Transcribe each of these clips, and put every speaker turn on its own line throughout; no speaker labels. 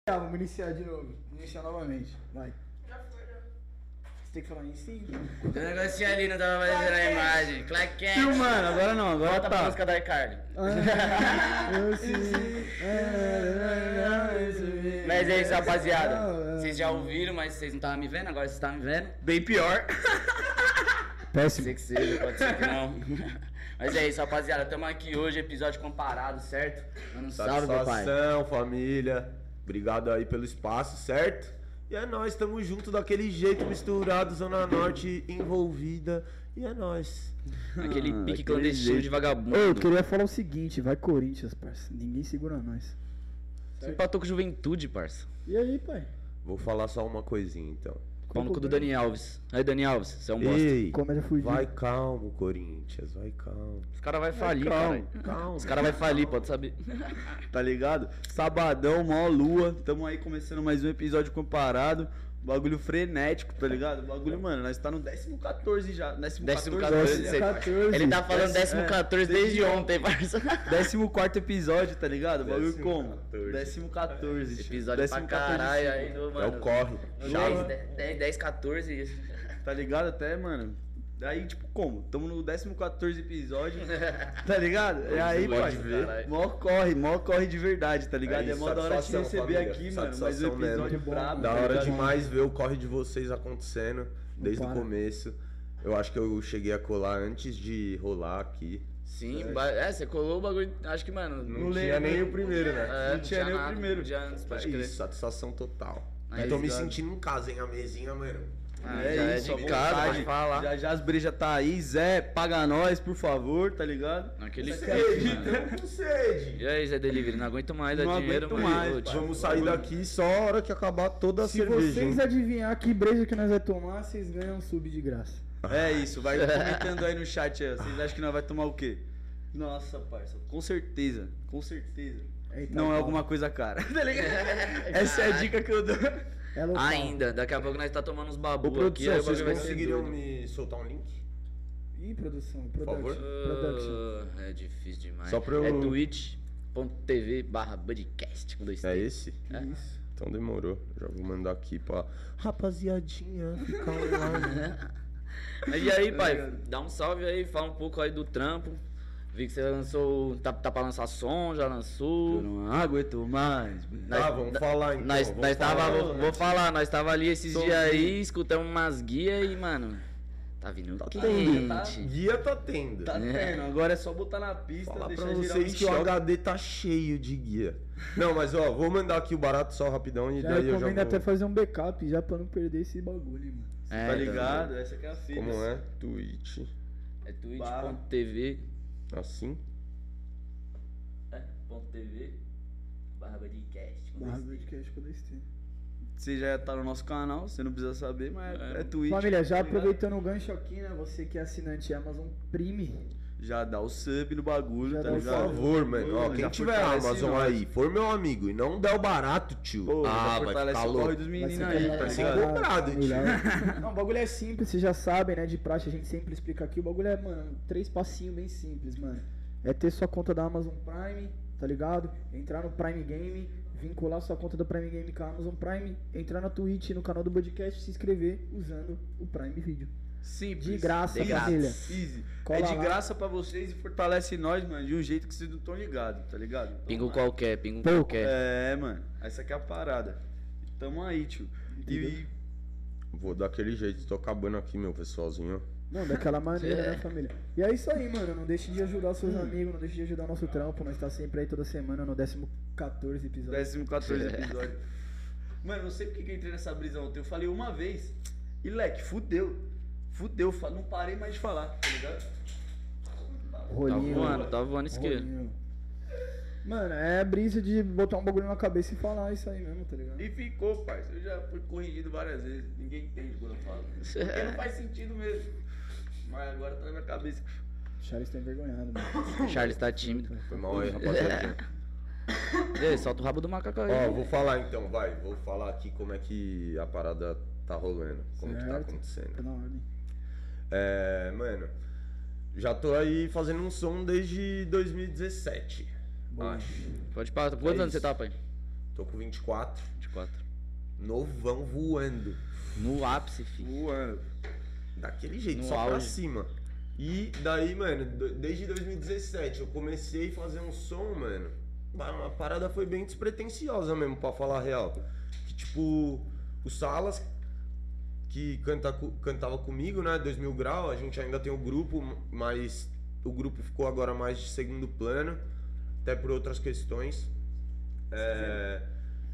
iniciar, Tá, vamos iniciar de novo. Iniciar novamente. Vai.
Já foi, já.
Você tem que falar em si?
O negócio ali não tava aparecendo a imagem. Clark Kent.
mano, agora não, agora
Volta pra
tá.
música da iCarly. Ah.
Eu sei.
Mas é isso, rapaziada. Vocês já ouviram, mas vocês não estavam me vendo, agora vocês estão me vendo.
Bem pior.
Pode ser
Péssimo.
que seja, pode ser que não. Mas é isso, rapaziada. Tamo aqui hoje, episódio comparado, certo? Manda um salve, meu pai.
Satisfação, família. Obrigado aí pelo espaço, certo? E é nóis, tamo junto daquele jeito misturado, Zona Norte envolvida. E é nóis.
Aquele
Ah,
pique
aquele
clandestino
jeito.
de
Ô, eu
vagabundo.
queria falar o seguinte, vai Corinthians, parça. Ninguém segura nós.
Você empatou com juventude, parça.
E aí, pai?
Vou falar só uma coisinha então.
Pau no cu do Dani Alves. Aí, Dani Alves, você é um bosta.
Ei,
Comédia fugida.
vai calmo, Corinthians, vai calmo.
Os caras vai falir,
calma,
cara.
Calmo.
Os caras vai falir, pode saber.
Tá ligado? Sabadão, mó lua. Tamo aí começando mais um episódio comparado. Bagulho frenético, tá ligado? Bagulho, mano, nós tá no 14 já. 14,
Décimo
14,
14.
Décimo
você-
14.
Ele tá falando né? décimo
é,
14 desde ontem, parça.
14 episódio, tá ligado? Bagulho
Décimo
como?
14.
14. 14. tio.
Episódio pra
Décimo 14,
caralho aí do,
É
mano.
o corre.
Jais, 10, 10, 14.
Tá ligado? Até, mano. Aí, tipo, como? Tamo no 14 episódio, tá ligado?
É
E aí,
Pode
pai,
ver.
mó corre, mó corre de verdade, tá ligado? É,
É isso,
mó da hora te
satisfação,
receber
família.
aqui, mano. Mais um
Satisfação mesmo.
episódio brabo.
Da
tá
hora
ligado?
demais ver o corre de vocês acontecendo desde o
para.
começo. Eu acho que eu cheguei a colar antes de rolar aqui.
Sim, ba- é, você colou o bagulho. Acho que, mano.
Não,
Não
tinha
lembro.
nem o primeiro, né?
é,
não tinha nem o
nada,
primeiro.
não tinha antes, pode
É
crer.
isso, satisfação total.
Aí,
eu tô me
exato.
sentindo em casa, hein? A mesinha, mano.
Ah,
É
já
isso,
é
à
de casa,
vontade.
pode falar.
Já já as brejas tá aí, Zé, paga nós, por favor, tá ligado?
Naquele
Sede,
canto, mano.
tamo com sede.
E aí, Zé Delivery, não aguento mais
Não
dar dinheiro,
aguento
mano.
mais,
Ô, tio.
Vamos sair daqui só a hora que acabar toda a
Se
cerveja.
vocês
hein?
adivinhar que breja que nós vai tomar, vocês ganham um sub de graça.
É isso, vai comentando aí no chat aí. ó. Vocês acham que nós vai tomar o quê? Nossa, parça, com certeza, com certeza.
Eita,
Não é
pau.
alguma coisa cara, tá ligado? Essa é a dica que eu dou.
É local.
Ainda, daqui a pouco nós tá tomando uns babu
Ô, produção,
aqui. aí o
é vocês
bagulho vai ser
conseguiriam
doido.
me soltar um link?
Ih, produção,
favor.
production. production.
Ah, é difícil demais.
Só pra eu-
É twitch.tv barra budcast com dois
É
T.
esse?
É.
Isso. Então demorou. Já vou mandar aqui pra rapaziadinha ficar online. Tá,
Mas e aí, pai? Dá um salve aí, fala um pouco aí do trampo. Vi que você lançou. Tá, tá pra lançar som, já
Eu
lançou.
não aguento mais.
Nós-
tá, vamos falar então.
Nós,
vamos
nós tava,
falar. né?
vou, vou falar, nós tava ali esses
Somzinho.
dias aí, escutamos umas guias e, mano, tá vindo
tendo, tá?
quente.
Guia tá tendo.
Tá tendo, agora é só botar na pista,
Falar pra
deixar geral em
vocês que o
choque.
HD tá cheio de guia. Não, mas ó, vou mandar aqui o barato só rapidão e
Já
daí eu já
recomendo
vou...
até fazer um backup já pra não perder esse bagulho, mano.
É,
Tá
então,
ligado? Essa que é a fita.
Como é? Twitch.
É twitch.tv.
Assim?
É, ponto .tv. Barra podcast. com
Barra
dois T.
podcast com dois T.
Você já tá no nosso canal, você não precisa saber, mas é,
É.
é Twitch.
Família, já
tá ligado?
aproveitando o gancho aqui, né? Você que é assinante Amazon Prime,
Já dá o sub no bagulho,
Já
tá
dá o
Por
ligado?
favor, mano. Ó,
Já
quem tiver
fortalece
Amazon
nós.
aí, for meu amigo e não der o barato, tio.
Pô, já
ah, vai
fortalece
ficar
o corre
louco.
dos
Vai ser
meninos aí, tá
cobrado,
ser
ligado?
cobrado,
cobrado, tio.
cobrado. Não, o bagulho é simples, vocês já sabem, né? De praxe a gente sempre explica aqui. O bagulho é, mano, três passinhos bem simples, mano. É ter sua conta da Amazon Prime, tá ligado? Entrar no Prime Game, vincular sua conta do Prime Game com a Amazon Prime, entrar na Twitch, no canal do podcast, se inscrever usando o Prime Video.
Simples.
De graça,
de graça.
família.
Easy.
Cola
é de
lá.
graça pra vocês e fortalece nós, mano, de um jeito que vocês não estão ligados, tá ligado? Então,
Pingo qualquer, pingo
Pouco.
qualquer. Tá
É, mano. Essa aqui é a parada. E Tamo aí, tio. E,
Entendeu?
Vou dar aquele jeito, tô acabando aqui, meu pessoalzinho.
Não, daquela maneira, né, família? E é isso aí, mano. Não deixe de ajudar seus
Hum.
amigos, não deixe de ajudar nosso trampo. Nós tá sempre aí toda semana no 14 episódio.
14
É.
episódio. Mano, não sei porque que eu entrei nessa brisa ontem. Eu falei uma vez. E leque, fudeu. Fudeu, fa- não parei mais de falar, tá ligado?
Tá
Rolinho.
voando, tá voando esquerdo.
rolinho. Mano, é brisa de botar um bagulho na cabeça e falar isso aí mesmo, tá ligado?
E ficou, parça. Eu já fui corrigido várias vezes. Ninguém entende quando eu falo. Porque não faz sentido mesmo. Mas agora tá na minha cabeça.
O Charles tá envergonhado, mano.
Charles tá tímido.
Foi mal aí, rapaziada.
E aí, solta o rabo do macaco aí.
Ó, vou falar então, vai. Vou falar aqui como é que a parada tá rolando. Como que tá
Certo.
acontecendo.
Tá na ordem.
É, mano, já tô aí fazendo um som desde 2017,
Boa.
acho.
Pode parar. Quantos
É
anos você
isso.
tá, pai?
Tô com 24.
24.
Novão voando.
No ápice, filho.
Voando. Daquele jeito,
No
só pra
auge.
cima. E daí, mano, do- desde 2017 eu comecei a fazer um som, mano. Pá, A parada foi bem despretensiosa mesmo, pra falar a real. Que tipo, o Salas, que canta, co- cantava comigo, né? 2000 Grau, a gente ainda tem o grupo, mas o grupo ficou agora mais de segundo plano, até por outras questões. É,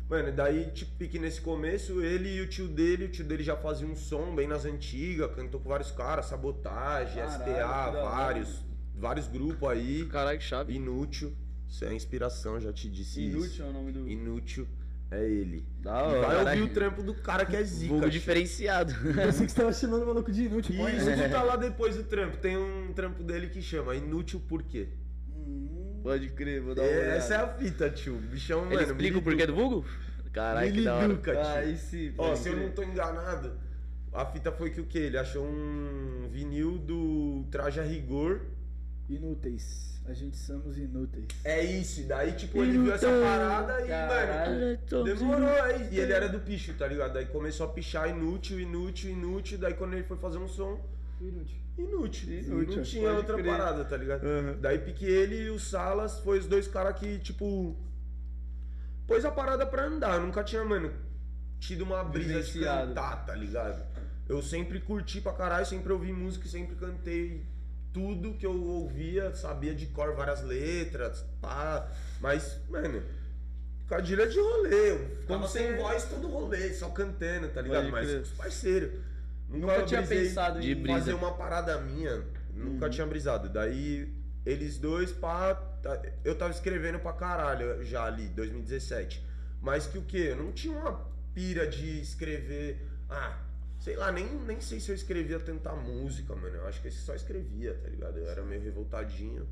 Mano, daí, tipo, que nesse começo, ele e o tio dele, o tio dele já fazia um som bem nas antigas, cantou com vários caras, Sabotagem,
Caralho, que
STA,
da hora.
vários, vários grupos aí.
Caralho, que chave.
Inútil, isso é inspiração, já te disse isso.
Inútil é o nome do.
Inútil é ele.
Da
E vai
caralho.
ouvir o trampo do cara que é zica.
Vulgo
tio.
diferenciado.
Eu sei que você tava chamando o maluco de inútil.
E
põe, né?
é.
escuta tá lá depois do trampo. Tem um trampo dele que chama Inútil Por quê?
Hum,
Pode crer, vou dar uma olhada.
É, essa é a fita, tio. Bichão, mano.
Ele explica o porquê do vulgo? Caralho, que da hora.
Miliduca, tio.
Aí sim.
Ó,
pode
se eu
crer.
não tô enganado, a fita foi que o quê? Ele achou um vinil do Traje a Rigor.
Inúteis. A gente somos inúteis.
É isso, e daí, tipo, ele viu essa
Então,
parada e,
caralho. então,
mano. Demorou aí. E ele era do picho, tá ligado? Daí começou a pichar inútil, inútil, inútil. Daí quando ele foi fazer um som,
Inútil.
inútil.
Inútil,
não tinha
pode
outra
crer.
parada, tá ligado?
Aham.
Daí pique ele e o Salas foi os dois caras que, tipo. Pôs a parada pra andar. Eu nunca tinha, mano, tido uma brisa de
Vivenciado.
cantar, tá ligado? Eu sempre curti pra caralho, sempre ouvi música, sempre cantei tudo que eu ouvia, sabia de cor várias letras, pá. Mas, mano, cadilha de rolê. Eu ficava
Quando
sem
você-
voz todo rolê, só cantando, tá ligado?
Pode
Mas
crer.
com os parceiros. Nunca,
Nunca tinha
brisei
pensado
de
em
brisa.
fazer uma parada minha. Nunca tinha brisado. Daí, eles dois, pá. tá- Eu tava escrevendo pra caralho já ali, 2017. Mas que o quê? Eu não tinha uma pira de escrever. Ah, sei lá, nem, nem sei se eu escrevia tanta música, mano. Eu acho que eu só escrevia, tá ligado? Eu era meio revoltadinho.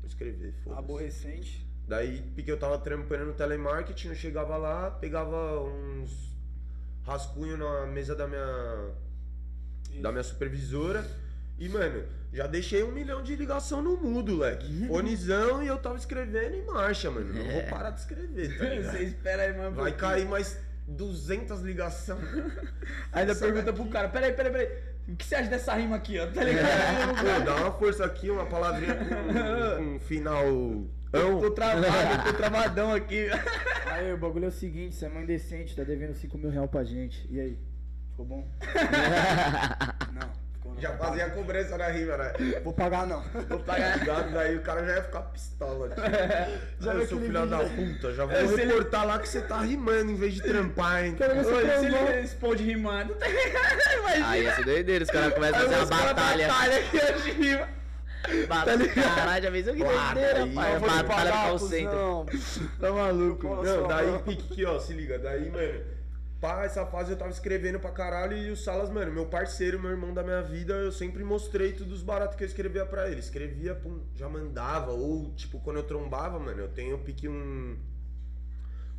Vou escrever, foda-se.
Aborrecente.
Daí, porque eu tava trampando no telemarketing, eu chegava lá, pegava uns rascunho na mesa da minha da minha supervisora. E, mano, já deixei um milhão de ligação no mudo, leque. Fonizão e eu tava escrevendo em marcha, mano. Não vou parar de escrever, tá ligado?
Você espera aí, mano.
Vai cair mais 200 ligações.
Ainda
Sai
pergunta pro cara: peraí, peraí, peraí. O que você acha dessa rima aqui, ó? Tá ligado?
Pô, dá uma força aqui, uma palavrinha com com um final.
Tô
Tá,
travado, tô travadão aqui.
Aí, o bagulho é o seguinte, você é mãe decente, tá devendo 5 mil reais pra gente. E aí? Ficou bom? não, ficou não.
Já fazia a cobrança na rima, né?
Vou pagar não.
Vou pagar. Ligado, daí o cara já ia ficar pistola. Tipo. Já
viu
eu sou
aquele
filho da
vídeo?
puta, já vou
É, se ele-
reportar lá que você tá rimando em vez de trampar, hein?
Cara, você
Oi, se
trombou.
ele responde rimando, tá ligado? Imagina.
Aí vai ser doideira, os caras começam a fazer uma
Os caras
batalha.
batalha aqui antes de rima.
Bata- Caralho, já fez eu que
Claro,
doideira,
aí
pai.
eu vou te
Batalha
pagar,
call center.
Não,
então. Tá maluco.
Não, daí pique aqui, ó, se liga. Daí, mano, pá, essa fase eu tava escrevendo pra caralho e o Salas, mano, meu parceiro, meu irmão da minha vida, eu sempre mostrei tudo os baratos que eu escrevia pra ele. Escrevia, pum, já mandava. Ou, tipo, quando eu trombava, mano, eu tenho pique um.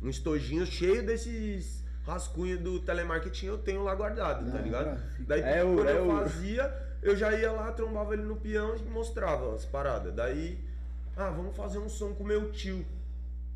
Um estojinho cheio desses rascunhos do telemarketing eu tenho lá guardado, tá
Não,
ligado?
cara, fica-
Daí
Ah, É o-
quando
é
eu
o-
fazia, eu já ia lá, trombava ele no peão e mostrava as paradas. Daí, ah, vamos fazer um som com meu tio.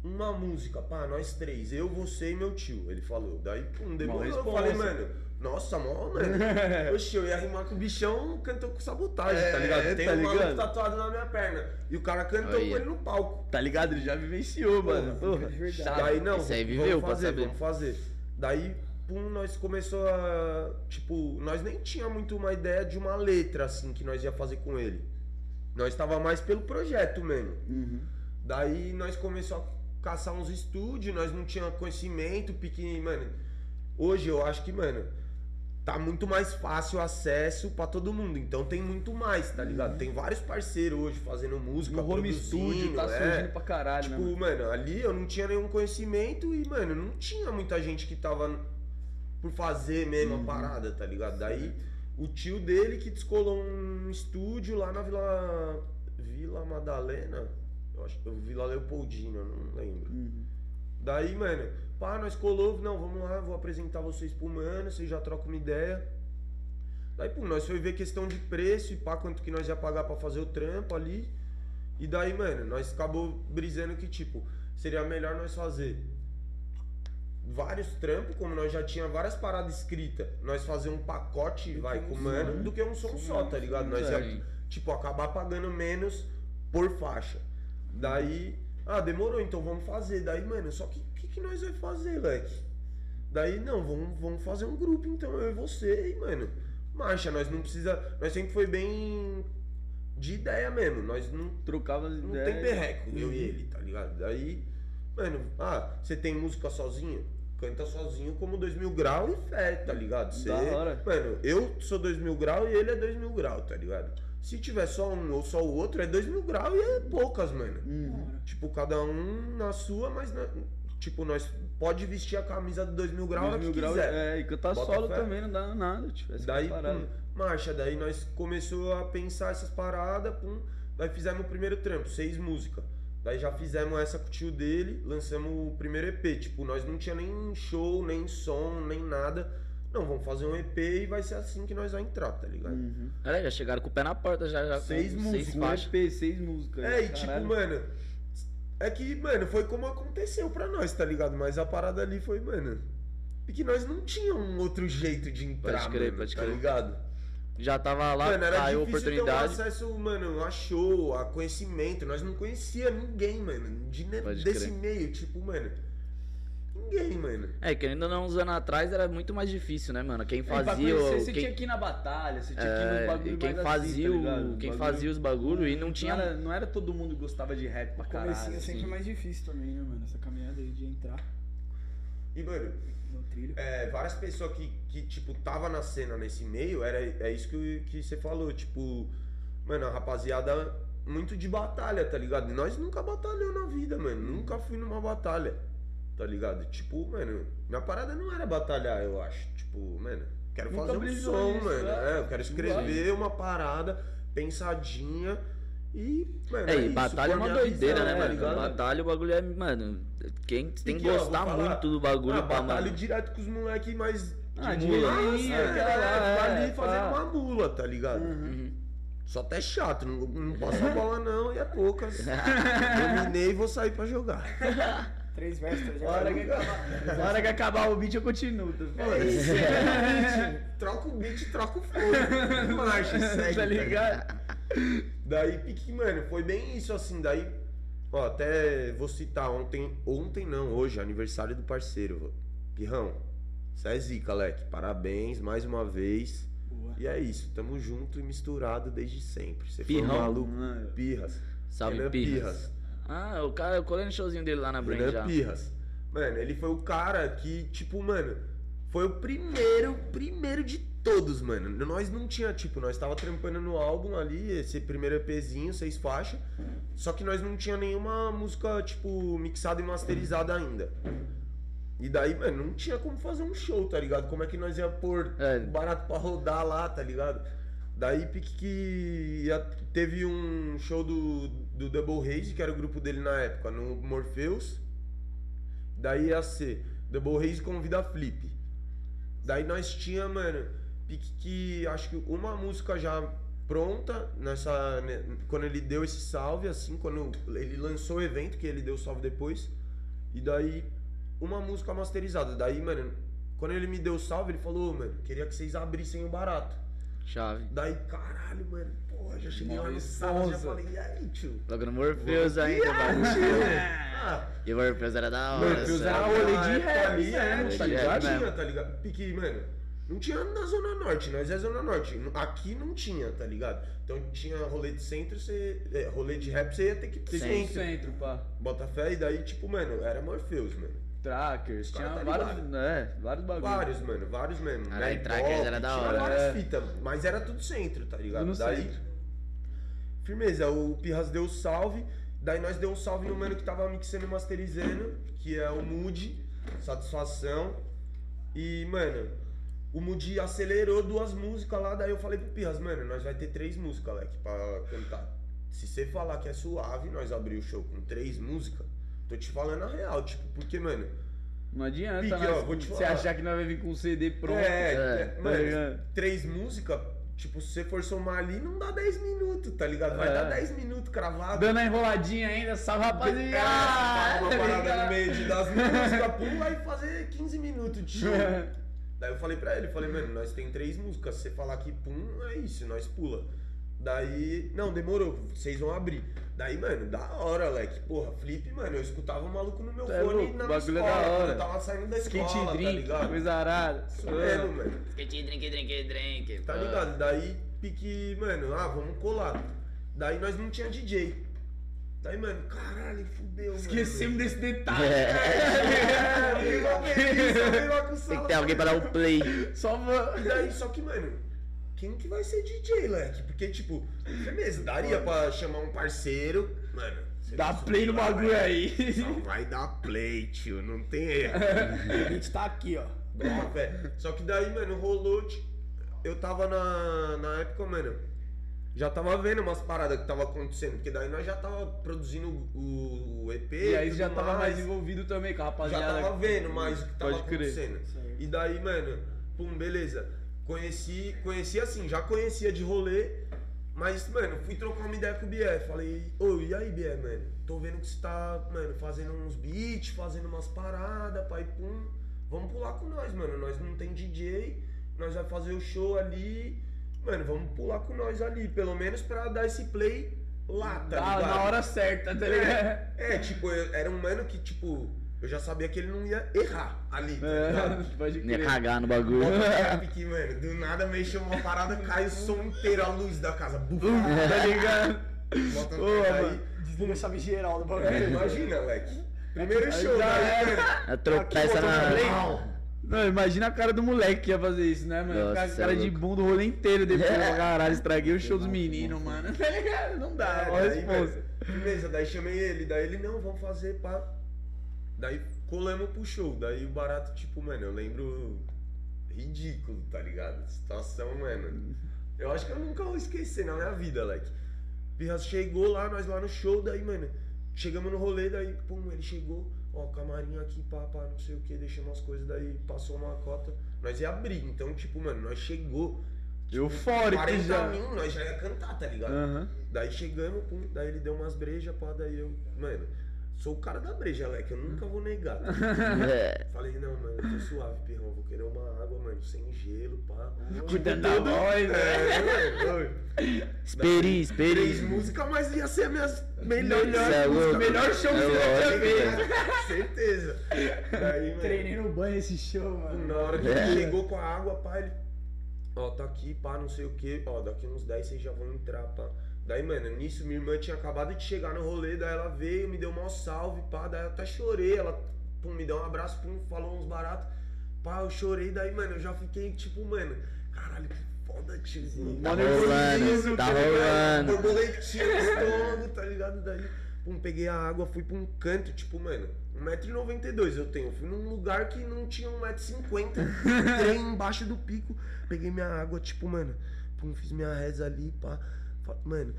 Uma música, pá, nós três, eu, você e meu tio, ele falou. Daí, pum, demorou. Eu
responsa.
falei, mano, nossa, mó, mano. Oxi, eu ia rimar com o bichão, cantou com sabotagem, tá
É,
ligado? Tem
tá
um maluco
ligado?
tatuado na minha perna. E o cara cantou
Olha.
com ele no palco.
Tá ligado? Ele já vivenciou, mano. Porra.
de verdade.
Chato.
Daí não,
Isso aí
vamos
viveu pra
fazer,
saber.
vamos fazer. Daí, pum, nós começou a. Tipo, nós nem tinha muito uma ideia de uma letra assim que nós ia fazer com ele. Nós tava mais pelo projeto mesmo.
Uhum,
Daí nós começou a caçar uns estúdios, nós não tinha conhecimento, pique, mano. Hoje eu acho que, mano, tá muito mais fácil o acesso pra todo mundo. Então tem muito mais, tá ligado? Tem vários parceiros hoje fazendo música,
Uhum. No home
produzindo,
studio tá
é.
surgindo pra caralho, né?
Tipo,
mano?
mano, ali eu não tinha nenhum conhecimento e, mano, não tinha muita gente que tava por fazer mesmo
Uhum.
a parada, tá ligado? Daí o tio dele que descolou um estúdio lá na Vila. Vila Madalena? Eu acho que Vila Leopoldina, não lembro.
uhum,
Daí, mano, pá, nós colou, não, vamos lá, vou apresentar vocês pro mano, vocês já trocam uma ideia. Daí, pô, nós foi ver questão de preço e pá, quanto que nós ia pagar pra fazer o trampo ali. E daí, mano, nós acabou brisando que, tipo, seria melhor nós fazer vários trampos, como nós já tinha várias paradas escritas, nós fazer um pacote, vai, com o mano, do que um som só, tá ligado? Nós
Sim.
ia, tipo, acabar pagando menos por faixa. Daí, ah, demorou, então vamos fazer. Daí, mano, só que o que, que nós vai fazer, leque? Daí, não, vamos, vamos fazer um grupo, então, eu e você, e, mano, marcha, nós não precisa, nós sempre foi bem de ideia mesmo, nós não
Trocava as
não
ideias.
tem perreco, eu e ele, tá ligado? Daí, mano, ah, você tem música sozinho? Canta sozinho como 2000 grau e fé, tá ligado? Você,
Da hora.
Mano, eu sou 2000 grau e ele é 2000 grau, tá ligado? Se tiver só um ou só o outro, é 2000 grau e é poucas, mano. Tipo, cada um na sua, mas na- tipo, nós pode vestir a camisa do 2000 grau a hora
2000
que
graus,
quiser.
é, e cantar
Bota
solo
fé.
também não dá nada, tio. Essa que é a
Daí, hum.
parada.
pum, marcha, daí nós começou a pensar essas paradas, pum, daí fizemos o primeiro trampo, seis músicas. Daí já fizemos essa com o tio dele, lançamos o primeiro EP. Tipo, nós não tinha nem show, nem som, nem nada. Não, vamos fazer um EP e vai ser assim que nós vamos entrar, tá ligado?
Uhum.
Cara, já chegaram com o pé na porta, já, já com
Seis
seis
músicos,
Um
faixas.
EP, seis músicas.
É, e
caralho.
tipo, mano. É que, mano, foi como aconteceu pra nós, tá ligado? Mas a parada ali foi, mano. E que nós não tínhamos um outro jeito de entrar,
Pode crer,
mano,
pode
tá
crer.
ligado?
Já tava lá,
mano, era
caiu a
difícil
oportunidade.
ter um acesso, mano, a show, a conhecimento. Nós não conhecia ninguém, mano, de ne-
Pode
desse
crer.
meio, tipo, mano. Ninguém, mano.
É, querendo ou não, uns anos atrás era muito mais difícil, né, mano? Quem
E pra
fazia.
conhecer,
o-
você
quem...
tinha que ir na batalha, você tinha
um
que ir
É,
no bagulho
e quem
mais
fazia,
assim,
o-
tá ligado?
quem
Bagulho-
fazia os bagulho e não tinha.
Não era, não era todo mundo que gostava de rap pra
O
caralho. assim.
comecinho sempre é mais difícil também, né, mano? Essa caminhada aí de entrar
E, mano,
no trilho.
é, várias pessoas que, que, tipo, tava na cena nesse meio, era, é isso que, que você falou, tipo, mano, a rapaziada muito de batalha, tá ligado? E Nós nunca batalhou na vida, mano. Nunca fui numa batalha, tá ligado? Tipo, mano, minha parada não era batalhar, eu acho. Tipo, mano, quero
Nunca
fazer um
brisou
som,
nisso,
mano.
né?
É, eu quero escrever uma parada pensadinha e, mano,
É, e
isso,
batalha é
foi a
uma
minha
doideira,
visão,
né,
tá
mano?
ligado?
Batalha, o bagulho é. Mano, quem tem que
que, ó,
gostar
vou falar.
muito do bagulho
Ah,
pra,
batalho
mano.
direto com os moleques mais.
Ah, de
mula.
mula,
Nossa,
é,
cara,
lá,
tá
é,
ali fazendo
pá.
uma mula, tá ligado? Só até chato, não, não passa a bola não e é poucas. Terminei e vou sair pra jogar.
Três versos, já
Hora que, acabar, hora que acabar o beat eu continuo. Tá
Mano,
ligado?
isso é beat, troca o beat, troca o fogo. Marcha, e segue,
tá ligado?
Daí, pique, mano, foi bem isso assim. Daí, ó, até vou citar ontem, ontem não, hoje, aniversário do parceiro. Pirrão, isso é zica, Leque. Parabéns mais uma vez.
Boa.
E é isso, tamo junto e misturado desde sempre. Você foi um
Pirrão.
maluco.
Mano.
Pirras.
Salve,
Renan
Pirras. Ah, o cara, eu colei no showzinho dele lá na Brand
Renan
já.
Pirras. Mano, ele foi o cara que, tipo, mano, foi o primeiro, primeiro de todos, mano. Nós não tinha, tipo, nós tava trampando no álbum ali, esse primeiro EPzinho, seis faixas. Só que nós não tinha nenhuma música, tipo, mixada e masterizada ainda. E daí, mano, não tinha como fazer um show, tá ligado? Como é que nós ia pôr
É.
barato pra rodar lá, tá ligado? Daí pique que ia- teve um show do, do Double Haze, que era o grupo dele na época, no Morpheus. Daí ia ser Double Haze convida a Flip. Daí nós tinha, mano, pique que acho que uma música já pronta nessa né, quando ele deu esse salve assim, quando ele lançou o evento que ele deu o salve depois. E daí uma música masterizada. Daí, mano, quando ele me deu o salve, ele falou, "Ô, mano, queria que vocês abrissem o barato.
Chave.
Daí, caralho, mano, porra, já cheguei lá no sábado, já falei, e aí, tio?
Logo no Morpheus ainda, bagulho.
Ah,
E o Morpheus era da hora. é
Morpheus
sabe?
era o Tá rolê de rap
ali,
mesmo,
é,
tá
não
ligado?
tinha, tá ligado? Pique, mano, não tinha na Zona Norte, nós é Zona Norte. Aqui não tinha, tá ligado? Então tinha rolê de centro, você. é, rolê de rap, você ia ter que ir pro
Centro.
centro.
Centro, pá.
Botafé, e daí, tipo, mano, era Morpheus, mano.
Trackers, tinha
Cara, tá
vários,
ligado.
né, vários bagulhos.
Vários, mano, vários mesmo.
Caralho,
Mary
Trackers
Pop,
era da
tinha
hora.
várias
É.
fitas, mas era tudo centro, tá ligado?
Tudo no
daí,
centro.
firmeza, o Pirras deu o salve, daí nós deu um salve no mano que tava mixando e masterizando, que é o Moody, satisfação. E, mano, o Moody acelerou duas músicas lá, daí eu falei pro Pirras, mano, nós vai ter três músicas, Leque, pra cantar. Se você falar que é suave, nós abrir o show com três músicas, tô te falando a real, tipo, porque, mano,
Não adianta,
Pique,
né?
ó, vou te
Você
falar.
achar que nós vai vir com um CD pronto.
É,
É, é,
tá
mano,
ligado?
três músicas Tipo, se você for somar ali, não dá 10 minutos, tá ligado? Vai
É.
dar 10 minutos cravado.
Dando a enroladinha ainda, salve rapaziada!
É, fala uma
tá
parada no
ligado?
meio de das músicas, pula e fazer 15 minutos de show.
É.
Daí eu falei pra ele, falei, mano, nós tem três músicas, se você falar que pum, é isso, nós pula. Daí, não, demorou, vocês vão abrir. Daí, mano, da hora, leque. Porra, flip, mano, eu escutava o maluco no meu
Cê é
fone
louco,
na
o
minha
bagulho é
escola,
da
quando
hora.
eu tava saindo da escola,
Skate
tá
drink,
ligado?
coisa arada. É,
Isso mesmo, mano.
Skate, drink, drink, drink.
Tá
pá.
ligado? Daí, pique, mano, ah, vamos colar. Daí nós não tinha DJ. Daí, mano, caralho, fudeu, mano.
Esquecemos desse detalhe.
É,
É, virou feliz, virou com
tem
sala.
que ter alguém pra dar o play.
Só vou.
E daí, só que, mano, quem que vai ser DJ, leque? Porque, tipo, beleza, daria pra chamar um parceiro, mano. você
Dá
vai
play
subir
no
lá,
bagulho
vai-
aí.
Só vai dar play, tio, não tem erro.
A gente tá aqui, ó.
Toma, fé. Só que daí, mano, rolou. ti- Eu tava na, na época, mano. Já tava vendo umas paradas que tava acontecendo. Porque daí nós já tava produzindo o, o EP.
E aí
tudo
já tava mais envolvido também com a
Já
rapaziada.
tava vendo mais o que tava
Pode crer.
acontecendo. E daí, mano, pum, beleza. Conheci, conheci assim, já conhecia de rolê. Mas, mano, fui trocar uma ideia com o Bié. Falei, ô, e aí, Bié, mano? Tô vendo que você tá, mano, fazendo uns beats, fazendo umas paradas, pai, pum. Vamos pular com nós, mano. Nós não tem DJ, nós vai fazer o show ali. Mano, vamos pular com nós ali, pelo menos pra dar esse play lá, tá
Tá,
ligado?
na hora certa, tá ligado?
É, é, tipo, eu- era um mano que, tipo, eu já sabia que ele não ia errar ali, tá ligado?
É, pode
Ia
crer.
né, cagar no bagulho.
Bota o que, mano, do nada mexeu uma parada, cai o som inteiro, a luz da casa. Buf,
Tá ligado?
bota um
Ô,
aí.
mano. Desliga a chave geral do
É,
bagulho.
imagina, moleque. Primeiro show,
já
né,
era.
mano?
É, Tropeça
botando
um
na.
play. Não, imagina a cara do moleque que ia fazer isso, né, mano?
Nossa,
Ficar com a
cê é
cara de
louco.
bunda o rolê inteiro depois. Caralho, estraguei o show dos meninos, mano. Tá ligado? Não dá,
É,
é, ó a
daí,
resposta.
mano, Beleza, daí chamei ele, daí ele, não, vamos fazer, pá. Daí colamos pro show, daí o barato, tipo, mano, eu lembro ridículo, tá ligado? Situação, mano. Eu acho que eu nunca vou esquecer na minha vida, leque. Pirras chegou lá, nós lá no show, daí, mano, chegamos no rolê, daí, pum, ele chegou, ó, camarim aqui, pá, pá, não sei o que, deixamos as coisas, daí passou uma cota, nós ia abrir, então, tipo, mano, nós chegou,
Eufórico
40
já.
mil, nós já ia cantar, tá ligado?
Aham.
Daí chegamos, pum, daí ele deu umas brejas, pá, daí eu, mano, sou o cara da breja, leque, eu nunca vou negar. tá ligado?
É.
Falei, não, mano, eu tô suave, pirrão, vou querer uma água, mano, sem gelo, pá.
Cuidando da voz, né?
É, mano,
Esperi,
três
esperi.
músicas, mas ia ser minhas melhores
Melhor,
Cê é louco.
melhor show que
É
você já
lógico.
fez.
Certeza. Daí, mano,
Treinei no banho esse show, mano.
na hora que
É.
ele chegou com a água, pá, ele. Ó, tá aqui, pá, não sei o que. Ó, daqui uns 10 vocês já vão entrar, pá. Daí, mano, nisso minha irmã tinha acabado de chegar no rolê, daí ela veio, me deu um salve, pá, daí eu até chorei. Ela pum, me deu um abraço, pum, falou uns baratos. Pá, eu chorei, daí, mano, eu já fiquei tipo, mano, caralho, que foda, tiozinho.
Tá
Mano,
rolando, tá rolando.
Borboletinha no estômago, tá ligado? Daí, pum, peguei a água, fui pra um canto, tipo, mano, 1,92m eu tenho. Fui num lugar que não tinha 1,50m, trem embaixo do pico. Peguei minha água, tipo, mano, pum, fiz minha reza ali, pá. Fa- Mano,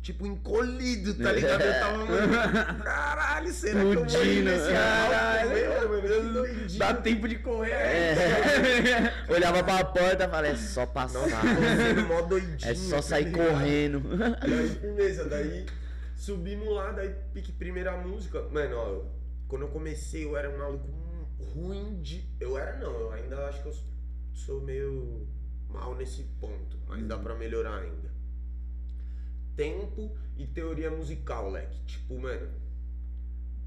tipo, encolhido, tá ligado? Eu tava, mano, caralho, será que eu vou ir
Fudido,
nesse
caralho.
alto, meu, mano? Que doidinho.
Dá tempo de correr.
né? É. Olhava pra porta e falava, é só passar.
Nossa, tô sendo mó doidinho.
É só
tá
sair
ligado?
correndo.
Daí, firmeza, daí subimos lá, daí pique primeira música. Mano, ó, eu- quando eu comecei eu era um maluco ruim de. Eu era não, eu ainda acho que eu s- sou meio mal nesse ponto, mas dá pra melhorar ainda. Tempo e teoria musical, leque. Tipo, mano.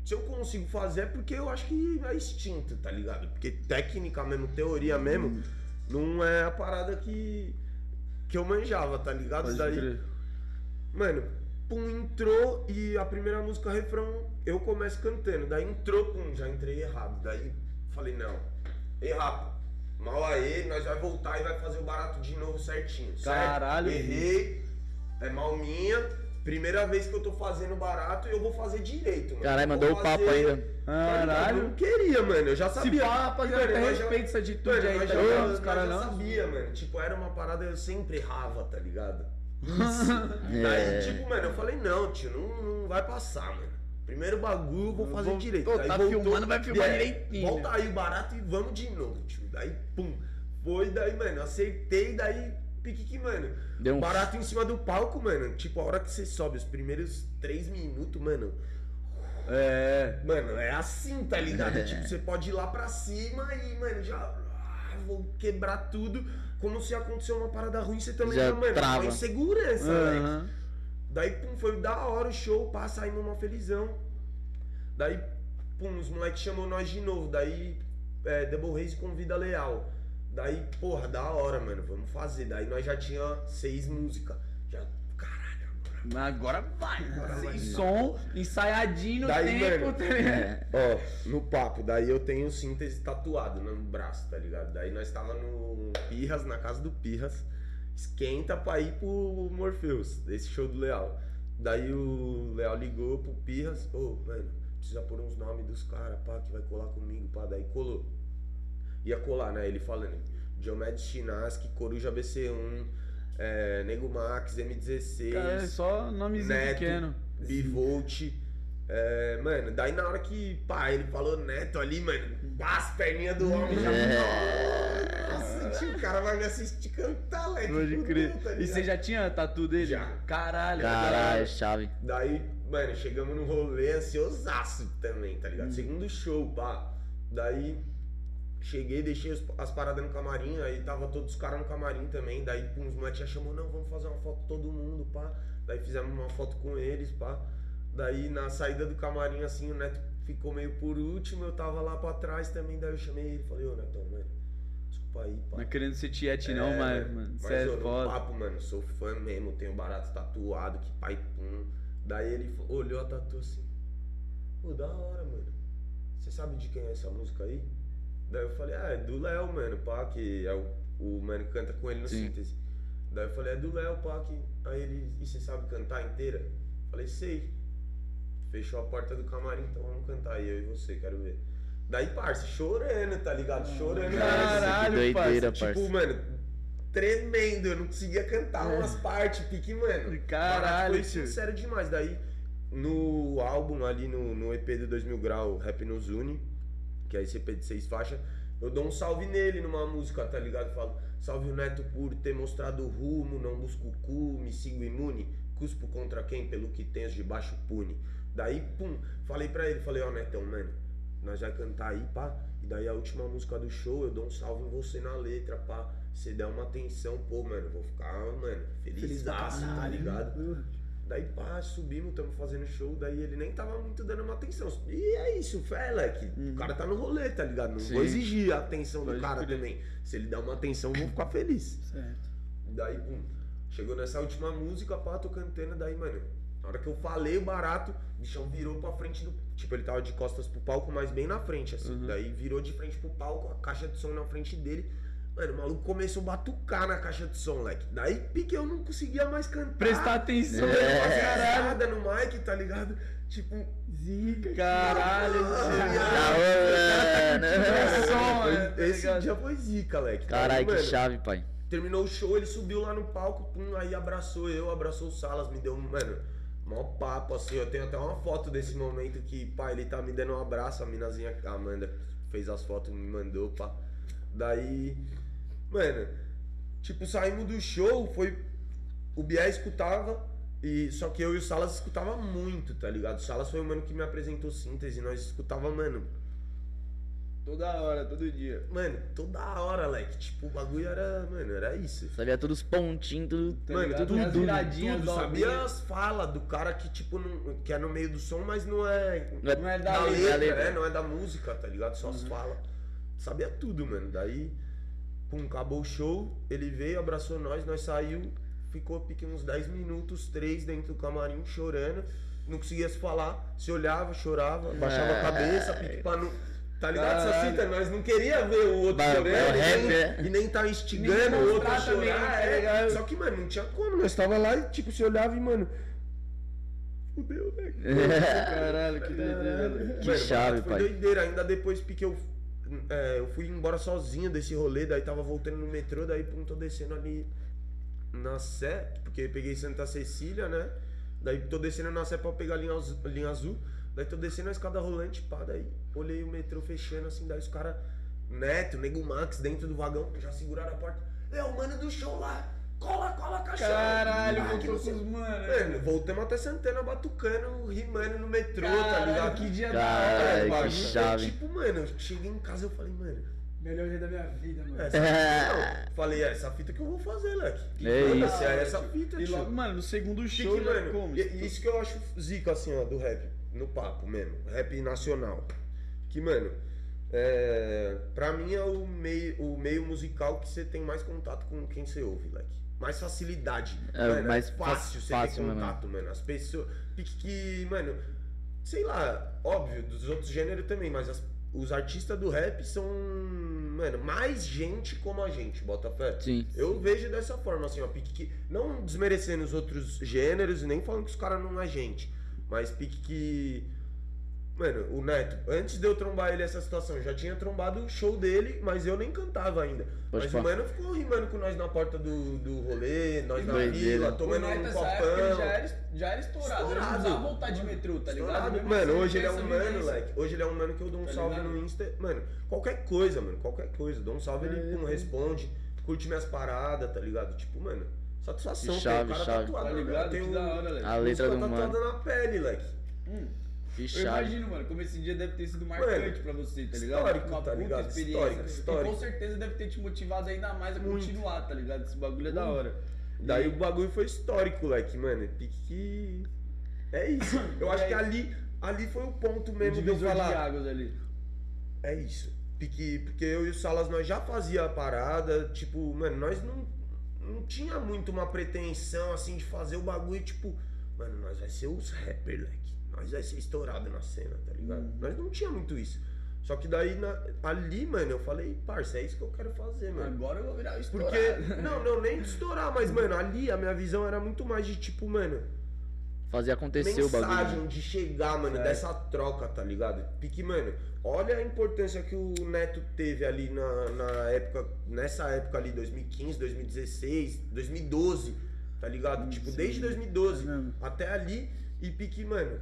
Se eu consigo fazer é porque eu acho que é instinto, tá ligado? Porque técnica mesmo, teoria
Uhum.
mesmo, não é a parada que, que eu manjava, tá ligado?
Pode
Daí-
crer.
Mano, pum, entrou e a primeira música, refrão, eu começo cantando. Daí entrou, pum, já entrei errado. Daí falei, não, errado. Mal aí, nós vai voltar e vai fazer o barato de novo certinho. certo?
Caralho,
Errei, é mal minha. Primeira vez que eu tô fazendo barato, eu vou fazer direito, mano.
Caralho,
Eu vou
mandou o papo
fazer-
ainda.
Tá ligado? Eu
Caralho.
não queria, mano. Eu já sabia. Tipo,
Se pá, rapaziada,
Mano,
até
nós já-
respeito essa atitude
Mano,
aí,
nós
tá
já,
ligado?
nós
Os caras
já
não.
sabia, mano. Tipo, era uma parada, eu sempre errava, tá ligado?
É.
Daí, tipo, mano, eu falei, não, tio, não, não vai passar, mano. Primeiro bagulho, eu vou fazer
vou-
direito.
Pô,
Daí
tá filmando, vai filmar direitinho,
Volta aí o barato e vamos de novo, tio. Daí, pum. Foi, daí, mano, acertei, daí, pique que, mano,
Deu um-
barato em cima do palco, mano. Tipo, a hora que você sobe, os primeiros três minutos, mano. É. Mano, é assim, tá ligado? Tipo, você pode ir lá pra cima e, mano, já. ah, Vou quebrar tudo. Como se aconteceu uma parada ruim, você também
Já
tá, mano, né?
trava.
uma insegurança, velho.
Aham.
Daí, pum, foi da hora o show, passa aí numa felizão. Daí, pum, os moleques chamou nós de novo. Daí, é, Double Race convida Leal. Daí, porra, da hora, mano, vamos fazer. Daí nós já tinha seis músicas. Já, caralho, agora.
Mas agora vai.
Agora
sem
vai. né?
som, ensaiadinho no
Daí,
tempo.
mano.
tá ligado?
É,
Ó, no papo, daí eu tenho síntese tatuado no braço, tá ligado? Daí nós tava no Pirras, na casa do Pirras. Esquenta pra ir pro Morpheus, esse show do Leal. Daí o Leal ligou pro Pirras, ô, mano, precisa pôr uns nomes dos caras, pá, que vai colar comigo, pá. Daí colou. Ia colar, né? Ele falando, Diomedes Chinaski, Coruja BC1, é, Nego Max, M16.
Cara, é só nomezinho
Neto.
pequeno.
Bivolt. É, mano, daí na hora que, pá, ele falou neto ali, mano, pá, as perninhas do homem já. Nossa, tio, o cara vai me assistir cantar, leque.
Pode
fudeu,
crer.
tá
E você
ligado?
já tinha tatu dele?
Já.
Caralho.
Caralho, chave.
Daí, mano, chegamos no rolê ansiosaço também, tá ligado? Segundo show, pá. Daí, cheguei, deixei os- as paradas no camarim, aí tava todos os caras no camarim também. Daí, pum, os moleques já chamou, não, vamos fazer uma foto todo mundo, pá. Daí fizemos uma foto com eles, pá. Daí, na saída do camarim, assim, o Neto ficou meio por último, eu tava lá pra trás também, daí eu chamei ele, falei, ô, Netão, mano, desculpa aí, pá.
Não é querendo ser tiete não, mas, mano, você é
ô, no
foda.
papo, mano, sou fã mesmo, tenho barato tatuado, que pai pum. Daí ele fo- olhou a tatu assim. Pô, da hora, mano. Você sabe de quem é essa música aí? Daí eu falei, ah, é do Léo, mano, pá, que é o, o mano que canta com ele no
Sim.
síntese. Daí eu falei, é do Léo, pá, que. Aí ele, e você sabe cantar inteira? Falei, sei. Fechou a porta do camarim, então vamos cantar aí, eu e você, quero ver. Daí, parça, chorando, tá ligado? Chorando.
Caralho,
que doideira,
Tipo,
parça.
mano, tremendo, eu não conseguia cantar umas partes, pique, mano.
É. Caralho,
foi
tio.
sincero demais. Daí, no álbum ali, no, no EP do 2000 Grau, Rap Nos Une, que é esse EP de seis faixas, eu dou um salve nele numa música, tá ligado? Falo, salve o Neto por ter mostrado o rumo, não busco o cu, me sigo imune, cuspo contra quem, pelo que tens debaixo pune. Daí, pum, falei pra ele, falei, ó, Netão, mano, nós vai cantar aí, pá. E daí a última música do show, eu dou um salve em você na letra, pá. Você der uma atenção, pô, mano, eu vou ficar, mano, feliz, tá ligado? Daí pá, subimos, estamos fazendo show, daí ele nem tava muito dando uma atenção. E é isso, fela, que o cara tá no rolê, tá ligado? Não vou exigir a atenção do cara também. Se ele der uma atenção, eu vou ficar feliz.
Certo.
Daí, pum, chegou nessa última música, pá, tô cantando, daí, mano, na hora que eu falei o barato, o bichão virou pra frente do. Tipo, ele tava de costas pro palco, mas bem na frente, assim.
Uhum.
Daí virou de frente pro palco, a caixa de som na frente dele. Mano, o maluco começou a batucar na caixa de som, leque. Daí, pique, eu não conseguia mais cantar.
Prestar atenção.
Eu não
É.
fazia nada no mic, tá ligado? Tipo,
Zica.
Caralho, tio.
Da hora, né?
som,
Foi-
né, tá
esse
ligado?
dia foi zica, leque. Daí,
Caralho, que
mano,
chave, pai.
Terminou o show, ele subiu lá no palco, pum, aí abraçou eu, abraçou o Salas, me deu um, mano, mó papo, assim, eu tenho até uma foto desse momento que, pá, ele tá me dando um abraço, a minazinha, a Amanda, fez as fotos, me mandou, pá. Daí, mano, tipo, saímos do show, foi, o Biel escutava, e, só que eu e o Salas escutava muito, tá ligado? O Salas foi o mano que me apresentou síntese, nós escutava, mano,
Toda hora, todo dia.
mano, toda hora, leque, tipo, o bagulho era, mano, era isso.
Sabia todos os pontinhos, tudo.
Tá
Mano,
ligado?
tudo,
Tem as
tudo,
viradinhas
tudo,
do
sabia
Almir.
as falas do cara que, tipo, não, que é no meio do som, mas não é
Não é,
Não é da Uhum.
da
lei,
letra,
da letra.
né? Não é da música, tá ligado? Só as falas. Sabia tudo, mano. Daí, pum, acabou o show, ele veio, abraçou nós, nós saiu, ficou pique uns 10 minutos, três dentro do camarim, chorando, não conseguia se falar, se olhava, chorava, baixava a cabeça, pique pra não... Tá ligado,
É. Caralho.
Sacita? Nós não queria ver o outro
Bah,
chorando
é o
e, nem,
rap, é.
e nem tá instigando
Nem
o outro a
mostrar também,
chorar.
tá
é.
ligado?
Só que, mano, não tinha como. Nós tava lá e, tipo, se olhava e, mano... Fudeu, velho.
Caralho, que doideira. velho.
Que
Mano,
chave,
É foi
pai.
doideira. Ainda depois porque eu, é, eu fui embora sozinho desse rolê, daí tava voltando no metrô, daí pum, tô descendo ali na Sé, porque eu peguei Santa Cecília, né? Daí tô descendo na Sé pra pegar a linha, azu- a linha azul, daí tô descendo a escada rolante, pá, daí olhei o metrô fechando assim, daí os caras, Neto, Nego Max, dentro do vagão, já seguraram a porta. É o mano do show lá! Cola, cola, cachorro.
Caralho,
Ah,
voltou
que não
com
sei-
os mano.
Mano, voltamos até Santana batucando, rimando no metrô, tá
Caralho,
ligado?
que dia
Caralho,
da hora,
Mano,
que
pai.
chato. chave.
Tipo, mano, eu cheguei em casa e eu falei, mano,
Melhor dia da minha vida, mano.
essa fita, não. Falei, é essa fita que eu vou fazer, Leque.
É
Mano,
isso.
É essa fita,
E
tio.
logo, mano, no segundo
Que
show,
que,
já
né, mano,
como?
e- e isso que eu acho zica, assim, ó, do rap, no papo mesmo, rap nacional. Que, mano, é, pra mim é o meio, o meio musical que você tem mais contato com quem você ouve, like. Mais facilidade.
É,
mano,
mais
é
fa-
fácil você ter
fácil, né? mano.
contato, mano. As pessoas. Que, que, mano, sei lá, óbvio, dos outros gêneros também, mas as- os artistas do rap são, mano, mais gente como a gente, bota fé.
Sim.
Eu vejo dessa forma, assim, ó, pique que. Não desmerecendo os outros gêneros, nem falando que os caras não é gente. Mas pique que. Mano, o Neto, antes de eu trombar ele essa situação, eu já tinha trombado o show dele, mas eu nem cantava ainda.
Pode
mas
pá.
o mano ficou rimando com nós na porta do, do rolê, nós na
Doideira.
vila, tomando
O Knight,
um
nessa época, ele
copão.
já era, já era estourado. Ele não
Estourado.
precisava voltar de metrô, tá ligado? Mesmo
Mano,
assim,
hoje ele é
essa
um mano,
vivência.
like. Hoje ele é um mano que eu dou um
Tá
salve
ligado?
no Insta. Mano, qualquer coisa, mano. Qualquer coisa. Dou um salve,
É,
ele pum, responde. Curte minhas paradas, tá ligado? Tipo, mano, satisfação.
Que
pô,
chave,
o cara
chave.
tatuado,
Tá
mano,
ligado?
Tem
Que
um,
da hora,
A
like.
letra
música
do mano.
tatuada na pele, like.
Hum. Eu
Fichado.
imagino, mano, como esse dia deve ter sido marcante
Mano,
pra você, tá ligado?
histórico,
Uma
tá
puta
ligado?
experiência.
Histórico,
E
histórico.
com certeza deve ter te motivado ainda mais a
Muito.
continuar, tá ligado? Esse bagulho é da hora.
Daí o bagulho foi histórico, like, mano. Pique que. É isso. Eu acho que ali, ali foi o ponto
O
mesmo de eu
divisor de
falar.
águas ali.
É isso. Porque, porque eu e o Salas, nós já fazia a parada, tipo, mano, nós não, não tinha muito uma pretensão, assim, de fazer o bagulho, tipo, mano, nós vai ser os rappers, like, nós vai ser estourado na cena, tá ligado?
Uhum.
Nós não tinha muito isso. Só que daí, na- ali, mano, eu falei, parça, é isso que eu quero fazer, mano.
Agora eu vou virar o estourado.
Porque, não, não, nem de estourar, mas, mano, ali a minha visão era muito mais de, tipo, mano,
Fazer acontecer o bagulho.
mensagem de chegar, mano,
É.
dessa troca, tá ligado? Pique, mano, olha a importância que o Neto teve ali na, na época, nessa época ali, 2015, 2016, 2012, tá ligado? tipo, desde 2012
É
mesmo.
até ali, e pique, mano,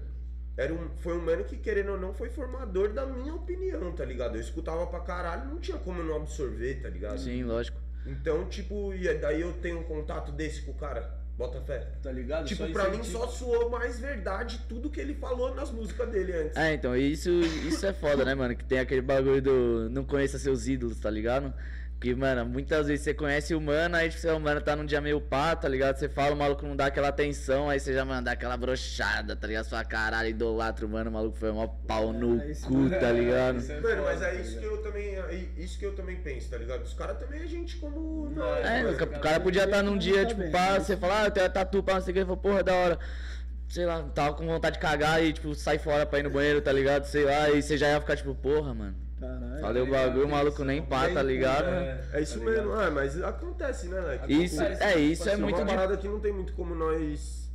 era um, foi um mano que, querendo ou não, foi formador da minha opinião, tá ligado? Eu escutava pra caralho, não tinha como eu não absorver, tá ligado?
Sim, lógico.
Então, tipo, e daí eu tenho um contato desse com o cara, bota fé.
Tá ligado?
Tipo,
Só
pra mim
incentivo.
só soou mais verdade tudo que ele falou nas músicas dele antes.
É, então, isso, isso é foda, né, mano? Que tem aquele bagulho do não conheça seus ídolos, tá ligado? Porque, mano, muitas vezes você conhece o mano, aí tipo, o mano tá num dia meio pá, tá ligado? Você fala, o maluco não dá aquela atenção, aí você já, mano, dá aquela brochada, tá ligado? Você fala, caralho, idolatro, mano, o maluco foi mó pau no
É, isso
cu, tá ligado?
Isso é
Mano, mas
foda,
é
tá
isso que
ligado?
eu também, é isso que eu também penso, tá ligado? Os caras também é gente como nós. tá
É,
mano.
o ca- o cara podia estar num dia, tipo, pá, você fala, ah, eu tenho a tatu, pá, não sei o que, ele falou, porra, é da hora. Sei lá, tava com vontade de cagar e, tipo, sai fora pra ir no banheiro, tá ligado? Sei lá, e você já ia ficar, tipo, porra, mano.
Caralho.
Valeu o bagulho, o maluco nem pá, tá ligado?
É
Tá
isso mesmo, ah, mas acontece, né, Leque?
tá Isso, é,
tipo,
isso é
assim,
é
muito
uma
de
parada que não tem muito como nós.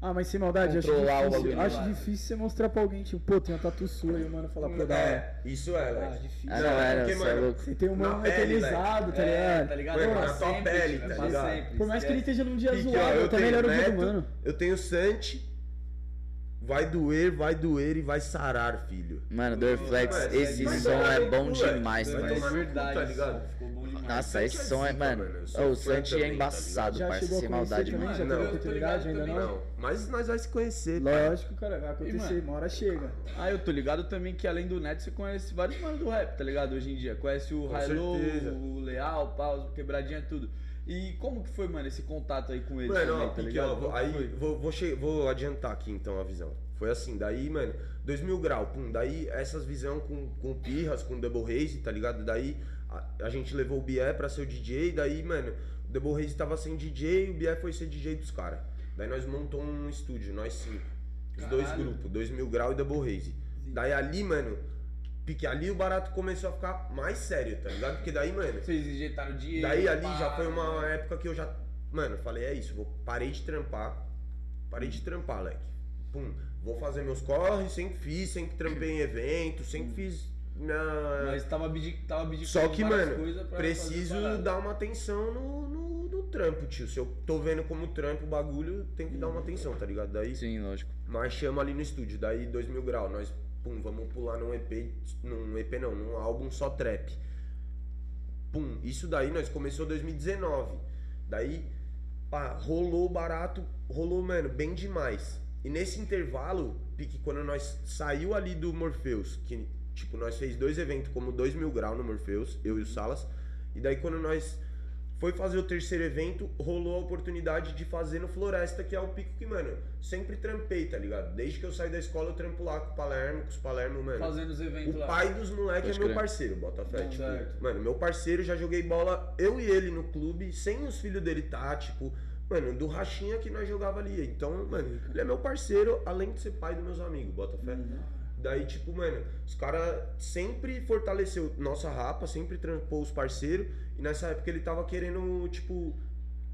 Ah, mas sem maldade, acho
Controlar o
difícil,
bagulho.
acho difícil você mostrar pra alguém, tipo, pô, tem uma tatu sua e o mano falar, pô, da hora.
É, isso é,
Ah,
Leque.
difícil.
Ah, não, era,
porque,
você é
mano,
louco.
Você tem um
Na
mano
pele, velho.
eternizado, tá
É,
ligado?
tá ligado?
Mano,
É pra
na tua
sempre,
pele,
tio,
tá
é pra
ligado?
sempre,
Por mais que ele
esquece.
esteja num dia
Pique, ó,
é zoado,
eu
também ele
tenho
era o dia do
Neto,
mano.
Eu tenho Santi. Vai doer, vai doer e vai sarar, filho.
Mano, Dorflex,
Mano,
esse
vai
som
tomar
é
no
bom
cu, velho.
demais,
Vai
parceiro.
tomar no cu,
Verdade,
tá ligado?
Ficou bom demais.
Nossa, esse
Santi é
som é,
zica,
mano.
mano. Eu
Ô,
sou
o
fã
Santi é
também, tá
embaçado,
ligado? Já
parceiro,
chegou a
sem maldade,
conhecer também,
mano.
já
Não.
teve oportunidade ainda
Não.
não.
Não, mas nós vamos se conhecer.
Lógico, cara, vai
E,
acontecer,
mano?
uma hora chega.
Ah, eu tô ligado também que além do Neto, você conhece vários manos do rap, tá ligado? Hoje em dia. Conhece o
Com
Hilo,
certeza.
o Leal, o Pau, o Quebradinha, tudo. E como que foi, mano, esse contato aí com eles
Mano, ó,
também, tá
Pique,
ligado?
ó, vou-
Como
aí
foi?
vou, vou, che- vou adiantar aqui então a visão. Foi assim, daí, mano, 2000 grau, pum, daí essas visão com, com Pirras, com Double Raze, tá ligado? Daí a, a gente levou o Bié pra ser o DJ, daí, mano, o Double Raze tava sem DJ e o Bié foi ser DJ dos caras. Daí nós montou um estúdio, nós cinco. Os dois
Caralho.
grupos, 2000 grau e Double Raze. Daí ali, mano, pique ali o barato começou a ficar mais sério, tá ligado? Porque daí, mano,
Vocês injetaram dinheiro.
Daí ali
pá,
já foi uma época que eu já. Mano, falei, é isso, vou, parei de trampar. Parei de trampar, leque. Pum, vou fazer meus corres, sempre fiz, sempre trampei em evento,
Hum.
sempre fiz. Na...
Mas tava abdicando tava abdicando
Só que,
de várias
mano,
coisas pra fazer
Preciso
parada.
dar uma atenção no, no, no trampo, tio. Se eu tô vendo como trampo o bagulho, tem que dar
Uhum.
uma atenção, tá ligado? Daí
Sim, lógico.
nós chama ali no estúdio, daí 2000 grau, nós, pum, vamos pular num EP, num EP não, num álbum só trap. Pum, isso daí nós começou 2019. Daí, pá, rolou barato, rolou, mano, bem demais. E nesse intervalo, pique, quando nós saiu ali do Morpheus, que, tipo, nós fez dois eventos como 2 mil graus no Morpheus, eu e o Salas. E daí, quando nós foi fazer o terceiro evento, rolou a oportunidade de fazer no Floresta, que é o pico que, mano, sempre trampei, tá ligado? Desde que eu saí da escola, eu trampo lá com o Palermo, com os Palermo, mano.
Fazendo os eventos
O
lá.
pai dos moleques
Pode
é meu
crer.
parceiro, Botafé.
Não,
Tipo,
certo.
mano, meu parceiro, já joguei bola, eu e ele no clube, sem os filhos dele tá, tipo, mano, do rachinha que nós jogava ali. Então, mano, ele é meu parceiro, além de ser pai dos meus amigos, Botafé.
Hum.
Daí, tipo, mano, os caras sempre fortaleceu nossa rapa, sempre trampou os parceiros. E nessa época ele tava querendo, tipo,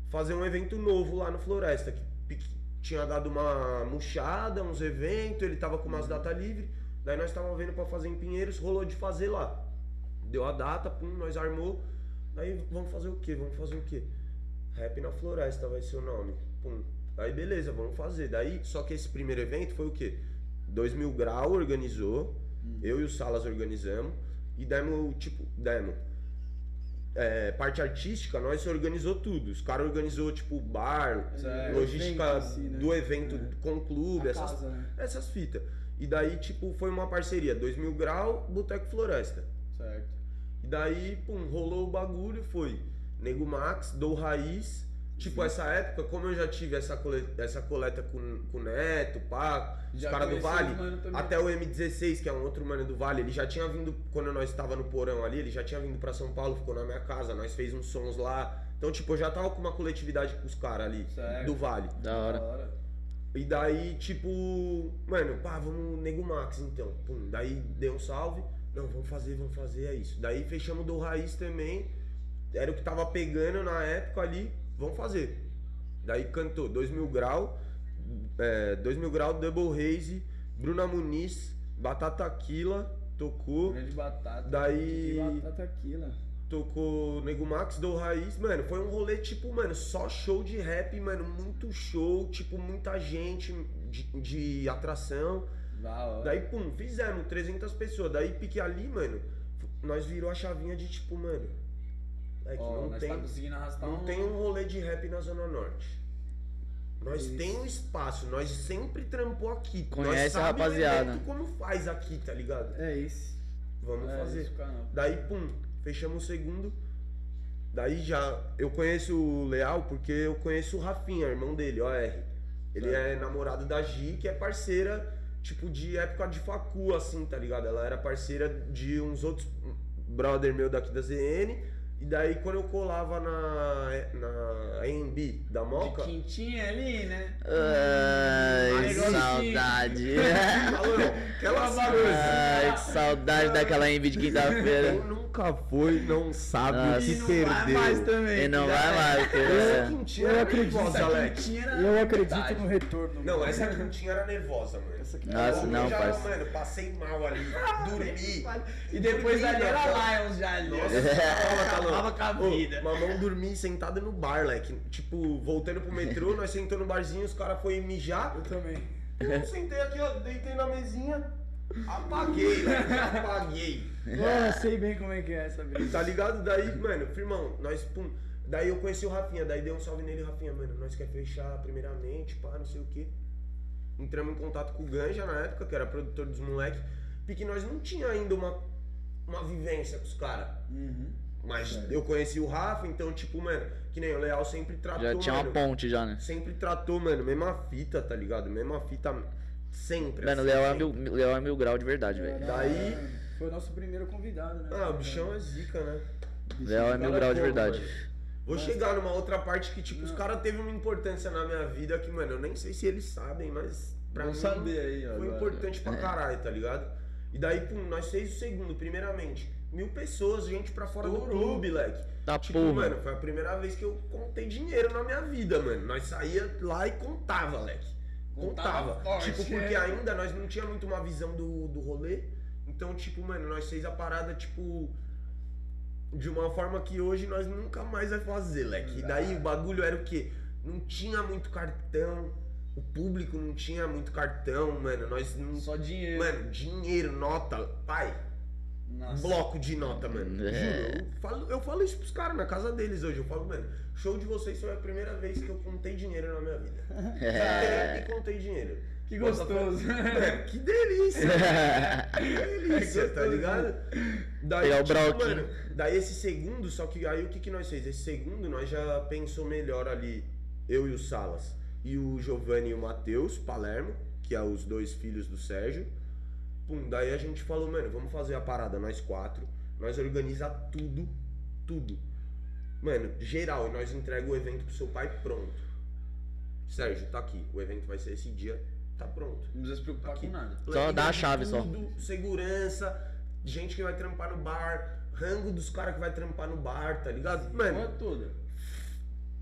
fazer um evento novo lá no Floresta, que pique- tinha dado uma murchada, uns eventos, ele tava com umas datas livres. Daí nós tava vendo pra fazer em Pinheiros, rolou de fazer lá. Deu a data, pum, nós armou. Daí vamos fazer o quê? Vamos fazer o quê? Rap na Floresta vai ser o nome. Pum. Aí beleza, vamos fazer. Daí, só que esse primeiro evento foi o quê? 2000 Grau organizou,
Hum.
eu e o Salas organizamos, e demos, tipo, demos é, parte artística, nós organizou tudo. Os caras organizou, tipo, bar,
Certo.
logística
É, Evento em si, né?
do evento com o clube,
A
essas,
casa, né?
essas fitas. E daí, tipo, foi uma parceria, 2000 Grau, Boteco Floresta.
Certo.
E daí, pum, rolou o bagulho, foi Nego Max, Dou Raiz. Tipo, essa época, como eu já tive essa coleta, essa coleta com, com o Neto, pá, os
Já
caras do
conheci os
Vale,
mano também.
até o M16, que é um outro mano do Vale, ele já tinha vindo, quando nós estava no porão ali, ele já tinha vindo pra São Paulo, ficou na minha casa, nós fez uns sons lá. Então, tipo, eu já tava com uma coletividade com os caras ali,
Certo.
do Vale.
Da hora.
Da hora.
E daí, tipo, mano, pá, vamos nego Max então. Pum, daí deu um salve. Não, vamos fazer, vamos fazer, é isso. Daí fechamos do raiz também. Era o que tava pegando na época ali. Vamos fazer. Daí cantou 2000 grau, é, 2000 grau, Double Haze, Bruna Muniz, Batata Aquila, tocou.
Grande batata.
Daí
Batata Aquila.
tocou Nego Max, do Raiz, mano, foi um rolê, tipo, mano, só show de rap, mano, muito show, tipo, muita gente de, de atração.
Da hora.
Daí, pum, fizemos 300 pessoas. Daí, pique ali, mano, f- nós virou a chavinha de, tipo, mano, é que
Ó,
não
nós
tem...
tá conseguindo arrastar
Não
um...
tem um rolê de rap na Zona Norte. Nós tem um espaço, nós sempre trampou aqui.
Conhece a
nós sabe o
rapaziada.
evento como faz aqui, tá ligado?
É esse.
Vamos
É,
fazer.
isso, cara, não.
Daí, pum, fechamos o segundo. Daí já. Eu conheço o Leal porque eu conheço o Rafinha, irmão dele, OR. Ele é namorado da Gi, que é parceira, tipo, de época de facu, assim, tá ligado? Ela era parceira de uns outros brother meu daqui da ZN. E daí, quando eu colava na, na AMB da Moca.
De quintinha ali, né?
Ai,
Negócio de-
saudade.
Alô, aquela coisa.
Ai, que saudade daquela envy de quinta-feira.
Quem nunca foi, não sabe
Nossa.
o que
E não
perdeu.
E não vai mais, porque
Essa
é.
quintinha era nervosa, Alex.
Quintinha era...
Eu acredito no retorno.
Não,
mano.
essa quintinha era nervosa, mano.
Nossa,
Eu
não,
já,
parça.
Mano, passei mal ali. Dormi.
E depois ali era Lions já ali.
tá- Nossa, tá
Acabava com a vida.
mamão dormi sentado no bar, leque. Tipo, voltando pro metrô, nós sentou no barzinho, os caras foram mijar.
Eu também.
Eu sentei aqui, ó, deitei na mesinha, apaguei, leque. Apaguei.
Ah, sei bem como é que é essa vez.
Tá ligado? Daí, mano, firmão, nós, pum. Daí eu conheci o Rafinha, daí dei um salve nele, Rafinha, mano, nós quer fechar primeiramente, pá, não sei o quê. Entramos em contato com o Ganja na época, que era produtor dos moleques, porque nós não tinha ainda uma, uma vivência com os caras. Mas eu conheci o Rafa, então, tipo, mano, que nem o Leal sempre tratou.
Já tinha uma
mano,
ponte já, né?
Sempre tratou, mano, mesma fita, tá ligado? Mesma fita sempre.
Mano, o
assim,
Leão é
sempre.
mil, Leão é mil grau de verdade, velho.
Daí-
Foi o nosso primeiro convidado, né?
Ah, o bichão é zica, né?
Leão é mil
Cara,
grau de
como,
verdade.
velho? Vou chegar numa outra parte que, tipo, os caras teve uma importância na minha vida que, mano, eu nem sei se eles sabem, mas pra
Vamos
mim
saber aí, ó.
foi
agora.
importante pra caralho, tá ligado? E daí, pum, nós fez o segundo, primeiramente. Mil pessoas, gente pra fora do clube, leque.
Tá
tipo,
porra.
mano, foi a primeira vez que eu contei dinheiro na minha vida, mano. Nós saía lá e contava, leque. Contava.
Contava forte,
tipo, porque
é.
ainda nós não tinha muito uma visão do, do rolê. Então, tipo, mano, nós fez a parada, tipo, de uma forma que hoje nós nunca mais vai fazer, leque. E daí o bagulho era o quê? Não tinha muito cartão, o público não tinha muito cartão, mano. Nós não.
Só dinheiro.
Mano, dinheiro, nota, pai. bloco de nota, mano.
É.
Juro, eu, falo, eu falo isso pros caras na casa deles hoje. Eu falo, mano, show de vocês foi a primeira vez que eu contei dinheiro na minha vida.
É.
Sentei E contei dinheiro.
Que gostoso.
Mano, que delícia! que delícia, tá ligado? Daí,
Pegar o
tipo,
brauquinho.
mano, daí esse segundo, só que aí o que, que nós fez? Esse segundo nós já pensou melhor ali, eu e o Salas. E o Giovanni e o Matheus, Palermo, que é os dois filhos do Sérgio. Pum, daí a gente falou, mano, vamos fazer a parada, nós quatro. Nós organiza tudo, tudo. Mano, geral, e nós entrega o evento pro seu pai pronto. Sérgio, tá aqui. O evento vai ser esse dia, tá pronto.
Não precisa se preocupar com nada.
Só dá a chave, só.
Tudo, segurança, gente que vai trampar no bar, rango dos caras que vai trampar no bar, tá ligado? Mano,
Porra toda.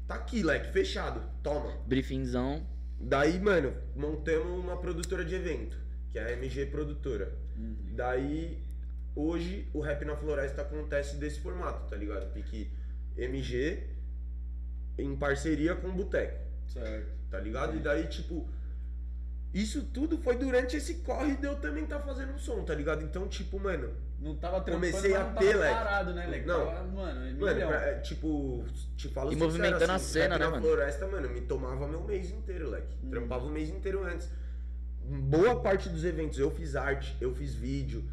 tá aqui, leque, fechado. Toma.
Briefinzão.
Daí, mano, montamos uma produtora de evento, que é a MG Produtora.
Uhum.
Daí, hoje, o Rap na Floresta acontece desse formato, tá ligado? Pique MG em parceria com o Boteco,
Certo.
tá ligado? E daí, tipo, isso tudo foi durante esse corre de eu também tá fazendo um som, tá ligado? Então, tipo, mano,
Não tava trampando,
Comecei
mas
a
não
ter,
tava
Leque.
parado, né, Leque?
Não.
Tava, mano, é
Mano,
milhão.
é, tipo, te falo
E
sincero,
movimentando
assim,
a cena, né,
rap na
mano? Hum.
floresta, mano, me tomava meu mês inteiro, leque. Trampava o mês inteiro antes. Boa parte dos eventos eu fiz arte, eu fiz vídeo.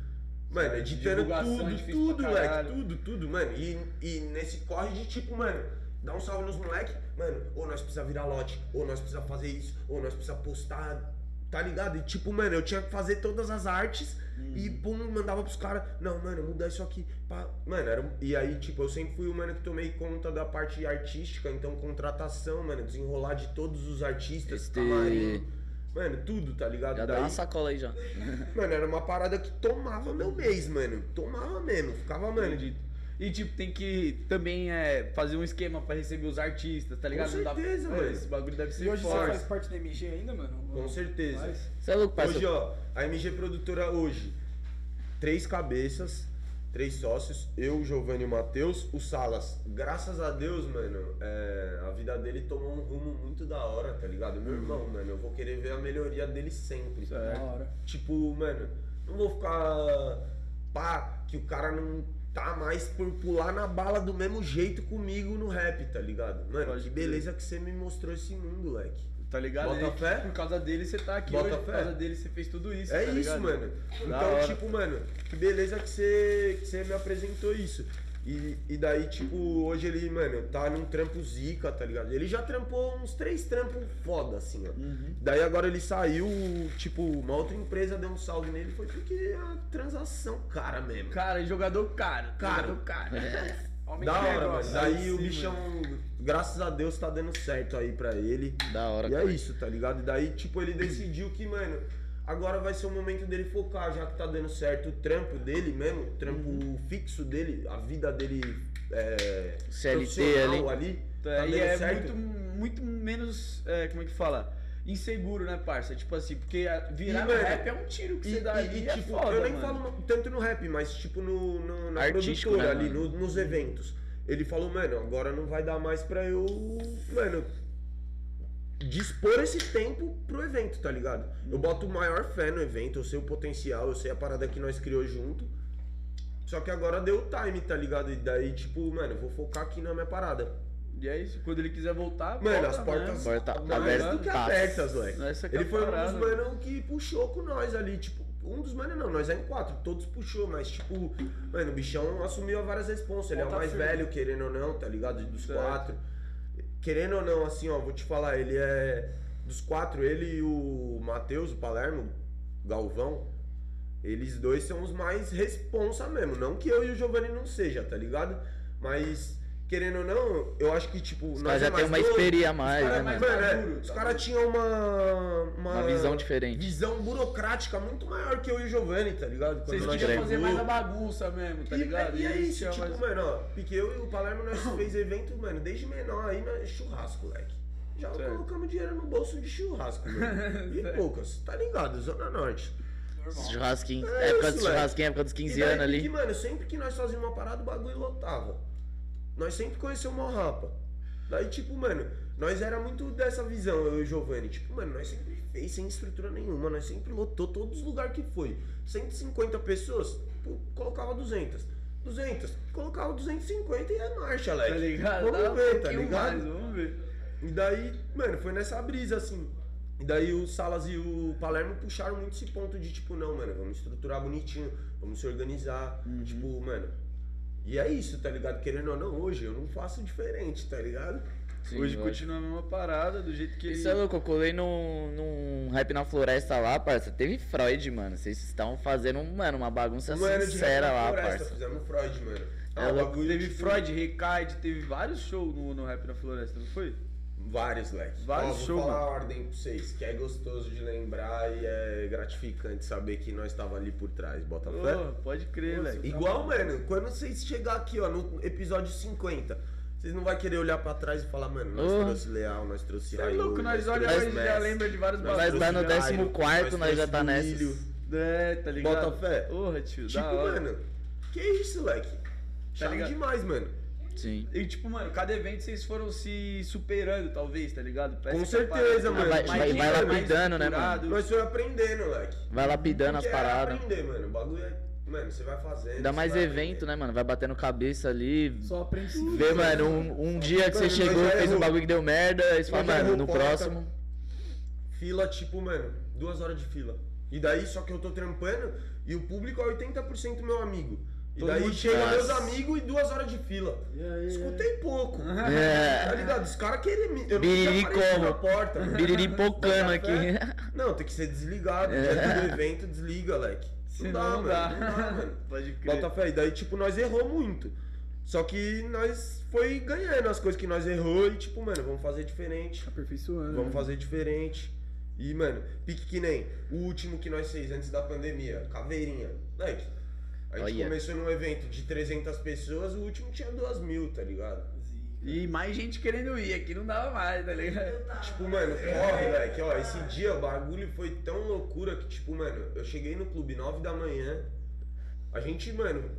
Mano,
Certo,
editando
divulgação
é
tudo,
difícil
tudo,
pra
leque,
caralho.
tudo, tudo, mano. E, e nesse corre de tipo, mano, dá um salve nos moleque, mano, ou nós precisa virar lote, ou nós precisa fazer isso, ou nós precisa postar, tá ligado? E tipo, mano, eu tinha que fazer todas as artes e
Uhum.
pum, mandava pros caras, não, mano, muda isso aqui. pá. Mano, era, um- e aí, tipo, eu sempre fui o mano que tomei conta da parte artística, então contratação, mano, desenrolar de todos os artistas,
Este-
camarim, mano, tudo, tá ligado?
Já dá uma sacola aí já.
Mano, era uma parada que tomava meu mês, mano. Tomava mesmo. Ficava, mano.
Acredito. E tipo, tem que também é, fazer um esquema pra receber os artistas, tá ligado? Não dá-
certeza,
é,
mano.
Esse bagulho deve ser
E hoje você
forte.
faz parte da MG ainda, mano?
Com certeza.
Faz?
Você é louco,
Hoje,
parceiro?
ó, a MG produtora hoje. Três cabeças, três sócios, eu, o Giovanni e o Matheus, o Salas. Graças a Deus, mano, é, a vida dele tomou um rumo muito da hora, tá ligado? Meu irmão, mano, eu vou querer ver a melhoria dele sempre.
Da hora.
Tipo, mano, não vou ficar. pá, que o cara não tá mais por pular na bala do mesmo jeito comigo no rap, tá ligado? Mano,
Pode
que
crer.
beleza que você me mostrou esse mundo, leque.
Tá ligado?
Bota
Ele-
fé?
tipo, Por causa dele você tá aqui
Bota
hoje, por
fé.
causa dele você fez tudo isso.
É
tá
isso,
ligado?
mano.
Da
Então,
hora.
tipo, mano, que beleza que você, que você me apresentou isso. E, e daí, tipo, hoje ele, mano, tá num trampo zica, tá ligado? Ele já trampou uns três trampos foda, assim, ó.
Uhum.
Daí agora ele saiu, tipo, uma outra empresa deu um salve nele, foi porque a transação cara mesmo.
Cara, e jogador caro.
Caro.
Jogador caro. é
Homem
Da
de
hora,
negócio.
mano. Daí
Sim,
o
mano.
bichão, graças a Deus, tá dando certo aí pra ele.
Da hora,
E é
cara.
isso, tá ligado? E daí, tipo, ele decidiu que, mano, agora vai ser o momento dele focar, já que tá dando certo o trampo dele mesmo, o trampo fixo dele, a vida dele é,
CLT
profissional ali.
É,
Tá dando
e é
certo.
muito, muito menos, é, como é que fala? Inseguro, né, parça? Tipo assim, porque a- virar
mano,
rap é um tiro que
E,
você dá
e-
ali,
e,
é
tipo,
foda,
eu nem
mano.
falo no- tanto no rap, mas tipo no, no- na
Artístico,
produtora
né,
ali,
mano?
no- nos eventos. Ele falou, mano, agora não vai dar mais pra eu, mano, dispor esse tempo pro evento, tá ligado? Eu boto maior fé no evento, eu sei o potencial, eu sei a parada que nós criou junto. Só que agora deu o time, tá ligado? E daí, tipo, mano, eu vou focar aqui na minha parada.
E é isso, quando ele quiser voltar,
Mano,
volta,
as portas
né?
Porta
Tá mais
aberta,
do que
passa.
abertas, moleque.
Essa que é
Ele
a
foi um dos
parada.
mano que puxou com nós ali, tipo, um dos mano não, nós é em quatro, todos puxou, mas tipo, mano, o bichão assumiu várias responsas, ele é o
Ponta
mais
firme.
velho, querendo ou não, tá ligado? Dos
Certo.
quatro. Querendo ou não, assim, ó, vou te falar, ele é dos quatro, ele e o Matheus, o Palermo, Galvão, eles dois são os mais responsa mesmo, não que eu e o Giovanni não seja, tá ligado? Mas querendo ou não, eu acho que tipo,
Os
nós
caras já
é
tem
mais
uma
novo,
histeria a
os
mais,
cara
né,
é mais
mano?
maduro,
Maduro,
os
tá
caras tinham uma, uma.
Uma visão diferente.
visão burocrática muito maior que eu e o Giovanni, tá ligado? Quando
Vocês
nós
queriam fazer
chegou.
mais a bagunça mesmo, tá
E-
ligado?
E, é
aí
isso,
tinha
tipo,
mais-
mano, ó, porque eu e o Palermo nós fez evento, mano, desde menor aí, nós- churrasco, leque. Já
Certo.
colocamos dinheiro no bolso de churrasco, mano. E poucas, tá ligado? Zona Norte.
Esses Churrasquinho.
É
época
isso,
dos
velho.
churrasquinhos, época dos
E
15
daí
anos
Que,
ali.
mano, sempre que nós fazíamos uma parada, o bagulho lotava. Nós sempre conhecemos uma rapa. Daí, tipo, mano, nós era muito dessa visão, eu e o Giovanni. Tipo, mano, nós sempre fez sem estrutura nenhuma, nós sempre lotou todos os lugares que foi. 150 pessoas, pô, colocava 200. 200, colocava 250 e é marcha, Leque.
Tá ligado? Dá um
Vamos ver, tá
pouquinho
ligado?
mais, vamos ver.
E daí, mano, foi nessa brisa, assim. E daí o Salas e o Palermo puxaram muito esse ponto de, tipo, não, mano, vamos estruturar bonitinho, vamos se organizar.
Uhum.
Tipo, mano. E é isso, tá ligado? Querendo ou não, hoje eu não faço diferente, tá ligado?
Sim,
Hoje
lógico.
continua a mesma parada, do jeito que
Isso
ele.
é louco, eu colei num, num rap na floresta lá, parça. Teve Freud, mano. Vocês estão fazendo, mano, uma bagunça sincera lá,
floresta,
parça.
fizemos tá Freud, mano.
É
o
louco.
bagulho,
Teve
tipo,
Freud, Recaide, teve vários shows no, no Rap na Floresta, não foi?
Vários, leque.
Vários
Ó, vou
show,
falar
mano.
a ordem pra vocês, que é gostoso de lembrar e é gratificante saber que nós tava ali por trás, bota Tá fé. tá
Ô, pode crer, moleque.
Igual, mano, quando vocês chegar aqui, ó, no episódio 50, vocês não vai querer olhar pra trás e falar, mano, nós
Oh.
trouxe Leal, nós trouxe
Você é
Raio,
louco, nós olha
trouxe
hoje e já
Messi,
lembra de vários
nós
Nós
bagulhos.
trouxe
lá no
Jairo,
14º, nós já
trouxe
tá nessas.
Duílio.
É, tá ligado?
Bota fé.
Porra, tio,
Tipo,
da hora. Tá
mano, que isso, leque? Chave
ligado?
demais, mano.
Sim.
E tipo, mano, cada evento vocês foram se superando, talvez, tá ligado?
Com
que é uma parada
certeza, mano.
mais
Vai- vai
dinâmica, mais
lapidando, né, mano?
estruturado.
Nós foi aprendendo, leque.
Vai lapidando as
Porque é
paradas.
aprender, mano. O bagulho é. Mano, você vai fazendo.
Ainda
você
mais
vai
evento,
aprendendo.
né, mano? Vai batendo cabeça ali.
Só aprende se
Vê, mano, um, um dia que você
Mano, mas
chegou,
já
fez um
errou.
bagulho que deu merda, aí você
Mas
fala,
já
mano,
errou
no
porta.
próximo.
Fila, tipo, mano, duas horas de fila. E daí, só que eu tô trampando e o público é 80% meu amigo. E
Todo
daí
mundo
chega
faz.
meus amigos e duas horas de fila.
E aí,
Escutei pouco. Tá
É.
ligado? Os caras querem me. Eu não
Biriri
queria aparecer
como?
na porta.
Biriri pocando aqui.
Não, tem que ser desligado.
É.
Diante do evento, desliga, leque. Não
Senão
dá,
não
mano.
dá.
Não dá, mano.
Pode crer.
Bota fé. E daí, tipo, nós errou muito. Só que nós foi ganhando as coisas que nós errou e, tipo, mano, vamos fazer diferente.
aperfeiçoando.
Vamos
né?
fazer diferente. E, mano, pique que nem o último que nós fez antes da pandemia, caveirinha. Like, a gente
Olha.
começou num evento de 300 pessoas, o último tinha duas mil, tá ligado?
E mais gente querendo ir aqui, não dava mais, tá ligado?
Tipo, mano, corre, like, ó, esse dia o bagulho foi tão loucura que, tipo, mano, eu cheguei no clube 9 da manhã, a gente, mano,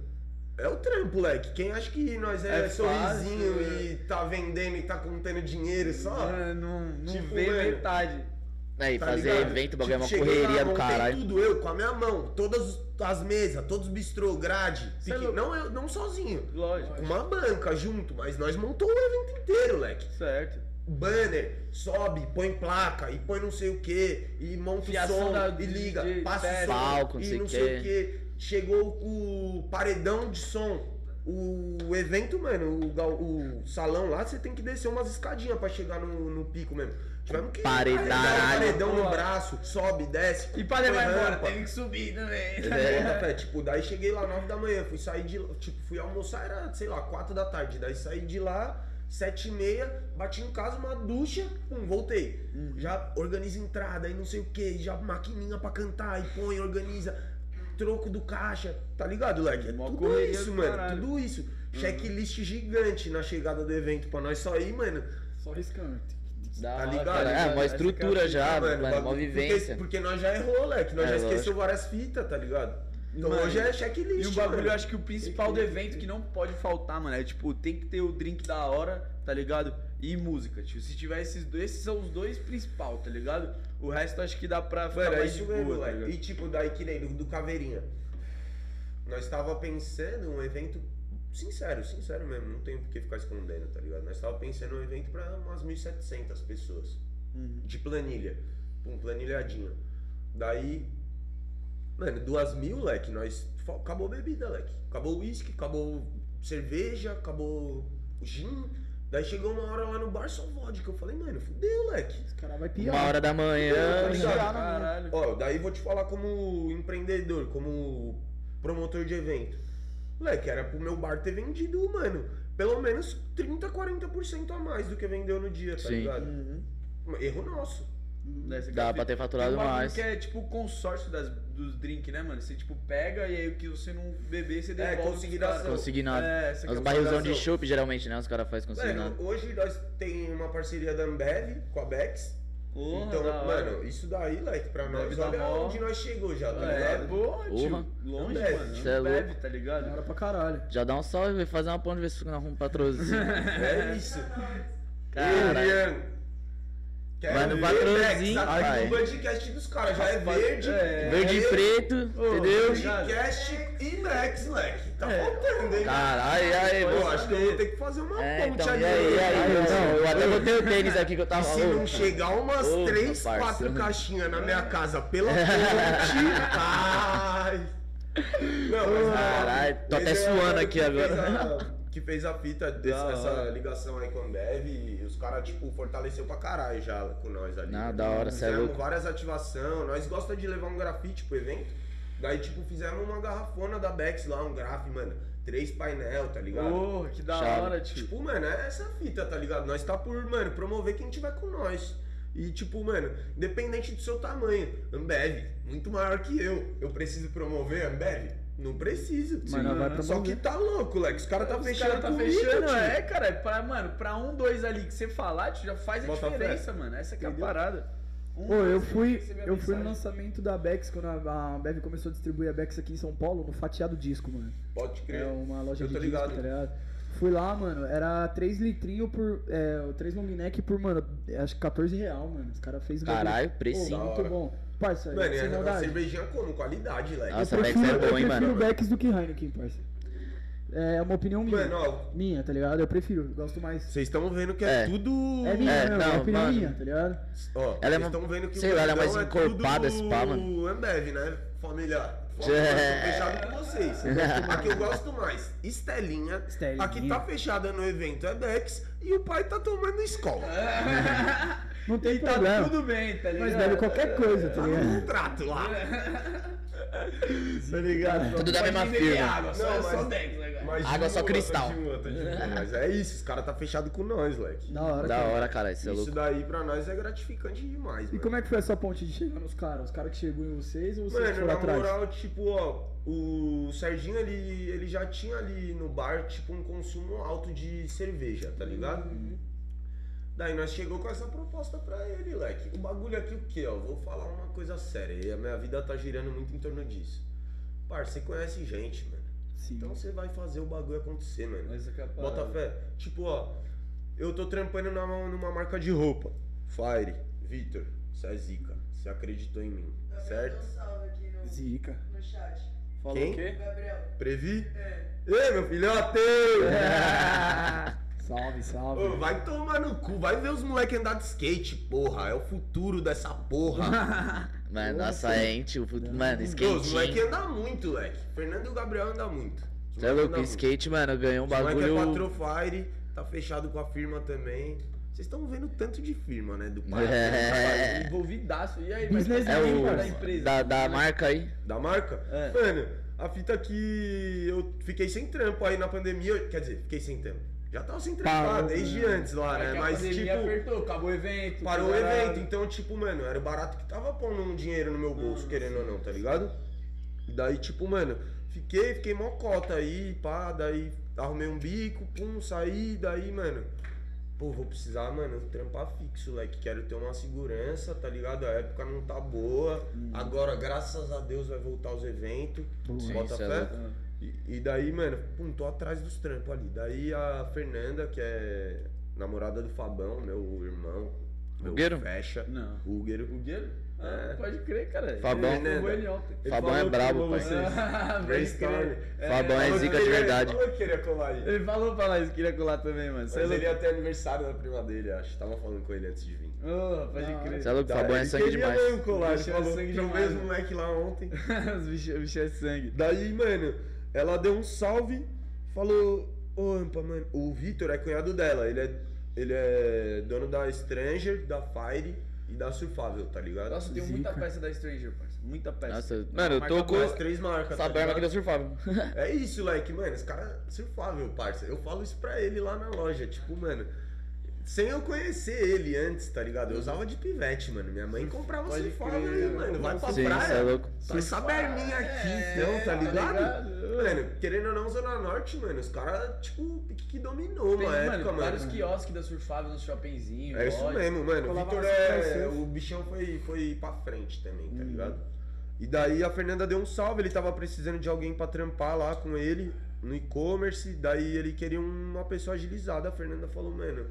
é o trampo, leque. Quem acha que nós é,
É
sorrisinho
fácil,
e tá vendendo e tá contando dinheiro só?
Mano, não, não
Tipo,
veio
mano.
metade.
Aí,
Tá
fazer
ligado?
evento, bagulho, é uma
cheguei
correria
lá, um
do
montei
caralho.
tudo eu com a minha mão, todas as mesas, todos os bistrô, grade,
Cê é
pique-
louco.
não eu, não sozinho,
Lógico.
com uma banca junto, mas nós montou o evento inteiro, leque.
Certo.
Banner, sobe, põe placa e põe não sei o que, e monta o
Fiação
som
da
e liga,
DJ,
passa o som
teste.
Palco, não
e
sei
não
o
sei
quê.
o que. Chegou o paredão de som. O evento, mano, o, gal- o salão lá, você tem que descer umas escadinhas pra chegar no, no pico mesmo. Tivemos que
Paredão.
carregar o paredão no
Boa.
braço, sobe, desce.
E pra levar
põe
embora,
rampa.
teve que subir também.
Bota fé, tipo, daí cheguei lá 9 da manhã, fui sair de tipo, fui almoçar, era, sei lá, 4 da tarde, daí saí de lá, 7 e meia, bati em casa, uma ducha, pum, voltei.
Uhum.
Já organiza entrada e não sei o que, já maquininha pra cantar, e põe, organiza, troco do caixa, tá ligado, leg? É
Mó
tudo
correria
isso,
do
mano,
caralho. Uhum.
tudo isso. Checklist gigante na chegada do evento pra nós só ir, mano.
Só riscando.
Da
Tá
hora,
ligado?
cara. É, uma
Essa
estrutura já,
mano,
mano, uma
é, bagulho-
vivência.
Porque, tipo, porque nós já errou, leque, nós
É,
já esqueceu
lógico.
várias fitas, tá ligado? Então
Mano,
hoje é checklist,
E o bagulho,
mano.
eu acho que o principal do evento que não pode faltar, mano, é tipo, tem que ter o drink da hora, tá ligado? E música, tio. Se tiver esses dois, esses são os dois principal, tá ligado? O resto acho que dá pra ficar
Mano, é
mais de
isso mesmo,
boa, tá
moleque.
ligado?
E tipo, daí que nem do, do Caveirinha. Nós tava pensando um evento. Sincero, sincero mesmo, não tenho por que ficar escondendo, tá ligado? Nós tava pensando um evento pra umas 1.700 pessoas. De planilha. Pum, planilhadinho. Daí. Mano, duas mil, leque, nós. fa- Acabou bebida, leque. Acabou uísque, acabou cerveja, acabou gin. Daí chegou uma hora lá no bar só vodka. Eu falei, mano, fudeu, leque.
Os caras vai piar.
Uma hora da manhã.
Tá ligado?
Caralho.
Ó, daí vou te falar como empreendedor, como promotor de evento. Moleque, era pro meu bar ter vendido, mano, pelo menos 30, 40% a mais do que vendeu no dia, tá
Sim.
ligado? Erro nosso.
Dessa
Dá
café-
pra ter faturado
Tem um bagulho
mais.
que é tipo o consórcio das, dos drinks, né, mano? Você tipo pega e aí o que você não beber, você
É,
devolve. pros
consignação.
caras.
Consignado.
É, essa que
Os
é a
barrilzão de
consideração.
chopp, geralmente, né? Os caras fazem
Mano,
consignado.
hoje nós tem uma parceria da Ambev com a Bex.
Porra,
então,
da hora.
mano, isso daí, like, pra
Ambev
nós,
dá
olha
mó-
onde nós chegou já, tá
É,
ligado?
boa, tio.
Porra.
Longe,
Ambev.
mano.
Cê é
Ambev,
louco.
Da
tá ligado?
hora pra caralho.
Já dá um salve, vai fazer uma ponte, ver se não arruma um patrocínio.
É isso.
Cara.
Elian. Quero
Mas não
ver,
patrocina,
Dex, aqui
pai.
no podcast dos caras. Já é verde.
é.
Verde e preto, entendeu?
Podcast e Max, moleque. Tá
É.
faltando, hein?
Caralho, aí,
Eu
mano.
acho que eu vou ter que fazer uma
É,
um ponte
então,
ali.
e aí, e aí,
né?
não, eu até botei o tênis aqui que eu tava
E se
ô,
não chegar umas
Ô, É.
três,
parça.
quatro caixinhas na minha casa pela ponte, ai. Não, mas,
Caralho, tô até
Esse é o
suando
cara
aqui
que fez
agora.
a- que fez a fita
Da
dessa essa
hora.
ligação aí com a Ambev e os caras, tipo, fortaleceu pra caralho já com nós ali. né?
Não, da hora, cê é
Fizemos
louco.
várias ativações, nós gosta de levar um grafite pro evento. Daí, tipo, fizemos uma garrafona da Bex lá, um graf, mano. Três painel, tá ligado?
Porra, que da
Chave.
hora, tio.
Tipo, mano, é essa fita, tá ligado? Nós tá por, mano, promover quem tiver com nós. E, tipo, mano, independente do seu tamanho, Ambev, muito maior que eu. Eu preciso promover Ambev? Não preciso.
Mas não vai
Só que
promover.
tá louco, Lex. Os caras tá
Os
fechando
cara tá
comigo,
fechando,
tio.
é, cara. Pra, mano, pra um, dois ali que você falar, tio, já faz a
Bota
diferença, mano. Essa que é a parada. Um,
Pô, eu
dois,
fui,
você vê a
eu fui no
mensagem.
lançamento da Bex, quando a a Bev começou a distribuir a Bex aqui em São Paulo, no fatiado disco, mano.
Pode crer.
É uma loja
Eu
de
tô
disco,
ligado.
tá ligado? Fui lá, mano, era 3 litrinhos por. É, 3 long neck por, mano, acho que 14 real, mano. Os caras fez um bagulho-
Caralho,
Pô,
precinho.
da
muito
hora.
bom. Parça,
Mano,
sem
é uma
maldade.
cervejinha como? Qualidade, Lex.
Nossa,
eu
Bex é
prefiro,
bom, hein,
eu prefiro
mano?
Bex do que Heineken, parça. É uma opinião minha.
Mano, ó,
Minha, tá ligado? Eu prefiro, gosto mais.
vocês estão vendo que é,
É.
tudo.
É minha,
É,
não, é
não,
opinião
mano.
minha, tá ligado?
Ó,
Ela é
vocês
uma-
estão vendo que
sei lá, ela é mais
bandão
encorpada
tudo
esse pá, mano.
Ambev, né, família? Por favor,
É.
tô fechado com vocês. A que eu gosto mais, Estelinha.
Estelinha.
A que tá fechada no evento é Dex. E o pai tá tomando escola.
Não tem
E tá
problema.
tudo bem, tá ligado?
Nós bebe qualquer coisa, tá
É.
Tá no
ligado?
contrato lá.
Tá ligado?
Tudo da
Pode
mesma
beber
firma.
Água, só, né,
Não,
só
mas-
Dex agora.
Mas
Água
de
só
boa,
cristal.
de boa, tá de boa. Mas é isso, os caras tá fechado com nós, moleque.
Da hora.
Da
cara.
hora, cara, isso é
Isso
louco.
daí pra nós é gratificante demais,
E
mano.
como é que foi essa ponte de chegar nos caras? Os caras que chegou em vocês ou vocês
Mano,
foram
na
atrás?
moral, tipo, ó, o Serginho ele, ele já tinha ali no bar, tipo, um consumo alto de cerveja, tá ligado?
Uhum.
Daí nós chegou com essa proposta pra ele, leque. O bagulho aqui, o que, ó? Vou falar uma coisa séria, e a minha vida tá girando muito em torno disso. Par, você conhece gente, mano.
Sim.
Então você vai fazer o bagulho acontecer, mano.
Essa que é a parada.
Bota fé. Tipo, ó, eu tô trampando numa, numa marca de roupa. Fire, Vitor, você é zica. Você acreditou em mim, certo?
é Zica.
Falou
Quem?
o quê?
Previ?
É.
Ei, meu é um filhote!
É.
é.
Salve, salve.
Ô, vai tomar no cu, vai ver os moleques andar de skate, porra. É o futuro dessa porra.
Mano, nossa, é, hein, tio. Mano,
Ô, os é moleques
skate.
andam muito, leque. Fernando e o Gabriel andam muito. Os
Você é
moleque
louco,
andam muito.
skate, mano, ganhou um
Os moleque é
bagulho.
Patrofire, tá fechado com a firma também. Vocês estão vendo o tanto de firma, né? Do pai.
É,
Envolvidaço. E aí,
Business
mas
é
Sim,
da
o.
empresa.
Da, da marca aí.
Da marca?
É.
Mano, a fita que eu fiquei sem trampo aí na pandemia. Quer dizer, fiquei sem trampo. Já tava sem trampar
Parou,
desde
né?
antes
É
lá, né?
que a
Mas
pandemia
tipo.
apertou, acabou o evento.
Parou o
caralho.
evento, então, tipo, mano, era o barato que tava pondo um dinheiro no meu bolso, querendo ou não, tá ligado? Daí, tipo, mano, fiquei, fiquei mó cota aí, pá, daí arrumei um bico, pum, saí, daí, mano. Pô, vou precisar, mano, trampar fixo, leque. Quero ter uma segurança, tá ligado? A época não tá boa. Agora, graças a Deus, vai voltar os eventos.
Sim,
Bota
isso é
fé.
louco.
E, e daí, mano, pum, tô atrás dos trampos ali. Daí a Fernanda, que é namorada do Fabão, meu irmão, meu
Hugueiro?
fecha,
Não.
Húguero.
O Guilherme? Ah,
É.
pode crer, cara.
Fabão.
Ele levou ele ontem.
Ele
Fabão
falou
é
que
brabo,
falou
pai.
vocês.
Ah, pode
né, Brainstorm.
crer.
Fabão é
Falou
zica
que
de
ele-
verdade.
falou que queria colar aí.
Ele falou pra nós que queria colar também, mano.
Mas
Cê é
ele
louco.
ia ter aniversário da prima dele, acho. Tava falando com ele antes de vir.
Ô, pode crer.
Você é louco, Fabão é
Tá, Ele
sangue
queria
demais.
mesmo colar, ele
Bicho é
falou
sangue
que eu
demais,
mesmo
mano.
moleque lá ontem.
Os bichos os bichos é sangue.
Daí, mano, ela deu um salve, falou, ô Ampa, mano, o Vitor é cunhado dela, ele é, ele é dono da Stranger, da Fire e da Surfável, tá ligado?
Nossa, um eu tenho muita peça da Stranger, parça. Muita peça.
Nossa,
Não,
mano, eu
marca
tô com
as três marcas,
essa
tá
berma aqui
ligado?
da surfável.
É isso, like, mano, esse cara é surfável, parça. Eu falo isso pra ele lá na loja, tipo, mano... Sem eu conhecer ele antes, tá ligado? Eu usava de pivete, mano. Minha mãe comprava
Pode
surfável
crer,
aí, mano. Vai pra
Sim,
praia.
cê é louco.
Tá
Só essa berminha aqui,
É,
então, tá ligado? Mano, querendo ou não, Zona Norte, mano, os caras, tipo, que, que dominou
Tem,
uma
mano,
época, mano.
vários quiosques da Surfável nos shoppingzinhos.
É isso
lojas.
mesmo, mano. O
Colava
Vitor
lá pra
é.
vocês.
O bichão foi, foi pra frente também,
Uhum.
tá ligado? E daí a Fernanda deu um salve, ele tava precisando de alguém pra trampar lá com ele no e-commerce. Daí ele queria uma pessoa agilizada. A Fernanda falou, mano.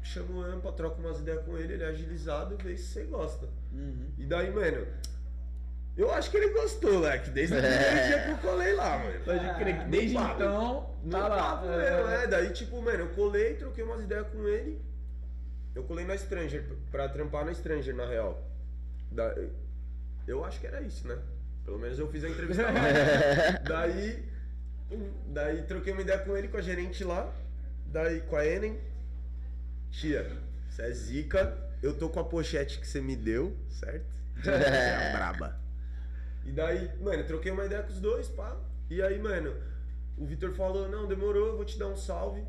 chama o Ampa, troca umas ideias com ele, ele é agilizado, vê se você gosta.
Uhum.
E daí, mano, eu acho que ele gostou, leque, desde o primeiro dia que eu colei lá, mano.
Pode crer que desde
No papo.
então,
No
tá lá.
papo mesmo, é. Daí, tipo, mano, eu colei, troquei umas ideias com ele. Eu colei na Stranger, pra trampar na Stranger, na real. Da- eu acho que era isso, né? Pelo menos eu fiz a entrevista lá. daí, daí troquei uma ideia com ele, com a gerente lá. Daí com a Enen. Tia, você é zica. Eu tô com a pochete que você me deu, certo? Você é a braba. E daí, mano, troquei uma ideia com os dois, pá. E aí, mano, o Vitor falou, não, demorou, eu vou te dar um salve.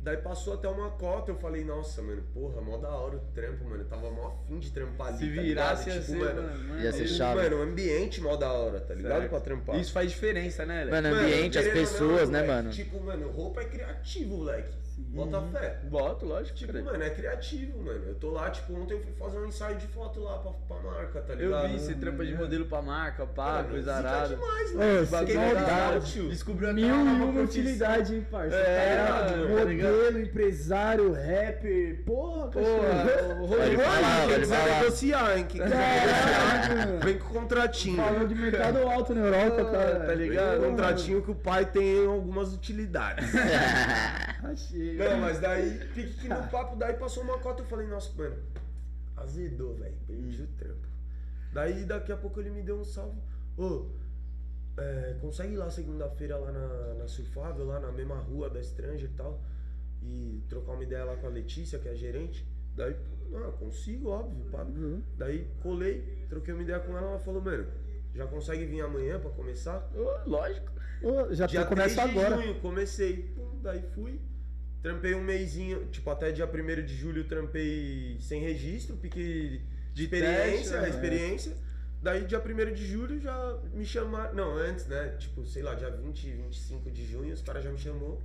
Daí passou até uma cota, eu falei, nossa, mano, porra, mó da hora o trampo, mano. Eu tava mó afim de trampar ali.
Se
tá ligado?
virasse
tipo,
assim,
mano.
mano. mano.
Ia ser
Mano,
chave.
Mano, o ambiente mó da hora, tá ligado?
Certo.
Pra trampar.
Isso faz diferença, né, Léo?
Mano, ambiente, as
querendo ou não,
pessoas, né,
moleque,
mano?
é Tipo, mano, roupa é criativo, moleque. Bota fé.
Boto, lógico.
Tipo,
cara.
mano, é criativo, mano. Eu tô lá, tipo, ontem eu fui fazer um ensaio de foto lá pra, pra marca, tá ligado?
eu vi esse trampa de modelo pra marca, pá,
Mano,
Ah, coisa
zica
arada.
demais,
É,
mano. Esse
bagulho
bagulho é
da hora,
legal, tio.
Descobriu até
Mil
uma
e
nova
uma
profissão.
utilidade, hein, parça.
É,
Cara,
mano, tá
modelo, empresário, rapper. Porra, cachorro.
Pode falar,
Quem
pode
quiser
falar.
negociar, hein? Quem quiser
Caralho,
negociar,
mano.
vem com contratinho.
Falou de mercado alto na Europa, cara.
tá
Vem
ligado?
com contratinho que o pai tem algumas utilidades. é.
Achei.
Não, mas daí, fique que no papo, daí passou uma cota, eu falei, nossa, mano, azedou, velho, perdi o trampo. Daí, daqui a pouco ele me deu um salve, ô, é, consegue ir lá segunda-feira lá na, na Surfável, lá na mesma rua da Stranger e tal, e trocar uma ideia lá com a Letícia, que é a gerente? Daí, não, consigo, óbvio, pá. Daí, colei, troquei uma ideia com ela, ela falou, mano, já consegue vir amanhã pra começar?
Ô, lógico.
Ô, já
Dia
tô- Tá começa
3 de
agora.
junho, comecei. Pum, daí fui. Trampei um mêsinho, tipo, até dia 1 de julho trampei sem registro, porque de experiência,
teste, né?
a experiência. Daí dia 1 de julho já me chamaram, não, antes, né? Tipo, sei lá, dia 20, 25 de junho, os caras já me chamou.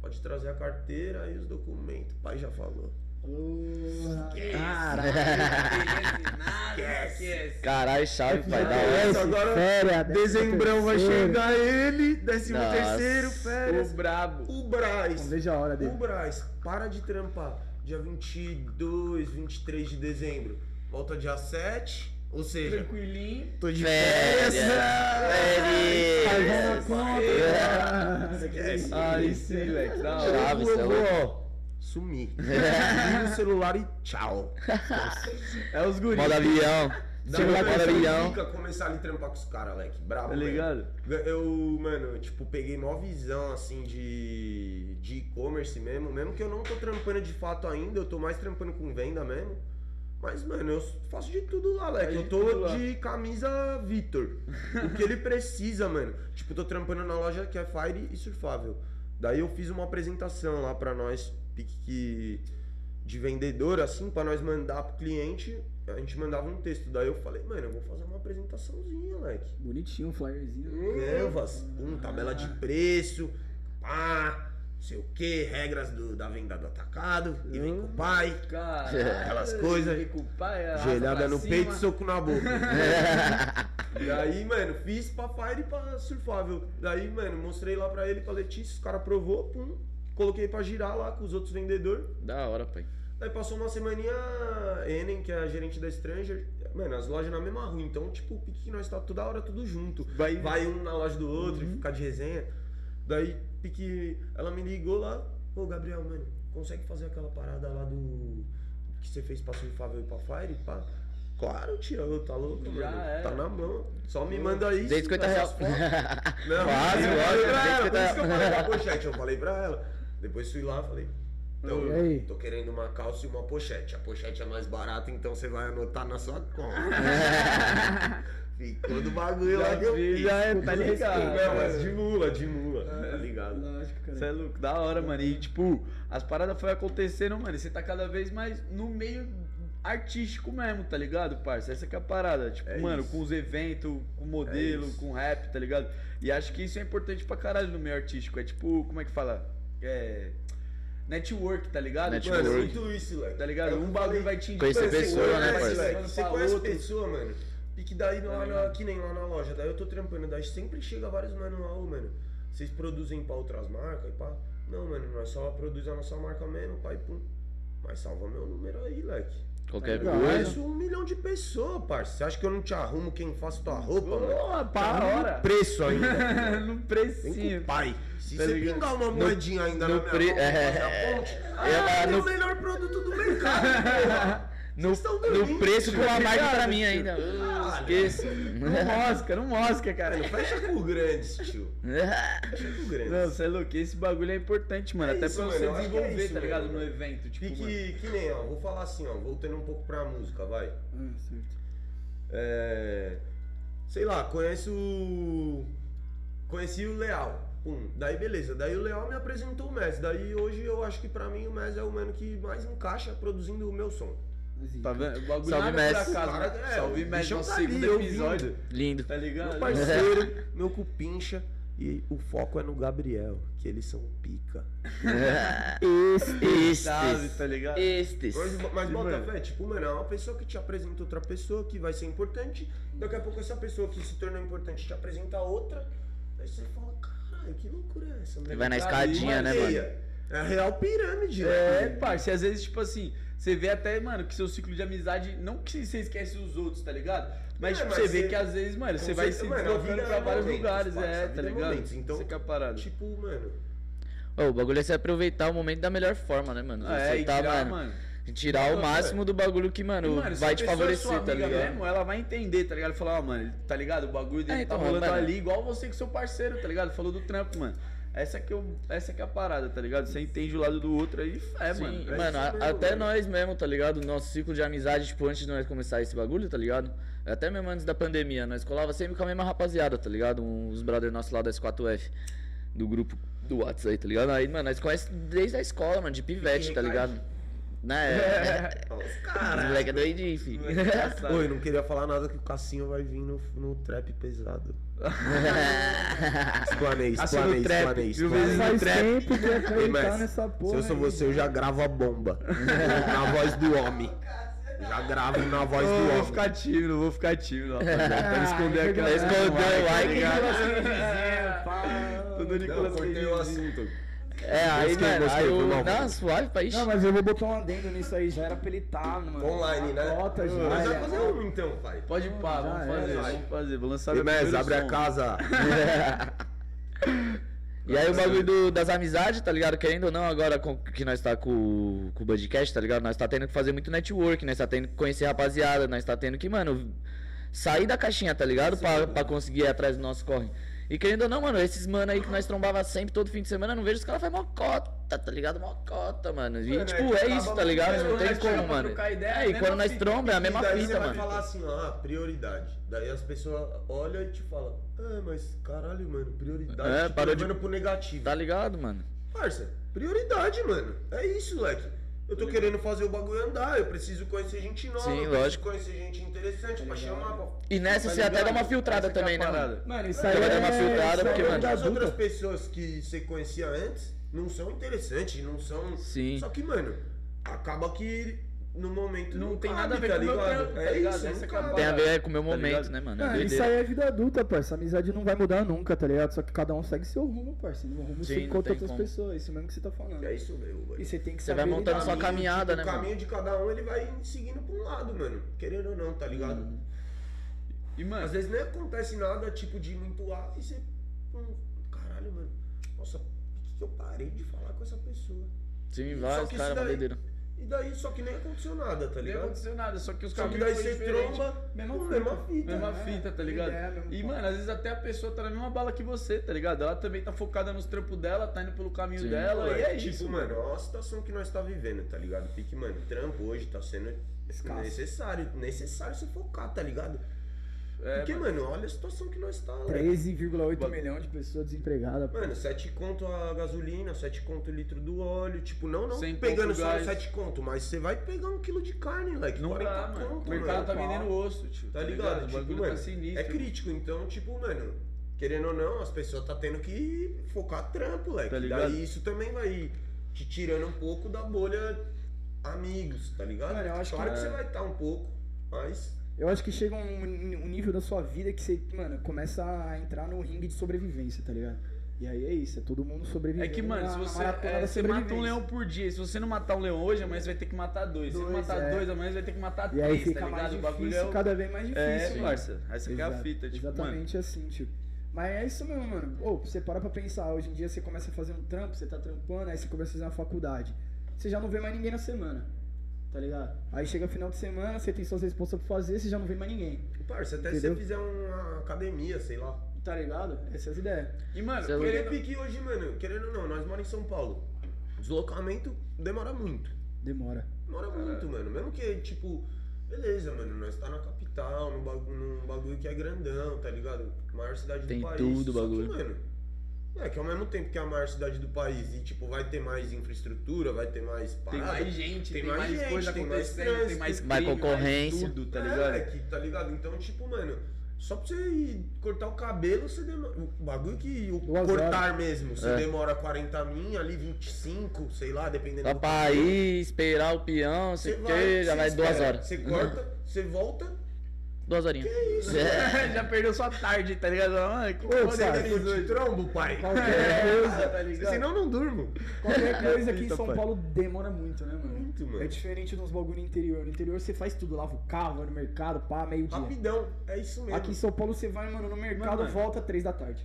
Pode trazer a carteira e os documentos. O pai já falou.
Ah,
Caralho,
É,
chave, pai. É Da hora.
FGTS,
agora
férias,
é, Dezembrão vai
terceiro.
chegar ele, 13
Nossa.
terceiro, férias.
O brabo.
O Braz.
Não vejo então a hora
O
dele.
Braz, para de trampar. Dia 22, 23 de dezembro. Volta dia 7. Ou seja,
Tranquilinho.
tô de
Férias.
é.
Carvão na
Férias.
conta.
Esquece.
Aí sim, Lex. Da hora.
Chave, cê é louco.
Sumi. Liga o celular e tchau.
É os guris.
Modo avião. Chegou
Daí,
modo
mano,
avião.
fica começar ali trampar com os caras, leque. Brabo,
Tá
mano.
ligado?
Eu, mano, tipo, peguei mó visão, assim, de de e-commerce mesmo. Mesmo que eu não tô trampando de fato ainda, eu tô mais trampando com venda mesmo. Mas, mano, eu faço de tudo lá, leque.
Faz de
Eu tô
tudo lá.
de camisa Vitor. o que ele precisa, mano. Tipo, tô trampando na loja que é Fire e Surfável. Daí eu fiz uma apresentação lá pra nós, pique que de vendedor, assim, pra nós mandar pro cliente. A gente mandava um texto. Daí eu falei, mano, eu vou fazer uma apresentaçãozinha, leque.
Bonitinho, um flyerzinho.
Canvas, um, tabela de preço, pá, não sei o que, regras do- da venda do atacado, e vem com o pai,
Cara,
Aquelas coisas. gelada Hum. no peito e soco na boca. e aí, mano, fiz pra Fire e pra Surfável. Daí, mano, mostrei lá pra ele, pra Letícia, os caras provou, pum, coloquei pra girar lá com os outros vendedores.
Da hora, pai.
Daí passou uma semaninha, a Enen, que é a gerente da Stranger, mano, as lojas na mesma rua, então, tipo, o pique que nós tá toda hora tudo junto. Vai, vai um na loja do outro
Uhum.
e ficar de resenha. Daí, pique, ela me ligou lá, ô Gabriel, mano, consegue fazer aquela parada lá do. que você fez pra Surfável e pra Fire? Pá? Claro, tia, ô, tá louco,
Já
mano.
é.
Tá na mão. Só me manda isso.
250
essas
reais.
fotos. Não,
Quase,
eu
lógico,
falei pra ela, por
250
isso que eu falei da pochete, eu falei pra ela. Depois fui lá, falei. Então,
E aí?
tô querendo uma calça e uma pochete. A pochete é mais barata, então você vai anotar na sua conta. Ficou do bagulho lá que eu fiz.
É. Já é, tá ligado? É.
Não, mas de mula, de mula, tá ligado?
Lógico,
Você
cara.
é louco, da hora, mano. E tipo, as paradas foi acontecendo, mano. E você tá cada vez mais no meio artístico mesmo, tá ligado, parça? Essa que é a parada. Tipo,
É
mano,
isso.
com os eventos, com o modelo,
É isso.
com o rap, tá ligado? E acho que isso é importante pra caralho no meio artístico. É tipo, como é que fala? É. Network, tá ligado?
Network.
Mano,
Mano,
muito Tipo, isso, moleque.
Tá ligado? Um bagulho vai te
Conhecer
indicando,
pessoa,
você
né,
conhece,
conhece,
parça?
moleque,
mano,
Você
fala
conhece
outro.
pessoa, mano. E que daí lá,
Tá
na-
ligado?
que nem lá na loja, daí eu tô trampando, daí sempre chega vários mano lá, ô, mano. Vocês produzem pra outras marcas e pá. Não, mano, nós só produz a nossa marca mesmo, pai, pum. Mas salva meu número aí, leque.
Qualquer
Tá ligado?
coisa.
Conheço um milhão de pessoas, parça. Você acha que eu não te arrumo quem faço tua roupa, mano?
Porra, para hora.
Preço ainda.
no
Vem com
precinho.
o pai. Se
Tá
você
ligado?
pingar uma moedinha ainda
no
na minha
pre-
mão,
é,
fazer a ponte,
ela
ah, tem
no-
o melhor produto do mercado, porra.
No,
Vocês tão dormindo,
no preço com a margem pra
Obrigado,
mim
tio.
ainda.
Caralho.
Esqueça.
Não mosca, não mosca, cara.
Mano, fecha com o grande, tio. Fecha com o grande.
Não, você é louco, esse bagulho é importante, mano.
É
Até
isso,
pra
mano,
você
eu acho que é
desenvolver,
isso,
tá ligado?
mano.
No evento, tipo,
E
mano.
que, que nem, ó, vou falar assim, ó, voltando um pouco pra música, vai.
Ah, certo.
É, sei lá, conheço. o- Conheci o Leal. Pum. Daí beleza, daí o Leal me apresentou o Messi. Daí hoje eu acho que pra mim o Messi é o mano que mais encaixa produzindo o meu som.
Zica.
Tá vendo? O bagulho
Salve,
nada por
Messi.
acaso, né?
Cara, é,
Salve,
o
Messi.
bichão
Nosso
tá ali,
segundo
ouvindo.
episódio.
Lindo.
Tá ligado?
Meu parceiro, meu cupincha. E o foco é no Gabriel, que eles são pica.
Estes.
Salve, tá ligado?
É,
Estes.
Mas, mas bota
Mano.
fé, tipo, mano, é uma pessoa que te apresenta outra pessoa que vai ser importante. Daqui a pouco essa pessoa que se tornou importante te apresenta outra. Aí você fala, caralho, que loucura é essa?
Vai na escadinha, né, mano?
mano? É a real pirâmide,
É,
né?
parceiro, às vezes, tipo assim, você vê até, mano, que seu ciclo de amizade, não que você esquece os outros, tá ligado? Mas,
É,
tipo,
mas
você vê
você-
que às vezes, mano,
com
você vai se
certeza, mano, a
deslocando
vida
pra
é
vários
momentos,
lugares,
parça, a
é, tá
vida é
ligado?
momentos, então-
Você que é a parada.
Tipo, mano.
Ô, o bagulho é se aproveitar o momento da melhor forma, né, mano?
Ah, é,
Você
e
tá,
tirar,
mano,
mano.
Tirar o
Não,
máximo do bagulho que, mano,
E, mano, se
vai
a
te
pessoa é sua
favorecer, tá
amiga
ligado?
mesmo, ela vai entender, tá ligado? Falar, ó, mano, tá ligado? O bagulho dele
É, então,
tá rolando
mano.
ali, igual você com seu parceiro, tá ligado? Falou do trampo, mano. Essa que, eu, essa que é a parada, tá ligado? Você entende o lado do outro aí, é,
Sim,
mano.
mano,
é
a-
isso mesmo,
até
mano.
nós mesmo, tá ligado? Nosso ciclo de amizade, tipo, antes de nós começar esse bagulho, tá ligado? Até mesmo antes da pandemia, nós colava sempre com a mesma rapaziada, tá ligado? Uns brother nossos lá da S4F, do grupo do Whats aí, tá ligado? Aí, mano, nós conhecemos desde a escola, mano, de pivete, tá ligado? Né? É,
ó, Os
os
caras.
moleque é doidinho, filho.
Engraçado.
Oi, não queria falar nada que o Cassinho vai vir no, no trap pesado. Explanei,
Assinou
explanei,
trap,
explanei,
viu,
explanei.
vezes-
Faz
trap.
tempo de
Ei,
acreditar
mas,
tá nessa
Se
porra.
eu sou
aí,
você, eu já gravo a bomba. na voz do homem. Já gravo na voz
Eu
do
vou
homem.
ficar tímido, vou ficar tímido, rapaziada. Pra não esconder
Ah,
aquela. tá
vai esconder
o like,
Todo Nicolas Cage.
assunto.
É, aí,
Gostei,
mano,
gostei,
aí
foi
o.
mal.
Não, suave, pai. ixi.
Não, mas eu vou botar um adendo nisso aí, já era pra ele tá, mano.
Online, né?
Bota já. Ah, é.
Nós
já.
vamos fazer um então, pai.
Pode ir pá,
Já
vamos
era,
fazer,
já.
vamos fazer. Vou lançar meu
Mas
primeiro
abre
som.
a casa.
E aí o bagulho do- das amizades, tá ligado? Querendo ou não, agora com- que nós tá com, com o Budcast, tá ligado? Nós tá tendo que fazer muito network, nós tá tendo que conhecer rapaziada, nós tá tendo que, mano, sair da caixinha, tá ligado? Pra, pra conseguir ir atrás do nosso corre. E querendo ou não, mano, esses mano aí que nós trombava sempre, todo fim de semana, eu não vejo os caras faz mocota, tá ligado? Mocota, mano. E,
Mano, é
tipo,
que
é
acaba
isso, tá ligado?
muito-
Não tem
Nós
como,
chega pra
mano.
trocar ideia,
É, e
mesma
quando nós
fita.
tromba, é a mesma
E daí
fita,
vai
mano.
falar assim, ó, ah, prioridade. Daí as pessoas olham e te falam, ah, mas caralho, mano, prioridade.
É,
Te
parou de-
levando pro negativo.
Tá ligado, mano?
Parça, prioridade, mano. É isso, leque. Eu tô querendo fazer o bagulho andar, eu preciso conhecer gente nova,
Sim,
eu preciso
lógico.
conhecer gente interessante pra chamar, pra
E nessa você até dá uma filtrada
Essa que é a
também, né, mano?
parada.
Mano, isso aí é...
Vai dar uma filtrada,
isso aí
porque,
é
mano,
vida
As outras
adulta.
pessoas que você conhecia antes não são interessantes, não são.
Sim.
Só que, mano, acaba que no momento
Não
não,
tem
cabe,
nada a ver
tá
com o meu
ligado?
trampo, tá
É
ligado?
isso,
Essa
não
que é a
cabe.
Tem a ver com o meu
Tá ligado?
momento, né, mano? É
Mano, isso
doideira.
aí é vida adulta, parça. A amizade não vai mudar nunca, tá ligado? Só que cada um segue seu rumo, parça. E O rumo
Sim,
se
não
encontra
tem
outras
como.
pessoas. Isso mesmo que você tá falando.
É isso mesmo, mano.
E você tem que
Você
saber
vai montando
lidar.
sua caminhada,
tipo,
né,
O
mano?
caminho de cada um ele vai seguindo pra um lado, mano. Querendo ou não, tá ligado?
Uhum. E, mano,
Às vezes nem acontece nada, tipo, de muito A e você. hum, Caralho, mano. Nossa, por que que eu parei de falar com essa pessoa?
Sim,
Só
vários
que
caras,
isso
uma
daí-
doideira.
E daí, só que nem aconteceu nada, tá
não
ligado?
aconteceu nada, só que os
Só que
caminhos
daí
foi
você
diferente.
tromba.
Mesma
pô,
fita.
mesma fita. né?
Mesma
É,
fita, tá
mesma
ligado?
ideia, mesmo
e,
papo.
mano, às vezes até a pessoa tá na mesma bala que você, tá ligado? Ela também tá focada nos trampos dela, tá indo pelo caminho
Sim.
dela,
Mano,
e é
tipo,
isso,
mano, olha a situação que nós tá vivendo, tá ligado? Pique, mano, trampo hoje tá sendo
Escasso.
necessário, necessário se focar, tá ligado?
É,
Porque, mano, olha a situação que nós tá, né?
13,8 milhões de pessoas desempregadas.
Mano, 7 conto a gasolina, 7 conto o litro do óleo, tipo, não, não
Cem
pegando
conto
só
gás.
7 conto, mas você vai pegar um quilo de carne, like,
Não
40
dá, mano.
conto,
O mercado
mano.
tá vendendo osso, tio.
Tá ligado?
O
Tipo,
bagulho
mano,
tá sinistro.
é crítico, então, tipo, mano, querendo ou não, as pessoas tá tendo que focar trampo, leque.
Tá ligado?
Daí isso também vai te tirando um pouco da bolha amigos, tá ligado?
Mano, eu acho que- é
claro que, você vai estar um pouco, mas
Eu acho que chega um, um nível da sua vida que você, mano, começa a entrar no ringue de sobrevivência, tá ligado? E aí é isso, é todo mundo sobrevivendo.
É que, mano,
na-
se
na
você,
maratona
é,
da
você mata um
sobrevivência.
leão por dia. Se você não matar um leão hoje, amanhã você vai ter que matar dois. se você
Dois,
matar
é.
dois, amanhã você vai ter que matar
E aí
três,
fica
tá
mais
ligado? O
difícil,
bagulho é o-
cada vez mais difícil.
É,
mano.
parça. Essa aqui é a
Exato,
fita, tipo,
Exatamente
mano.
assim, tipo. Mas é isso mesmo, mano. Ô, você para pra pensar, hoje em dia você começa a fazer um trampo, você tá trampando, aí você começa a fazer uma faculdade. Você já não vê mais ninguém na semana. Tá ligado? Aí chega final de semana, você tem suas respostas pra fazer, você já não vê mais ninguém.
Parça, até
Entendeu?
se você fizer uma academia, sei lá.
Tá ligado? Essas ideias.
E, mano,
Você é
querendo-
Querer pique hoje, mano, querendo ou não, nós moramos em São Paulo. Deslocamento demora muito.
Demora.
Demora
É.
muito, mano. Mesmo que, tipo, beleza, mano, nós tá na capital, num bagu- num bagulho, que é grandão, tá ligado? Maior cidade
Tem
do país.
tudo o
Só que,
bagulho.
mano, é que ao mesmo tempo que é a maior cidade do país e, tipo, vai ter mais infraestrutura, vai ter mais
tem
parada.
mais gente,
tem
tem,
mais
mais,
gente,
coisa
tem mais
acontecendo, tem
trânsito,
mais
mais
crime,
concorrência.
tudo, tá
É,
ligado?
que, tá ligado? Então, tipo, mano, só pra você ir cortar o cabelo, você demora. O bagulho que o
Duas
cortar mesmo, você
É.
demora 40 min, ali 25, sei lá, dependendo
Só pra ir, esperar o peão, sei o que, já vai duas
espera,
horas.
Você corta, você volta,
Duas horinhas. É.
Já perdeu sua tarde, tá ligado? Mano, que
Ô,
você
pai,
ainda que eu te trombo, pai.
é?
Qualquer coisa, tá ligado?
Senão eu não durmo.
Qualquer coisa aqui em
Eita,
São
pai.
Paulo demora muito, né, mano?
Muito, mano.
É diferente dos bagulho no interior. No interior você faz tudo, lava o carro, vai no mercado, pá, meio-dia.
Rapidão, é isso mesmo.
Aqui em São Paulo você vai, mano, no mercado,
Mano,
volta três da tarde.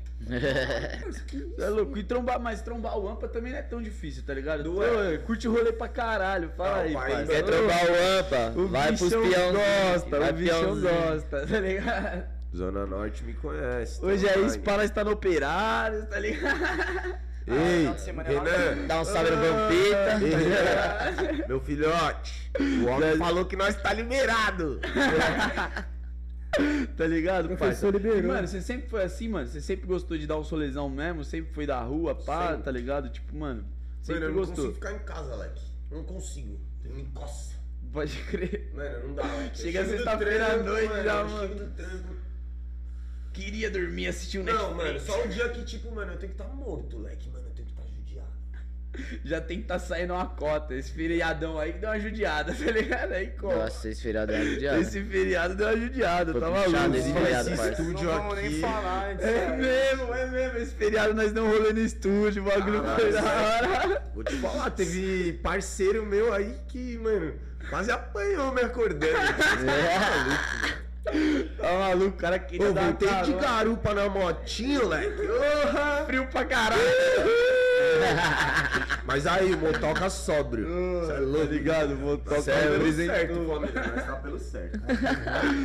É louco, e trombar, mas trombar o Ampa também não é tão difícil, tá ligado? Pô,
é.
curte o rolê pra caralho, fala
Ah, o
aí,
pai
parça.
ainda
Quer trombar o Ampa?
O
vai pros
bichão
peão.
gosta,
vai
o bichão
peãozinho.
gosta, tá ligado?
Zona Norte me conhece. tá
Hoje é
online.
isso, para estar no operário, tá ligado? Ah,
Ei,
de semana é
Renan.
Dá um salve no Vampeta.
Ei, Renan, Meu filhote, o homem falou que nós tá liberado.
Tá ligado, pai?
Professor liberou.
E, mano, você sempre foi assim, mano? Você sempre gostou de dar um solezão mesmo? Sempre foi da rua, pá,
Sempre.
tá ligado? Tipo, mano,
Mano,
sempre
eu não
gostou.
consigo ficar em casa, Leque. Não consigo. Me encosta.
Pode crer.
Mano, não dá, Leque. Eu
Chega
chego do
sexta-feira à
trampo,
noite já,
eu
mano.
Chego do trampo.
Queria dormir, assistir um
Não,
Netflix.
mano, só um dia que, tipo, mano, eu tenho que estar morto, Leque, mano. Eu tenho que estar judiado.
Já tem que tá saindo uma cota. Esse feriadão aí que deu uma judiada, tá ligado? Aí como?
Nossa, esse feriado é um dia.
Esse feriado deu uma judiada,
Foi
tá
puxado
maluco?
esse
Só
feriado,
esse
parça.
estúdio
não vamos nem falar disso.
É mesmo, é mesmo. Esse feriado nós deu um rolê no estúdio, o bagulho
Caralho,
foi da hora.
Vou te falar, teve parceiro meu aí que, mano, quase apanhou me acordando.
Tá maluco, o cara queria
Eu
dar uma
voltei de
carona.
garupa na motinha, moleque. Porra!
Frio pra caralho.
Mas aí, o motoca sóbrio. Cê é louco.
ligado? Vou tocar
Cê é
o
pelo
presente.
certo, família. Mas tá pelo certo.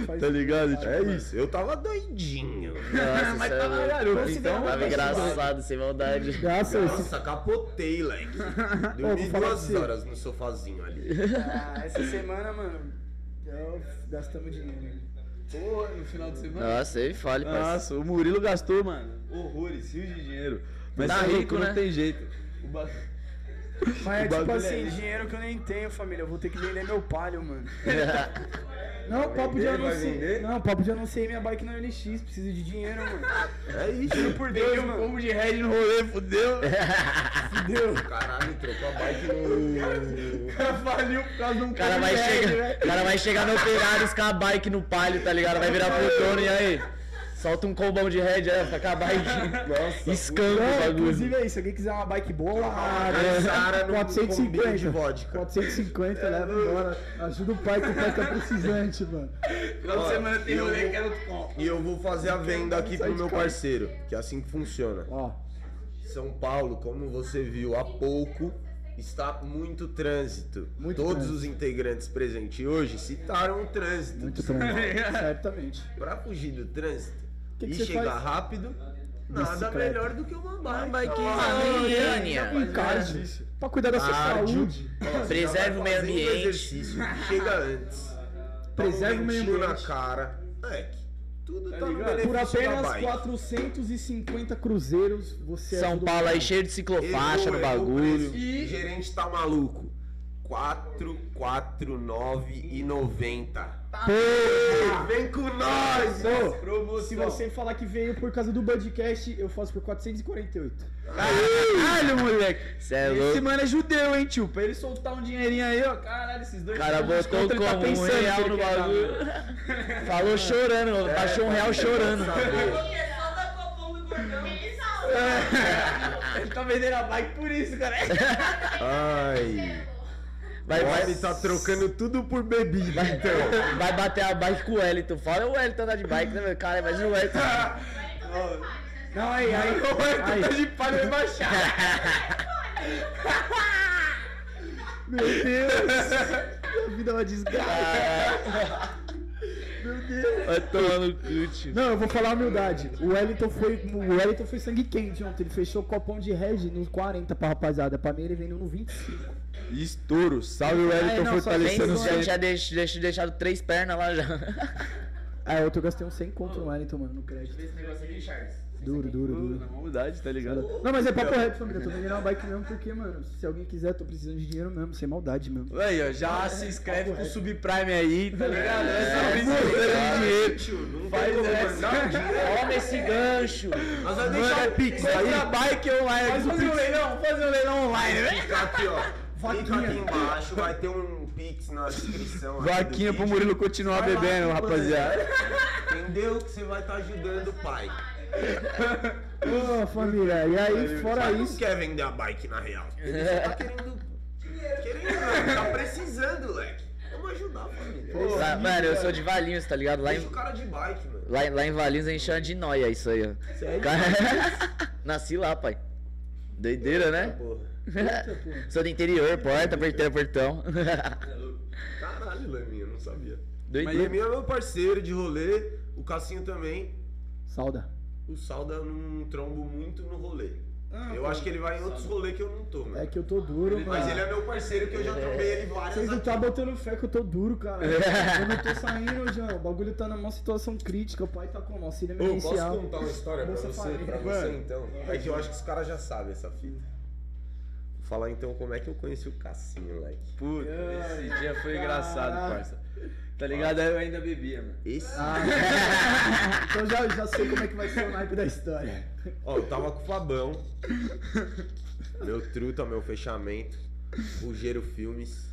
Faz-
Tá ligado? Tipo,
É isso. Eu tava doidinho.
Nossa,
Mas
cê é
tá
louco.
maluco, então.
Tava engraçado, sem maldade.
Graças a
Nossa, capotei, leque.
Ô,
Dormi
vou falar
duas
pra você.
horas no sofazinho ali.
Ah, essa semana, mano, eu gastamos dinheiro.
Porra, no final de semana.
Nossa, aí fale, parceiro.
Nossa, o Murilo gastou, mano, horrores, rios de dinheiro. Mas
Tá
tá rico,
rico, né?
não tem jeito. O ba-
Mas é tipo
bagulho
assim,
é-
dinheiro que eu nem tenho, família. Eu vou ter que vender meu palho, mano. Não, papo de anunciar. Não, papo de anunciar minha bike na LX. Preciso de dinheiro, mano.
É isso.
Por
Deu
Deus,
um
mano.
combo de head no rolê, fudeu.
Fudeu.
Caralho, trocou a bike no.
Faliu por causa de um
O cara, vai chegar,
né?
o cara vai chegar no Operários com a bike no palio, tá ligado? Vai virar pro dono e aí. Solta um combão de head, é, fica com a bike. Escambo o
Não,
bagulho.
inclusive é isso. Alguém quiser uma bike boa, lá,
A Sara no
450.
combinho de vodka.
450, leva embora. Ajuda o pai que o pai tá precisante, mano.
Final de semana tem
Eu
rolê,
vou-
quero outro combo.
E eu vou fazer a venda aqui pro meu parceiro, que é assim que funciona.
Ó,
São Paulo, como você viu há pouco, está muito trânsito.
Muito
Todos
trânsito.
os integrantes presentes hoje citaram o trânsito.
muito tranquilo. Certamente.
Pra fugir do trânsito
Que que
e
você
chegar
faz?
rápido, nada
Bicicleta.
melhor do que uma bike.
Tá
Um card. Pra cuidar da sua
Cardio.
saúde.
Ó,
Preserve
né? já
o
vai
meio
fazendo
ambiente.
Exercício, chega antes.
Preserve o meio
ventinho
ambiente.
na cara. É, tudo tá, no
ligado?
benefício
Por
da
apenas
bike.
450 cruzeiros, você
São
ajuda o
Paulo é
cara.
aí cheio de ciclofaixa no
Errou, errou o
bagulho.
preço. O gerente tá maluco. 449,90. Pô, Tá. Vem com nós!
Ô,
Promoção.
se você falar que veio por causa do podcast, eu faço por 448.
Caralho, moleque.
Cê é
Esse
louco.
mano é judeu, hein, tio. Pra ele soltar um dinheirinho aí, ó. Caralho, esses dois.
O cara
caras,
botou
desconto, ele tá
como um
pensando
real
que ele
no
quer dar, né,
bagulho.
mano.
Falou chorando, mano. baixou um real chorando.
Sabe?
É Porque só da Copom do Gordão. Ele salva.
É. Ah.
Ele tá vendendo a bike por isso, cara.
Ai.
Vai,
Ó,
vai,
ele tá trocando tudo por bebida, então.
vai bater a bike com o Wellington. Fala, o Wellington andar de bike, né, meu? Cara, imagina o Wellington.
Não, aí, aí.
tá
aí.
De palha baixada.
Meu Deus! Minha vida é uma desgraça.
Vai tomar no cu, tio.
Não, eu vou falar a humildade. O Wellington foi, o Wellington foi sangue quente ontem. Ele fechou o copão de Red nos 40 pra rapaziada. Pra mim ele vendeu no 25.
Estouro. Salve,
É,
Wellington
não, só
fortalecendo
tem
o
isso,
Já
centro.
tinha deix, deix- deixado três pernas lá já.
Ah, ontem eu gastei uns 100 conto no Wellington, mano, no crédito.
Esse negócio aqui, Charles.
Duro, duro, duro.
Na humildade, tá ligado?
Não, mas é papo reto, família. Eu tô vendendo uma bike mesmo porque, mano, se alguém quiser, tô precisando de dinheiro mesmo, sem maldade mesmo.
Aí, ó, já se inscreve pro Subprime aí, tá ligado? É,
Tio, não vai mandar.
Toma esse gancho.
Nós vamos
é
deixar o Pix
Compra bike online. É Faz um leilão, faz um leilão online, velho.
Clica aqui, ó. Clica aqui embaixo, vai ter um Pix na descrição. aqui do
Vaquinha pro
vídeo.
Murilo continuar
Vai lá,
bebendo,
mano.
rapaziada.
Entendeu? Que você vai estar ajudando o pai.
Ô, família, e aí, fora
Mas não
isso.
quer vender a bike na real. Ele só tá querendo. Querendo, mano. Tá precisando, leque. Vamos ajudar, família.
Lá- mano, eu sou de Valinhos, tá ligado? Lá
Deixa
em,
o cara de bike, mano. é
lá, em- lá em Valinhos a gente chama de noia isso aí, ó.
Sério?
Cara, Nasci lá, pai. Doideira, né?
Porra.
Sou do interior, porta, porteira, portão.
Caralho, Leminha, não sabia.
Doideira.
Leminha é meu parceiro de rolê, o Cassinho também.
Sauda.
O Salda eu não trombo muito no rolê. eu acho que ele vai em outros rolês que eu não tô, mano.
Ah, É que eu tô duro,
Mas
mano.
ele é um meu parceiro que eu já trombei ele várias
Vocês não
vezes.
tá botando fé que eu tô duro, cara. Eu não tô saindo, João. O bagulho tá numa situação crítica. O pai tá com auxílio
Ô, posso
emergencial.
contar um uma história pra
Bolsa
você,
Família.
pra você então? É que eu acho que os caras já sabem essa fita. Vou falar então como é que eu conheci o Cassinho, moleque.
Puta, esse dia foi engraçado, parça. Tá ligado? Aí eu ainda bebia, mano.
Esse.
Então já, já sei como é que vai ser o naipe da história.
Ó, eu tava com o Fabão. meu truta, meu fechamento. Rugeiro Filmes.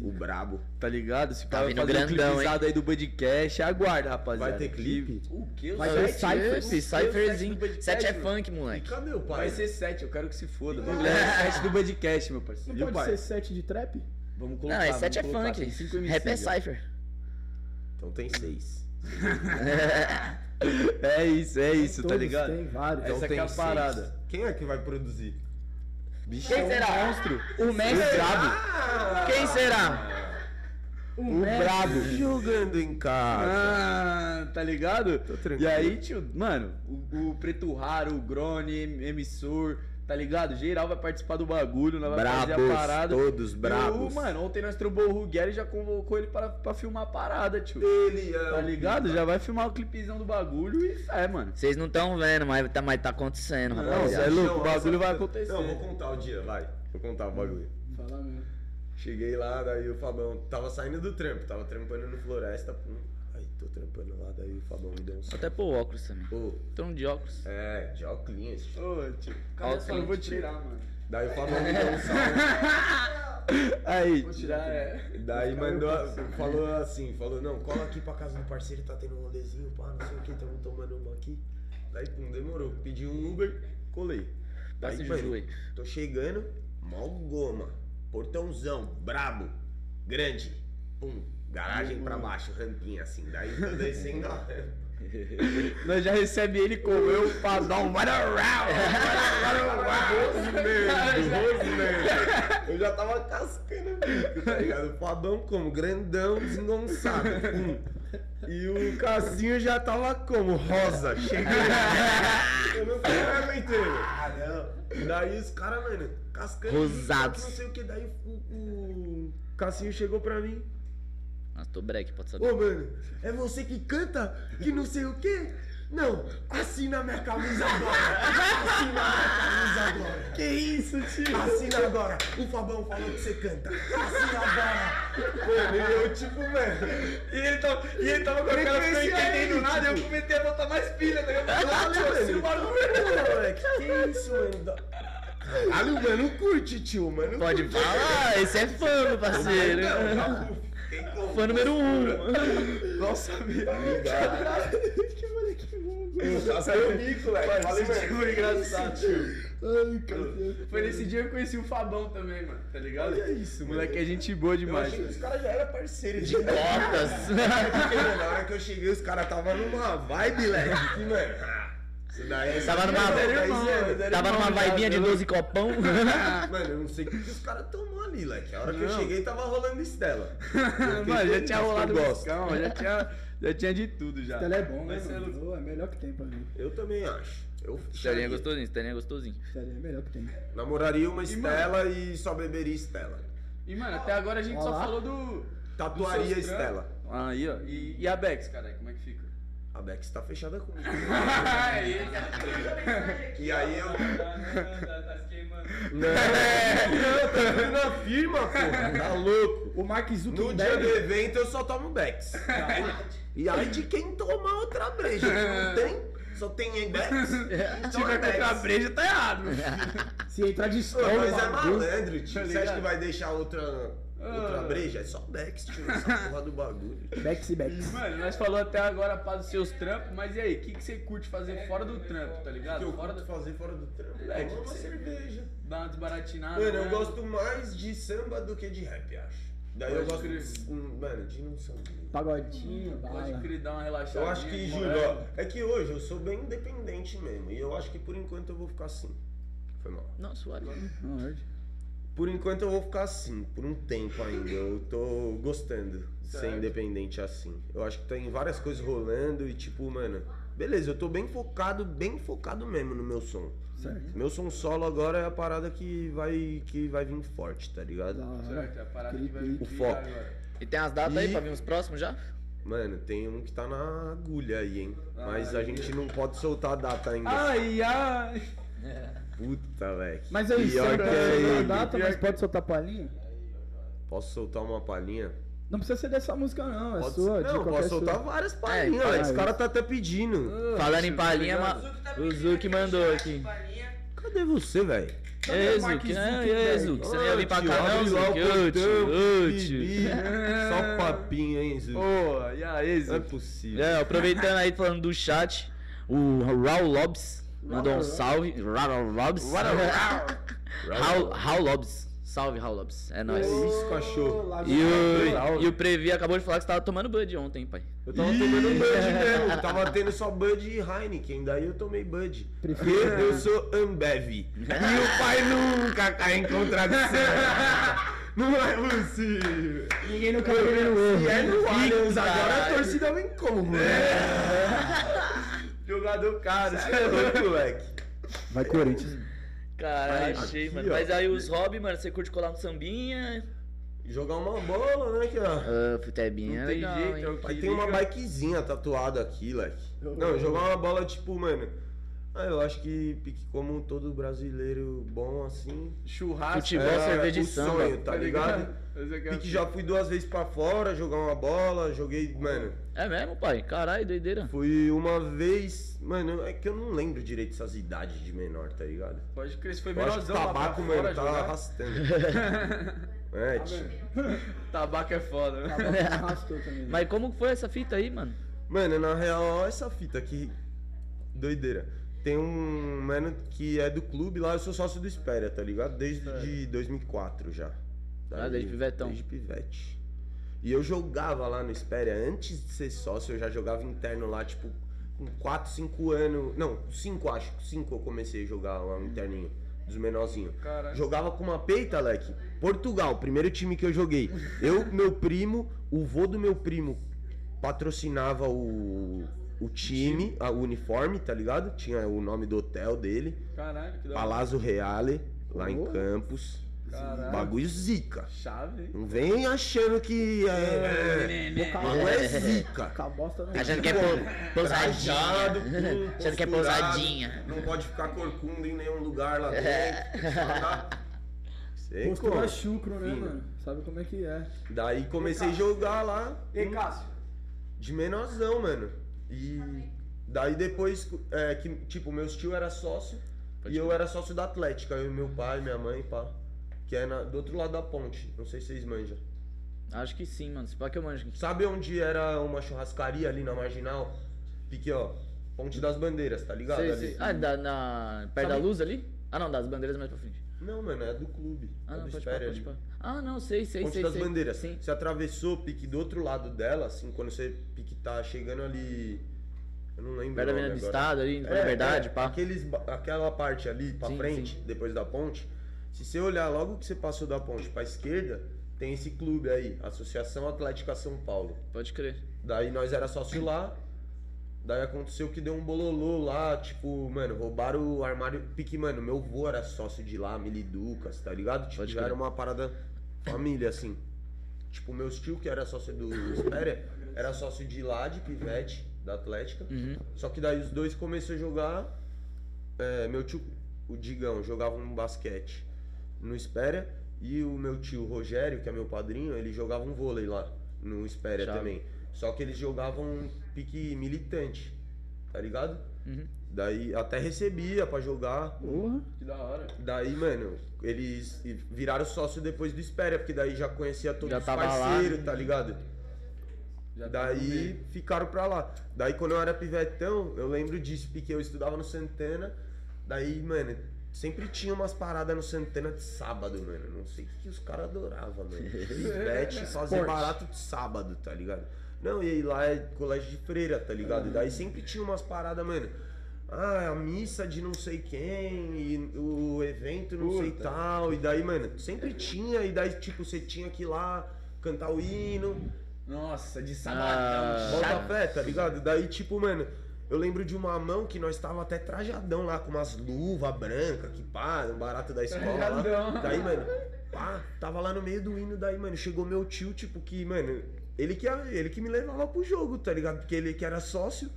O Brabo.
Tá ligado? Se
Tá
pá,
vindo
fazer um
grandão,
clipezado aí do Budcast, aguarda, rapaziada.
Vai ter clipe?
O que? O
Vai
é
é
ter
tipo,
sete?
Cypher?
Esse
Sete do
Cypherzinho.
podcast,
Sete é
mano.
funk,
E
moleque.
cadê o pai?
Vai ser 7, eu quero que se foda. mano. É 7 do Budcast, meu
Não
parceiro.
pode ser set de trap?
Vamos
Não,
colocar.
esse
vamos
sete é
colocar, tem
funk.
assim,
cinco MC,
Rap é
ó.
Cypher.
Então tem seis.
É isso, é isso, tá
Todos
ligado?
Tem vários.
Então
Essa aqui
tem
é a
seis.
parada.
Quem é que vai produzir?
É
é
um
Quem
um
será? O mestre.
Ah,
Ah,
Quem será?
Um
O Brabo.
Brabo. tá Jogando em casa.
Ah, tá ligado?
tranquilo.
E aí, tio, mano, o, o Preto Raro, o Grone, em- emissor, tá ligado? Geral vai participar do bagulho, nós vai fazer a
Brabos,
parada.
todos
Brabo.
brabos.
mano, ontem nós trombou o Ruguer e já convocou ele pra, pra filmar a parada, tio.
Ele é
Tá
o-
ligado? Já vai filmar o clipezão do bagulho e é, mano.
Vocês não estão vendo, mas tá, mas tá acontecendo,
Não, você é
rapaziada.
louco, o
Não, essa-
bagulho vai acontecer.
Não, vou contar o dia, vai. Vou contar o bagulho.
Fala mesmo.
Cheguei lá, daí o Fabão tava saindo do trampo, tava trampando no Floresta. pum. Aí tô trampando lá, daí o Fabão me deu um
Até pôr o óculos também.
Pô,
Tô de óculos.
é, de óculos.
Ô, tio,
Ó,
cadê só? Eu vou
cliente.
tirar, mano.
Daí o Fabão me deu um salve.
Vou
Aí,
tirar, é.
daí mandou, falou assim, falou, não, cola aqui pra casa do parceiro, tá tendo um rolezinho, pá, não sei o que, tamo tomando uma aqui. Daí, pum, demorou. Pedi um Uber, colei.
Passa
Daí,
o
mano,
Juju Tá aí.
Tô chegando, mal goma, portãozão, brabo, grande, pum, garagem pra baixo, rampinha assim, daí tô descendo a rampa.
Nós já recebe ele com eu pra dar um what
Eu já tava cascando o bico, tá ligado? O Fabão como? Grandão, desengonçado. Hum. E o Cassinho já tava como? Rosa, chegando. Eu não tava aguentando. Ah, não. Daí os caras, mano, cascando. o bico,
Rosados.
Não sei o que, daí o, o Cassinho chegou pra mim.
Nossa, tô break, pode saber.
Ô, mano, é você que canta? Que não sei o quê? Não, assina minha camisa agora. Assina minha camisa agora. Que isso, tio? Assina agora. O Fabão falou que você canta. Assina agora. Mano, e eu tipo, mano...
E ele tava, e ele tava com a cara não
é
entendendo nada,
tipo.
eu comecei a botar mais pilha, tá ligado?
Caralho, mano. Ah, Pô, moleque, Que isso, mano? Da- Caralho, mano, curte, tio, mano.
Pode falar, esse é fã, meu parceiro.
Tem como.
Fã número um.
Nossa, vida. Tá ligado?
Que moleque bom,
Já saiu o bico, velho. Falei, mano.
Foi tipo é engraçado.
Ai, cara.
Foi nesse dia que eu conheci o Fabão também, mano, tá ligado?
Olha isso,
O
mano.
moleque é gente boa
Eu
demais.
achei que os caras já eram parceiros de
Botas.
Porque, mano, na hora que eu cheguei, os caras tava numa vibe, leque, que, mano. ah, Isso daí.
Tava numa-
Não,
Era
mas,
irmão,
é,
mas era
Tava numa vaibinha de 12 copão.
Mano, eu não sei o que que os caras tomou ali, leque. A hora que eu
Não.
cheguei, tava rolando Estela.
Mano, já tinha rolado
eu gosto.
buscão, já tinha, já tinha de tudo já.
Tele é bom, né?
Mas
mano? Ô, é melhor que tem pra mim.
Eu também acho. Eu
Estelinha é gostosinho, Estelinha é gostosinho.
Tele é melhor que tem.
namoraria uma Estela e só beberia Estela.
E, mano, até agora a gente só
Olá.
falou do.
Tatuaria
seus
Estela.
Aí, ó. E, e a Bex, caralho, como é que fica?
A Bex tá fechada comigo.
Aí,
e aí eu. É.
tá se queimando.
Não, tá na firma, porra. Tá louco. né?
O Mark
No dia do
Zuckerberg.
evento eu só tomo Bex. E aí de quem tomar outra breja? Não tem? Só tem Bex?
se tiver com outra breja, tá errado, meu filho.
Se entrar de
Pô,
estômago.
Mas é malandro, tio.
Tá
Você acha
ligado?
que vai deixar outra, outra
Ah.
breja? É só Bex, tio. Essa porra do bagulho.
Bex e Bex.
Mano, nós falou até agora pá dos seus trampos, mas e aí, o que, que você curte fazer fora do trampo, tá ligado? Fora do...
fazer fora do trampo?
Moleque,
Tomar uma
você-
cerveja.
Dá uma desbaratinada.
Mano, eu
né?
gosto mais de samba do que de rap, acho. Daí eu
Pode
gosto,
crer.
de- hum, mano, de um samba. Hum,
Pagodinho,
Pode
bala.
querer dar uma relaxada.
Eu acho que, juro, ó, é que hoje eu sou bem independente mesmo. E eu acho que por enquanto eu vou ficar assim. Foi mal.
Não, suave.
Não, Lorde.
Por enquanto eu vou ficar assim, por um tempo ainda. Eu tô gostando de ser
Certo.
independente assim. Eu acho que tem várias coisas rolando e tipo, mano, beleza, eu tô bem focado, bem focado mesmo no meu som.
Certo.
Meu som solo agora é a parada que vai que vai vir forte, tá
Da
ligado?
hora.
Certo, é a parada que vai
O
vir
foco.
agora.
E tem as datas aí
E-
pra vir os próximos já?
Mano, tem um que tá na agulha aí, hein?
Ah,
Mas a
aí.
gente não pode soltar a data ainda.
Ai, ai.
Puta, velho.
Mas é isso,
Pior
você
que
não
é
pode soltar a
ele.
data,
Pior
mas
que-
pode soltar palhinha?
Posso soltar uma palhinha?
Não precisa ser dessa música, não. É
Pode-
sua, de
não,
qualquer
posso soltar
sua. É,
várias palhinhas,
fala
velho. Esse
isso.
cara tá até pedindo.
Ah.
Falando em palhinha, ma...
tá
tá
o Zuki
né,
mandou aqui.
Cadê você, velho?
Ei, Zuki, né? Ei, Zuki, você não ia vir pra
Ô,
cá não,
abre lá o
Zuki? Ô, tio, ô,
portão,
tio.
bibi. Só papinho, hein, Zuki?
Ô, e aí,
Não
Zé?
é possível.
É, aproveitando aí, falando do chat, o Raul Lobs mandou um salve. Raul Lobs. Raul Raul Lobs. Salve, Raul Lobs. É nóis.
Isso, cachorro.
E o, e o Previ acabou de falar que você tava tomando Bud ontem, pai.
Eu tava tomando Bud mesmo. Tava tendo só Bud e Heineken. Daí eu tomei Bud. Porque eu sou Ambev. E o pai nunca cai em contradição. Não é possível.
Ninguém nunca veio no erro.
E é no Allianz,
caralho.
agora é a torcida vem como, né?
Jogador caro.
Você é louco, moleque.
Vai, Corinthians.
Caralho,
Aí,
achei,
aqui,
mano.
ó.
Mas aí os hobbies, mano, você curte colar no sambinha?
Jogar uma bola, né, que ó.
Ah, futebinha
Não
é
tem
legal,
jeito,
hein?
é o que
Aí tem uma
liga.
bikezinha tatuada aqui, leque. Não, jogar uma bola, tipo, mano. Ah, eu acho que pique como todo brasileiro bom, assim.
Churrasco.
Futebol, cerveja e
o
samba,
sonho, tá ligado?
Esse aqui é o
Pique já fui duas vezes pra fora jogar uma bola, joguei, mano.
É mesmo, pai? Caralho, doideira.
Fui uma vez. Mano, é que eu não lembro direito essas idades de menor, tá ligado?
Pode crer, se foi
Eu acho que
menorzão lá pra
tabaco,
fora
mano, tá
jogar.
arrastando. é, tipo.
Tabaco é foda, né?
Arrastou também.
né?
Mas como que foi essa fita aí, mano?
Mano, na real, ó essa fita aqui. Doideira. Tem um mano que é do clube lá, eu sou sócio do Espera, tá ligado? Desde de 2004 já. Tá
Ah, desde pivetão.
Desde pivete. E eu jogava lá no Espera, antes de ser sócio, eu já jogava interno lá, tipo, com 4, 5 anos. Não, 5 acho, 5 eu comecei a jogar lá no interninho, dos menorzinhos.
Caralho.
Jogava com uma peita, Leque. Portugal, primeiro time que eu joguei. Eu, meu primo, o vô do meu primo patrocinava o, o time, a- o uniforme, tá ligado? Tinha o nome do hotel dele,
Caralho, que da hora.
Palazzo Reale, lá em
Oh.
Campos.
Caralho.
Bagulho zica.
Chave, hein?
Não vem achando que é. Não é Tá zica.
Com a bosta não.
Achando que é pou-
Trajado,
pousadinha.
pum,
Achando que é
posturado,
pousadinha.
Não pode ficar corcunda em nenhum lugar lá dentro. tá? Sei como.
Postura chucro, né,
Fina.
mano? Sabe como é que é.
Daí comecei a jogar lá
E Cássio?
de menorzão, mano. E daí depois, é, que, tipo, meus tio era sócio e eu era sócio da Atlética, eu e meu pai, minha mãe, pá. Que é na- do outro lado da ponte, não sei se vocês manjam.
Acho que sim, mano. Se pá que eu manjo.
Sabe onde era uma churrascaria ali na Marginal? Pique, ó, Ponte das Bandeiras, tá ligado?
Sei,
Ali.
sei. Ah, da, na, perto da luz ali? Ah, não, das bandeiras mais pra frente.
Não, mano, é do clube.
Ah,
é
não,
do
pode pá,
Espere
pode
ali.
pá. Ah, não, sei, sei,
Ponte
sei.
das
sei.
Bandeiras.
Sim.
Você atravessou, pique do outro lado dela, assim, quando você pique tá chegando ali. Eu não lembro.
Perto da
o nome
Avenida do
agora.
Estado ali, na
É,
verdade,
é,
pá.
Aqueles, ba- aquela parte ali pra
Sim,
frente,
sim.
depois da ponte, se você olhar logo que você passou da ponte pra esquerda, tem esse clube aí, Associação Atlética São Paulo.
Pode crer.
Daí nós era sócio lá. Daí aconteceu que deu um bololô lá, tipo, mano, roubaram o armário. Pique, mano, meu vô era sócio de lá, Miliducas, tá ligado? Tipo,
Pode
já
crer.
era uma parada família, assim. Tipo, meus tio que era sócio do Espéria, era sócio de lá, de Pivete, da Atlética.
Uhum.
Só que daí os dois começaram a jogar. é, meu tio, o Digão, jogava um basquete no Espéria. E o meu tio Rogério, que é meu padrinho, ele jogava um vôlei lá no Espéria
Chave.
também. Só que eles jogavam um pique militante, tá ligado?
Uhum.
Daí até recebia pra jogar.
Porra.
Que da hora.
Daí, mano, eles viraram sócio depois do Espéria, porque daí já conhecia todos
Já
os
tava lá.
parceiros, tá ligado?
Já tá
Daí ficaram pra lá. Daí quando eu era pivetão, eu lembro disso, porque eu estudava no Santana. Daí, mano, sempre tinha umas paradas no Santana de sábado, mano. Não sei o que, que os caras adoravam, mano. Pivete fazer barato de sábado, tá ligado? Não, e aí lá é colégio de freira, tá ligado? Daí sempre tinha umas paradas, mano. Ah, a missa de não sei quem, e o evento não sei tal. E daí, mano, sempre tinha. E daí, tipo, você tinha que ir lá cantar o hino.
tá- Nossa, de
Ah.
sabadão.
Bota
chato.
fé, tá ligado? Daí, tipo, mano, eu lembro de uma mão que nós tava até trajadão lá, com umas luvas brancas, que pá, um barato da escola lá.
Trajadão.
Daí, mano, pá, tava lá no meio do hino, daí, mano, chegou meu tio, tipo, que, mano, ele que, ele que me levava pro jogo, tá ligado? Porque ele que era sócio,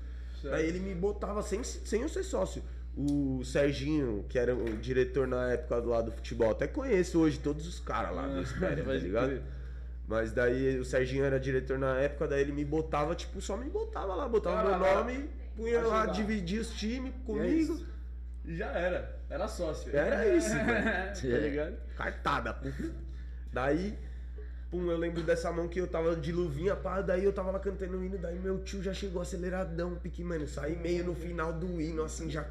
daí ele me botava sem, sem eu ser sócio. O Serginho, que era o diretor na época do lado do futebol, até conheço hoje todos os caras lá do Espéria, tá
Ah, Pode
ligado?
crer.
Mas daí o Serginho era diretor na época, daí ele me botava, tipo, só me botava lá, botava
Bora,
meu
bora.
nome, punha lá,
Ajudar.
dividia os times
É
comigo.
isso. Já era. Era sócio.
Era isso, mano.
tá ligado?
Cartada, pum. Daí, pum, eu lembro dessa mão que eu tava de luvinha, pá, daí eu tava lá cantando o hino, daí meu tio já chegou aceleradão, pique, mano, eu saí meio no final do hino, assim, já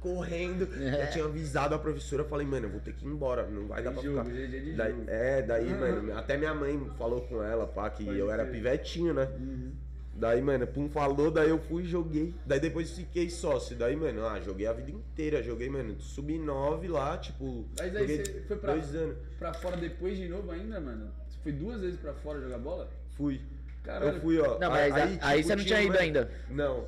correndo.
É.
Já tinha avisado a professora, falei, mano, eu vou ter que ir embora, não vai dar pra
jogo,
ficar.
dia de
Daí-
jogo.
é, daí, mano, até minha mãe falou com ela, pá, que
Pode
eu era
crer. Hum.
pivetinho, né? Daí, mano, pum, falou, daí eu fui e joguei. Daí depois fiquei sócio. Daí, mano, ah, joguei a vida inteira. Joguei, mano, sub-9 lá, tipo.
Mas aí
joguei
você foi pra-
Dois anos.
Pra fora depois de novo ainda, mano. Você foi duas vezes pra fora jogar bola?
Fui.
Caralho.
Eu fui, ó. tipo,
Não, mas a- aí você não tinha ido
um mano-
ainda.
Não.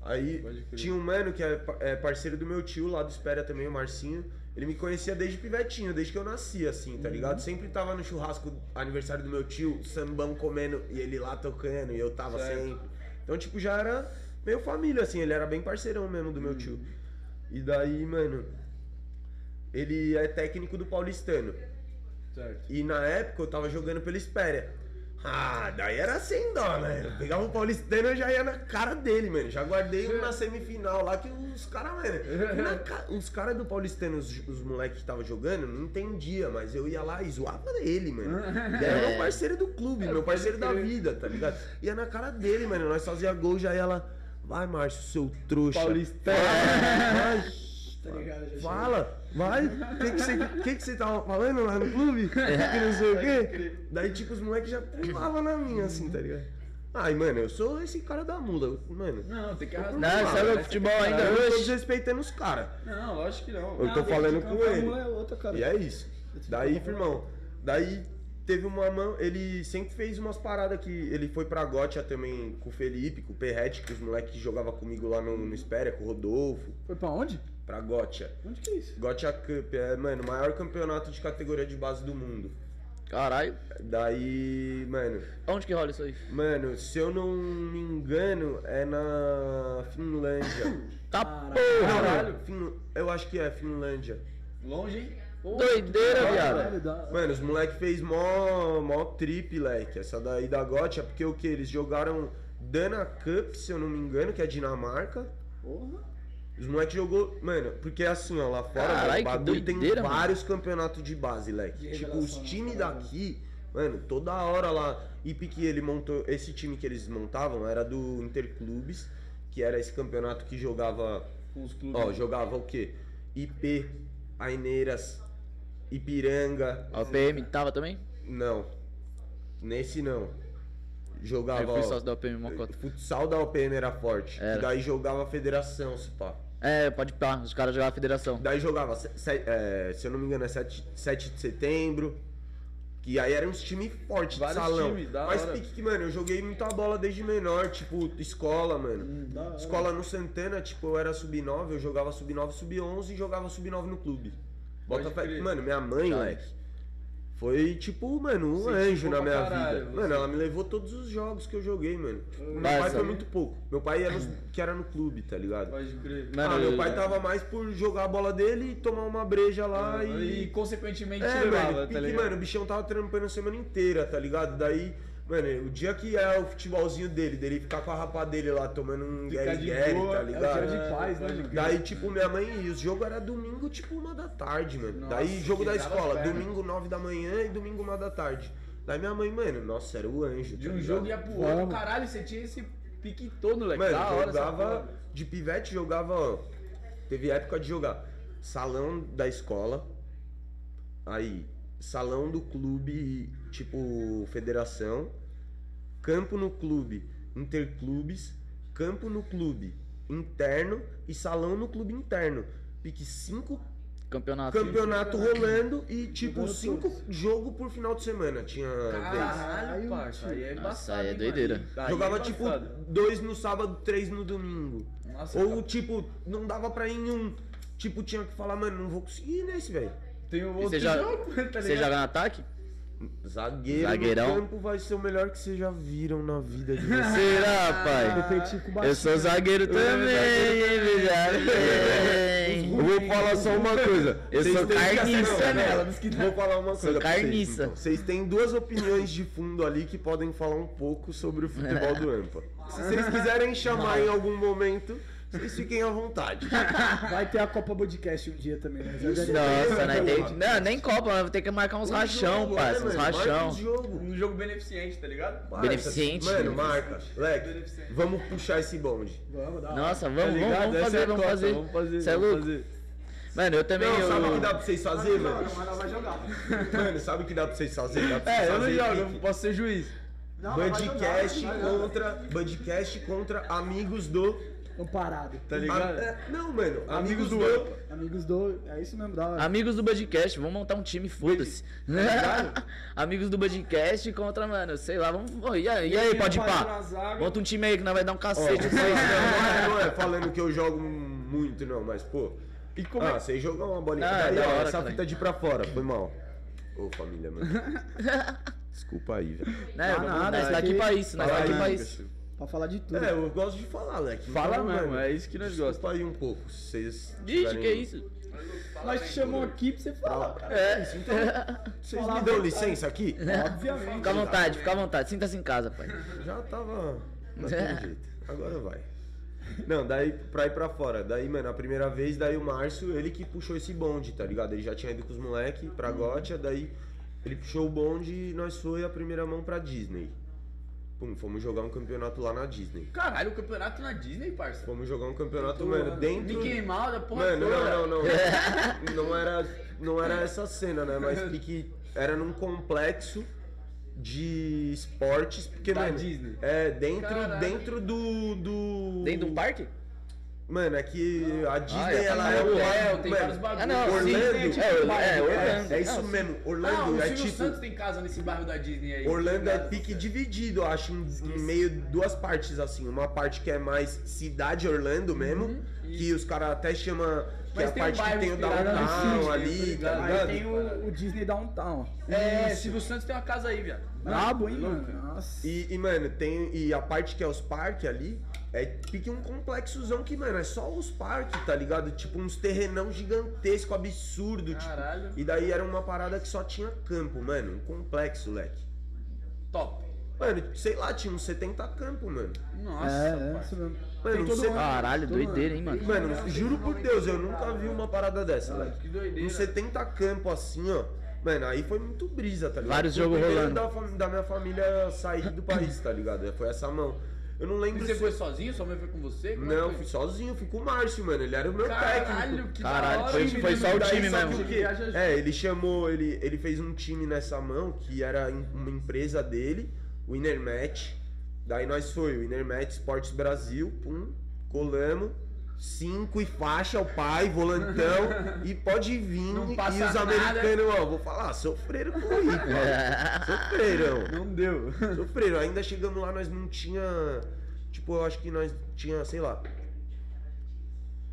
Pode
Aí
crer.
tinha um mano que é, pa- é parceiro do meu tio lá do Espera também, o Marcinho. Ele me conhecia desde pivetinho, desde que eu nasci, assim,
Uhum.
tá ligado? Sempre tava no churrasco, aniversário do meu tio, sambão comendo e ele lá tocando e eu tava
Certo.
sempre. Então, tipo, já era meio família, assim, ele era bem parceirão mesmo
Uhum.
do meu tio. E daí, mano, ele é técnico do Paulistano.
Certo.
E na época eu tava jogando pelo Espéria. Ah, daí era sem dó, né? Eu pegava o Paulistano e já ia na cara dele, mano. Já guardei um na semifinal lá que os caras, mano. na ca- Os caras do Paulistano, os, os moleques que tava jogando, não entendia, mas eu ia lá e zoava ele, mano. Ele era meu parceiro do clube, meu parceiro da vida, tá ligado? Ia na cara dele, mano. Nós fazia gol, já ia lá. Vai, Márcio, seu trouxa. Paulistano.
Tá
Vai,
ligado? Já chegou.
Fala, vai. O que que você que que você tava falando lá no clube? Que não sei o quê. Daí, tipo, os moleques já pulavam na minha, assim, tá ligado? Ai, mano, eu sou esse cara da mula. eu- Mano,
Não, tem que arrasar.
Não, sabe o futebol ainda
eu não tô
hoje?
desrespeitando os caras.
Não, lógico que não.
Eu tô falando com ele.
É outra, cara.
E é isso. Daí, firmão, daí teve uma mão. Ele sempre fez umas paradas que. Ele foi pra Gotia também com o Felipe, com o Perrete, que os moleques que jogavam comigo lá no, no Espéria, com o Rodolfo,
Foi pra onde?
pra Gotia.
Onde que é isso?
Gotia Cup é, mano, o maior campeonato de categoria de base do mundo.
Caralho.
Daí, mano,
Onde que rola isso aí?
mano, se eu não me engano, é na Finlândia.
Tá
Caralho.
não,
porra!
não, Fin- eu acho que é Finlândia.
Longe, hein?
Doideira, viado.
Caralho, da-
Mano, os moleque fez mó, mó trip, leque. Essa daí da Gotia, porque o que? Eles jogaram Dana Cup, se eu não me engano, que é Dinamarca.
Porra.
Os moleque jogou, mano, porque assim, ó, lá fora,
Caralho,
velho,
que
o bagulho tem
doideira, mano.
vários campeonatos de base,
De
leque. Tipo,
revelação,
os times
né, cara?
daqui, mano, toda hora lá. E Pique, ele montou. Esse time que eles montavam era do Interclubes. que era esse campeonato que jogava.
Com os clubes.
Ó, jogava o quê? IP, Aineiras, Ipiranga.
A OPM tava também?
Não. Nesse não.
Aí
Jogava.
eu fui
ó,
sócio da OPM Mocota.
Futsal da OPM era forte.
Era.
E daí jogava a federação, se pá.
É, pode pá, os caras jogavam a
Então.
federação.
Daí jogava, se, se- é, se eu não me engano, é 7, de setembro. Que aí era uns time forte de
Vários
salão.
time, da
Mas
hora.
pique que, mano, eu joguei muita bola desde menor, tipo, escola, mano.
Hum,
da hora.
escola no Santana, tipo, eu era sub-9, eu jogava sub-9, sub-11 e jogava sub-9 no clube.
Pode
Bota fé.
crer.
Mano, minha mãe, moleque, foi tipo, mano, um anjo
Incentivou
na
pra
minha
caralho,
vida.
você.
Mano, ela me levou todos os jogos que eu joguei, mano. Meu pai
Nossa.
foi muito pouco. Meu pai era no- que era no clube, tá ligado?
Pode crer.
Mano,
ah, meu
eu-
pai tava mais por jogar a bola dele e tomar uma breja lá
Ah, e,
e.
consequentemente
É,
levava,
mano,
tá
pique,
ligado?
mano, o bichão tava trampando a semana inteira, tá ligado? Daí, mano, o dia que é o futebolzinho dele, dele ficar com a rapa dele lá tomando um
Ficar de
guerre
boa,
tá
é o dia
ligado?
de paz, né?
Pode crer.
Daí, tipo, minha mãe e o jogo era domingo, tipo, uma da tarde, mano. Daí, jogo da
quebrava
escola,
as pernas.
domingo, nove da manhã e domingo, uma da tarde. Daí minha mãe, mano, nossa, era o anjo.
De
tá
um
ligado?
jogo ia pro outro, caralho, você tinha esse pique todo, moleque.
Mano,
da hora essa
jogava
porra.
de pivete, jogava. ó, Teve época de jogar salão da escola, aí salão do clube, tipo federação, campo no clube, interclubes, campo no clube interno e salão no clube interno. Pique cinco
Campeonato.
campeonato rolando e tipo cinco jogo por final de semana tinha vez.
Caralho, parça, aí é
Nossa,
embaçado,
aí é
hein,
doideira.
mano? Aí é
Jogava tipo
embaçado.
dois no sábado, três no domingo.
Nossa,
Ou, tipo, não dava pra ir em um. Tipo, tinha que falar, mano, não vou conseguir nesse, velho.
tem um
E
outro
você já-
jogo, tá ligado?
Você joga no ataque?
Zagueiro
Zagueirão.
no campo vai ser o melhor que vocês já viram na vida de vocês. Ah,
Será, pai?
Peitinho com
Eu sou zagueiro também, hein, viado?
Eu vou falar só uma coisa.
Eu
Vocês
sou
têm que
carniça,
acertar,
né?
Vou falar uma
Sou
coisa pra vocês.
carniça.
então. Vocês têm duas opiniões de fundo ali que podem falar um pouco sobre o futebol do Ampa. Se vocês quiserem chamar em algum momento, vocês fiquem à vontade.
Vai ter a Copa Podcast um dia também, né? Já- já-
Nossa, nós tem que- Não, é nem Copa, nós vamos ter que marcar uns
né,
rachão, parça. Uns rachão.
jogo.
Um jogo beneficente, tá ligado?
Marca.
Beneficente.
Mano, marca. Leque, vamos puxar esse bonde.
Vamos dar.
Tá
Nossa, vamos, vamos, vamos
Essa é
fazer,
a
vamos
cota,
fazer.
Vamos fazer.
Cê é
vamos
louco?
fazer.
Mano, eu também.
Não, sabe o que
eu...
dá pra vocês fazer, mano?
ela vai jogar.
Mano, sabe o que dá pra vocês fazer? Dá pra
É,
vocês
eu não
fazer
jogo, eu
pique.
não posso ser juiz.
Bandcast contra. Bandcast contra amigos do.
Tô parado.
Tá ligado?
Ah, é, não, mano. Amigos,
Amigos
do.
do
Amigos do. É isso mesmo, da hora.
Amigos do Budcast, vamos montar um time, foda-se. Amigos do Budcast contra, mano, sei lá, vamos. Ô, E aí, e aí, pode ir pá? Monta um time aí que nós vai dar um cacete. né?
Não, é, não é falando que eu jogo muito, não, mas, pô.
E como
ah,
é
vocês jogam uma bolinha.
Ah,
Daí,
da
ó,
hora,
essa
caralho.
fita é de pra fora. Foi mal. Ô, família, mano. Desculpa aí, velho.
né?
Não, nada,
nós tá aqui
que-
pra isso,
é
nós tá
Fala
aqui
aí,
pra isso.
Pra falar de tudo.
É, eu gosto de falar, Leque.
Fala
Então,
mesmo,
mano,
é isso que nós gostamos.
Desculpa aí um pouco. se Vocês.
Ixi, que
tiverem-
isso?
Nós te chamamos aqui pra você falar. cara.
É, isso, então. Vocês me dão licença aqui?
Obviamente.
Fica à vontade, fica à vontade, sinta-se em casa, pai.
Já tava daquele jeito. Agora vai. Não, daí pra ir pra fora. Daí, mano, a primeira vez, daí o Márcio, ele que puxou esse bonde, tá ligado? Ele já tinha ido com os moleque pra Gotia, daí ele puxou o bonde e nós foi a primeira mão pra Disney. Pum, fomos jogar um campeonato lá na Disney.
Caralho, o campeonato na Disney, parça.
Fomos jogar um campeonato, mano, dentro.
Mickey Mouse, a porra
Mano,
toda.
não, não, não. Não era, não era essa cena, né? Mas que era num complexo de esportes. Porque,
Da
mano,
Disney.
É, dentro,
Caralho.
dentro do, do.
Dentro de um parque?
Mano, é que a Disney,
Ah, é
ela
pra
é
Marvel.
hotel,
tem
mano.
vários bagulhos.
Ah, não, sim,
Orlando.
é, tipo,
é,
é,
é,
Orlando.
é isso
Não, sim.
mesmo,
Ah, o
Orlando. é
Silvio
tipo.
Santos tem casa nesse bairro da Disney aí.
Orlando
tá
é
ligado?
pique dividido, eu acho, em, em meio duas partes assim. Uma parte que é mais cidade Orlando mesmo, que os caras até chamam que
Uhum, Mas
é a
tem um
parte que
bairro
tem o
inspirado no
downtown
Disney, tá
ali, tá
ligado?
Aí
ligado?
tem o, o Disney Downtown.
É, Silvio Santos tem uma casa aí, viado.
Brabo, hein, mano? Nossa.
E, e, mano, tem. E a parte que é os parques ali. É pique um complexozão que, mano, é só os parques, tá ligado? Tipo, uns terrenão gigantesco, absurdo. tipo.
Caralho.
E daí era uma parada que só tinha campo, mano. Um complexo, leque.
Top.
Mano, sei lá, tinha uns 70 campo, mano.
Nossa,
É, é
parça.
isso mesmo.
Mano, um Ah,
Tem todo
cê-
ano.
Caralho,
Todo ano.
doideira, hein, mano.
Mano, juro por Deus, eu nunca vi uma parada dessa,
Mano,
leque.
que doideira.
Uns 70 campo assim, ó. Mano, aí foi muito brisa, tá ligado?
Vários
Foi o
jogos
primeiro
rolando.
Da, fam- da minha família sair do país, tá ligado? Foi essa mão. Eu não lembro
Você
se-
foi sozinho? Sua mãe foi com você? Como é que
Não,
foi?
fui sozinho, fui com o Márcio, mano. Ele era o meu técnico.
Caralho, que
Caralho,
da hora,
foi-
hein,
foi
menino?
só o
Daí,
time
sabe
mesmo.
o quê?
Viaja junto.
É, ele chamou, ele, ele fez um time nessa mão que era em- uma empresa dele, o Inermatch. Daí nós foi o Inermatch Esportes Brasil, pum, colamos. Cinco e faixa, o pai, volantão, e pode vir.
Não
e
passa
os
nada.
americanos, ó, vou falar, sofreram com o Rico, mano. Sofreram.
Não deu.
Sofreram. Ainda chegamos lá, nós não tinha. Tipo, eu acho que nós tinha, sei lá.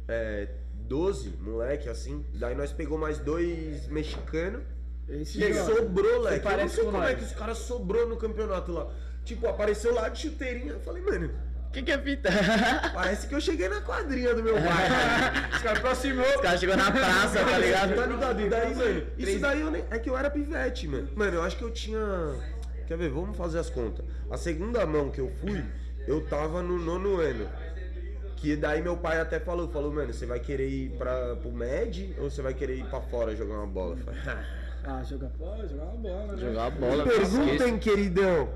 É. 12, moleque, assim. Daí nós pegou mais dois mexicanos.
Esse
E
joga.
sobrou, moleque. Eu não
parece
sei
com
como é
nós.
que os caras sobrou no campeonato lá. Tipo, apareceu lá de chuteirinha. Eu falei, mano,
Que que é fita?
parece que eu cheguei na quadrinha do meu pai. os caras aproximou.
Os caras chegou na praça, tá ligado?
Tá ligado? E daí, mano, isso daí eu nem... é que eu era pivete, mano. Mano, eu acho que eu tinha. Quer ver? Vamos fazer as contas. A segunda mão que eu fui, eu tava no nono ano. Que daí meu pai até falou, falou, mano, você vai querer ir pra, pro MED ou você vai querer ir pra fora jogar uma bola? Eu falei,
Ah, jogar fora, jogar uma bola, né?
Jogar a bola,
que pergunta,
esquece.
hein, queridão?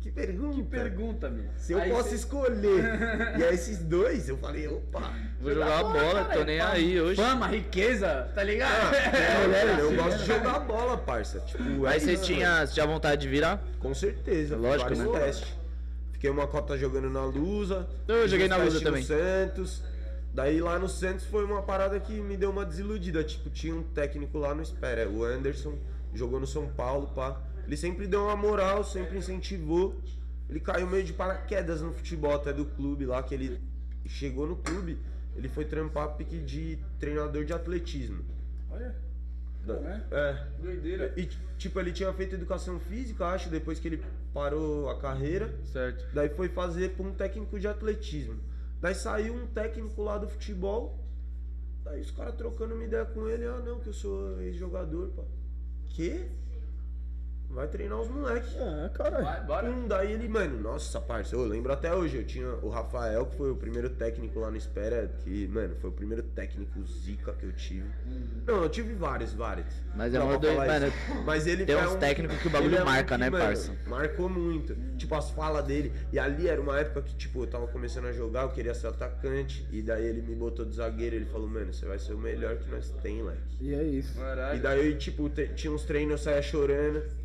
Que pergunta? Que
Pergunta, meu.
Se eu
Aí
posso
cê-
escolher. e aí esses dois, eu falei, opa.
Vou jogar a bola, tô nem aí hoje.
Fama, riqueza, tá ligado?
É, eu gosto de jogar bola, parça. Tipo, é
assim, né, Aí vocês
isso,
tinham vocês tinham vontade de virar?
Com certeza.
Lógico,
vários
né?
testes. Fiquei uma cota jogando na Lusa.
Eu
fiz
joguei
uns
na
testes
Lusa também.
No Santos. Daí lá no Santos foi uma parada que me deu uma desiludida. Tipo, tinha um técnico lá no Espera, é o Anderson, jogou no São Paulo, pá. Ele sempre deu uma moral, sempre incentivou. Ele caiu meio de paraquedas no futebol até do clube lá, que ele chegou no clube, ele foi trampar pique de treinador de atletismo.
Olha,
Da-
Bom, né?
É.
Doideira.
E, tipo, ele tinha feito educação física, acho, depois que ele parou a carreira.
Certo.
Daí foi fazer pra um técnico de atletismo. Daí saiu um técnico lá do futebol. Daí os caras trocando uma ideia com ele. Ah, não, que eu sou ex-jogador, pá. Que? Vai treinar os moleques.
é, caralho.
Vai, bora.
Hum, daí ele, mano, nossa, parça, eu lembro até hoje, eu tinha o Rafael, que foi o primeiro técnico lá no Espera, que, mano, foi o primeiro técnico zica que eu tive. Não, eu tive vários, vários.
Mas é
Dá
mó
pra
doido,
falar
mano,
isso. Mas ele
tem
foi
uns
um-
técnicos que o bagulho
ele é um
marca,
que,
né,
mano,
parça?
Marcou muito. Tipo, as falas dele. E ali era uma época que, tipo, eu tava começando a jogar, eu queria ser atacante. E daí ele me botou de zagueiro, ele falou, mano, você vai ser o melhor que nós tem, leque.
E é isso.
E
Caralho.
daí, tipo, te- tinha uns treinos, eu saía chorando.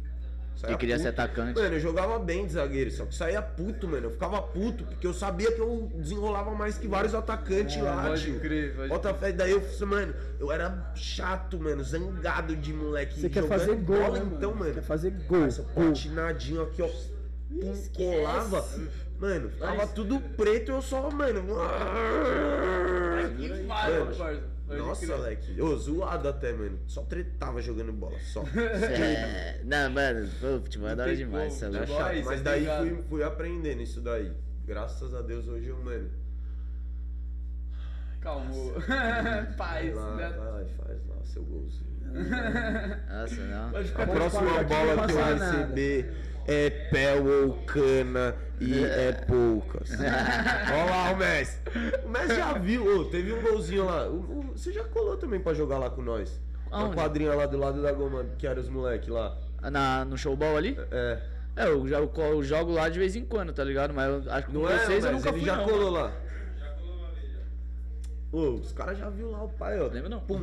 Saía
Eu queria
puto.
ser atacante.
Mano, eu jogava bem de zagueiro, só que saía puto, mano. Eu ficava puto, porque eu sabia que eu desenrolava mais que vários atacantes lá,
É, pode
tio.
crer, pode
Bota fé, daí eu, falei, mano, eu era chato, mano, zangado de moleque.
Você quer
jogando
fazer gol,
bola,
né, mano?
então, mano.
Quer fazer gol.
Essa
gol.
patinadinho aqui, ó. Pum, colava. Mano, ficava tudo preto e eu só, mano.
Que fala,
né? Mano,
parça. Pode
Nossa,
crer.
Leque. Ô, zoado até, mano. Só tretava jogando bola, só.
É, Não, mano, pô, futebol é da hora demais,
como,
sei lá.
Era
Futebol é
chato,
isso,
mas
tá
daí
ligado?
fui, fui aprendendo isso daí. Graças a Deus hoje eu, mano.
Calmou.
Vai
Paz,
lá,
né?
vai lá e faz lá seu golzinho.
Nossa, não.
Pode
A
ficar
Pode
próxima
parar, que não
bola que eu
passa nada.
receber é pé ou cana e é poucas. Olha lá o Messi. O Messi já viu, ô, teve um golzinho lá. O- o- você já colou também pra jogar lá com nós? Na
Aonde?
quadrinha lá do lado da goma, que eram os moleque lá.
Ah, Na, no showball ali?
É.
É, eu, já- eu jogo lá de vez em quando, tá ligado? Mas eu acho que com
Não é,
vocês eu
mas
nunca
ele
fui,
já
não.
colou lá. Ô, os caras já viu lá o pai, ó.
Lembra não?
Pum.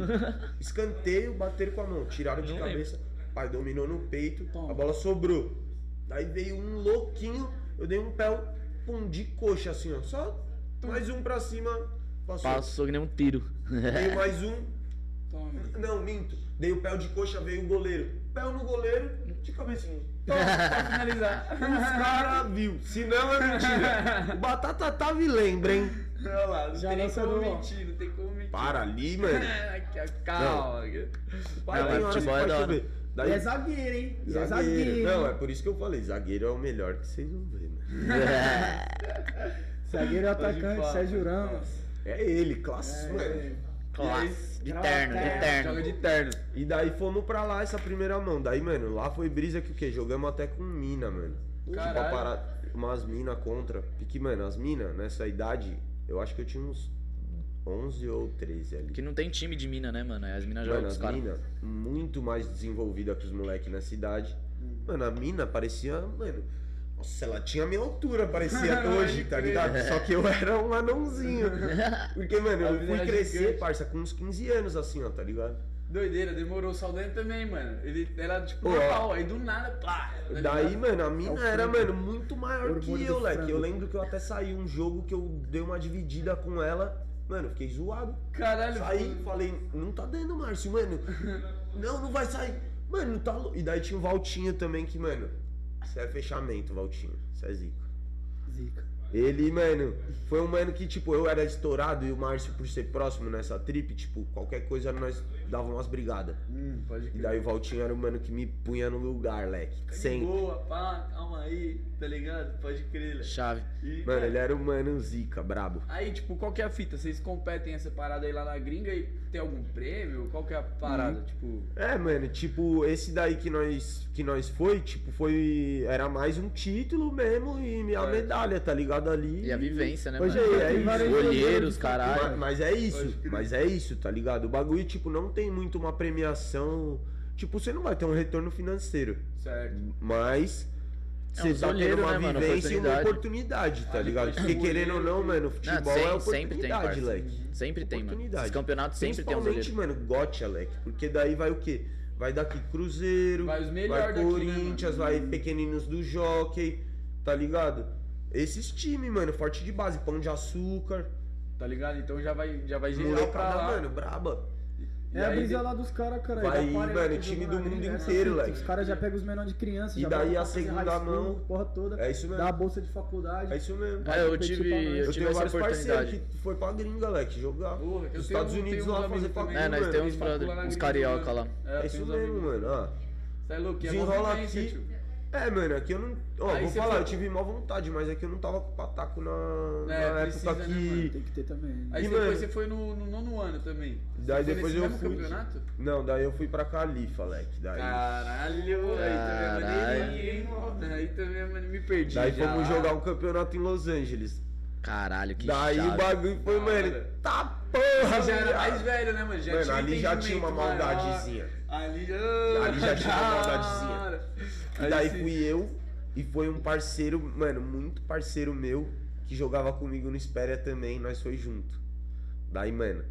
Escanteio, bateram com a mão, tiraram de
Não lembro.
cabeça. Pai dominou no peito, a bola sobrou. Daí veio um louquinho, eu dei um pé, pum, de coxa assim, ó. Só mais um pra cima, passou.
Passou que nem um tiro.
Dei mais um,
Toma.
não, minto. Dei o pé de coxa, veio o goleiro. Pé no goleiro, de cabecinha. Toma, pra finalizar. Os caras viu. Se não, é mentira. O Batata tava e lembra, hein?
Olha lá, não
Já
tem nem
lança
como
do-
mentir, não tem como mentir.
Para ali, mano.
Calma.
Pai,
Não,
tem
mas
horas
futebol é
que pode
da hora.
chover. Daí-
E é zagueiro, hein? E É
zagueiro.
zagueiro.
Não, é por isso que eu falei, zagueiro é o melhor que vocês vão ver, mano.
Zagueiro é
Pode
atacante,
falar.
Sérgio Ramos.
É ele, classe, mano.
Classe, de
Gravata,
terno, de
é,
terno.
Joga de terno.
E daí fomos pra lá essa primeira mão. Daí, mano, lá foi brisa que o quê? Jogamos até com mina, mano. Tipo, a
Caralho.
parada, umas mina contra. Porque, mano, as mina nessa idade, eu acho que eu tinha uns 11 ou 13 ali.
Que não tem time de mina, né, mano? Aí As minas jogam
Mano,
com os
as
caras.
mina muito mais desenvolvida que os moleques na cidade. Mano, a mina parecia, mano, Nossa, ela tinha a minha altura, parecia até hoje, tá ligado? Só que eu era um anãozinho. Porque, mano,
A
eu
vida
fui
era
crescer,
gigante.
parça, com uns 15 anos assim, ó, tá ligado?
Doideira, demorou. O Saldanha também, mano. Ele era tipo
Ô, ó.
normal, aí do nada, pá. tá
Daí,
ligado?
mano, a mina era, mano, muito maior
Hormônio
que
do
eu, leque.
frango.
Eu lembro que eu até saí um jogo que eu dei uma dividida com ela. Mano, eu fiquei zoado.
Caralho,
Saí, falei, não tá dando, Márcio, mano. Não, não vai sair. Mano, tá louco. E daí tinha o Valtinho também, que, mano, isso é fechamento, Valtinho. Isso é zico.
Zica.
Ele, mano, foi um mano que, tipo, eu era estourado e o Márcio, por ser próximo nessa trip, tipo, qualquer coisa nós dávamos umas brigadas.
Hum, pode
E
crer.
daí o Valtinho era o mano que me punha no lugar, leque.
De
Sempre.
Boa, pá, calma aí, tá ligado? Pode crer, né?
Chave.
E-
Mano, ele era um mano zica, brabo.
Aí, tipo, qual que é a fita? Vocês competem essa parada aí lá na gringa e tem algum prêmio? Qual que é a parada? Tipo,
É, mano, tipo, esse daí que nós que nós foi, tipo, foi era mais um título mesmo e a
É.
medalha, tá ligado ali.
E a vivência, né,
Hoje
mano?
aí,
é
tem
isso.
vários jogadores
Olheiros,
que-
Ma-
caralho.
Mas é isso,
Pode crer.
mas é isso, tá ligado? O bagulho, tipo, não tem muito uma premiação. Tipo, você não vai ter um retorno financeiro.
certo.
Mas
É,
você
uns
tá
olheiro,
tendo uma
né, mano?
vivência e uma
Oportunidade. um
oportunidade, tá
Ah,
ligado?
depois
Porque
do
querendo ou
olheiro,
não,
que-
mano, futebol é
sem- sempre tem,
oportunidade,
parça.
leque.
Sempre tem, mano.
Oportunidade.
Esses campeonatos sempre tem um uns
Principalmente,
olheiros.
mano, gote, Alec. Porque daí vai o quê? Vai daqui Cruzeiro,
Vai os melhor
vai
daqui, né,
Corinthians,
mano?
vai Pequeninos do Jockey, tá ligado? Esses times, mano, forte de base, pão de açúcar,
Tá ligado? Então já vai, já vai gerar pra
molecada,
lá.
mano, braba.
E
É a
aí
brisa
de-
lá dos caras, cara.
Vai,
Dá quarenta
mano,
pro
time
jogo
do
na
mundo
gringa, é
inteiro,
assim,
leque.
Os caras já pegam os menores de criança.
E
já
daí
botam
a
pra fazer
segunda
high school,
mão.
Porra toda.
É isso mesmo.
Dá a bolsa de faculdade.
É isso mesmo.
É, eu
competir
tive,
pra nós.
eu
Eu
tive
tenho
essa
vários parceiros
oportunidade.
que foi pra gringa, Leque, jogar.
Porra, eu
Os
tenho-
Estados Unidos
tenho uns
lá fazer
amigos
faculdade.
também,
É, nós
mano.
temos uns,
Tem facula
brother,
na
uns
gringa,
carioca lá.
mano.
É
tem
isso
uns
mesmo,
amigos.
mano. ó.
Cê é louco, e é
Desenrola
movimento,
aqui.
tio.
É, mano, aqui eu não. Ó,
Aí
vou
você
falar,
foi-
eu tive má vontade, mas é que eu não tava com o pataco na,
É,
na
precisa, né,
época que.
mano?
Tem que ter também. né?
Aí
E,
depois
mano,
você foi no, no nono ano também. Você
daí
foi
depois
nesse
eu
mesmo
fui-
campeonato? Ah,
Não, daí eu fui pra Califa, Leque. Daí,
Caralho,
Caralho.
aí também é maneirinho, hein, mano? Aí também, mano, me perdi.
daí
já.
fomos jogar um campeonato em Los Angeles.
Caralho, que
daí o
chave.
bagulho foi,
Da hora.
mano, tá porra!
Você já era
viado.
mais velho, né, mano? Já
Mano,
tinha um
ali já tinha uma
entendimento maior.
maldadezinha.
Ali, Ah,
Ali já tinha uma maldadezinha.
da hora.
E daí
sim.
fui eu e foi um parceiro, mano, muito parceiro meu que jogava comigo no Espéria também, nós foi junto. Daí, mano,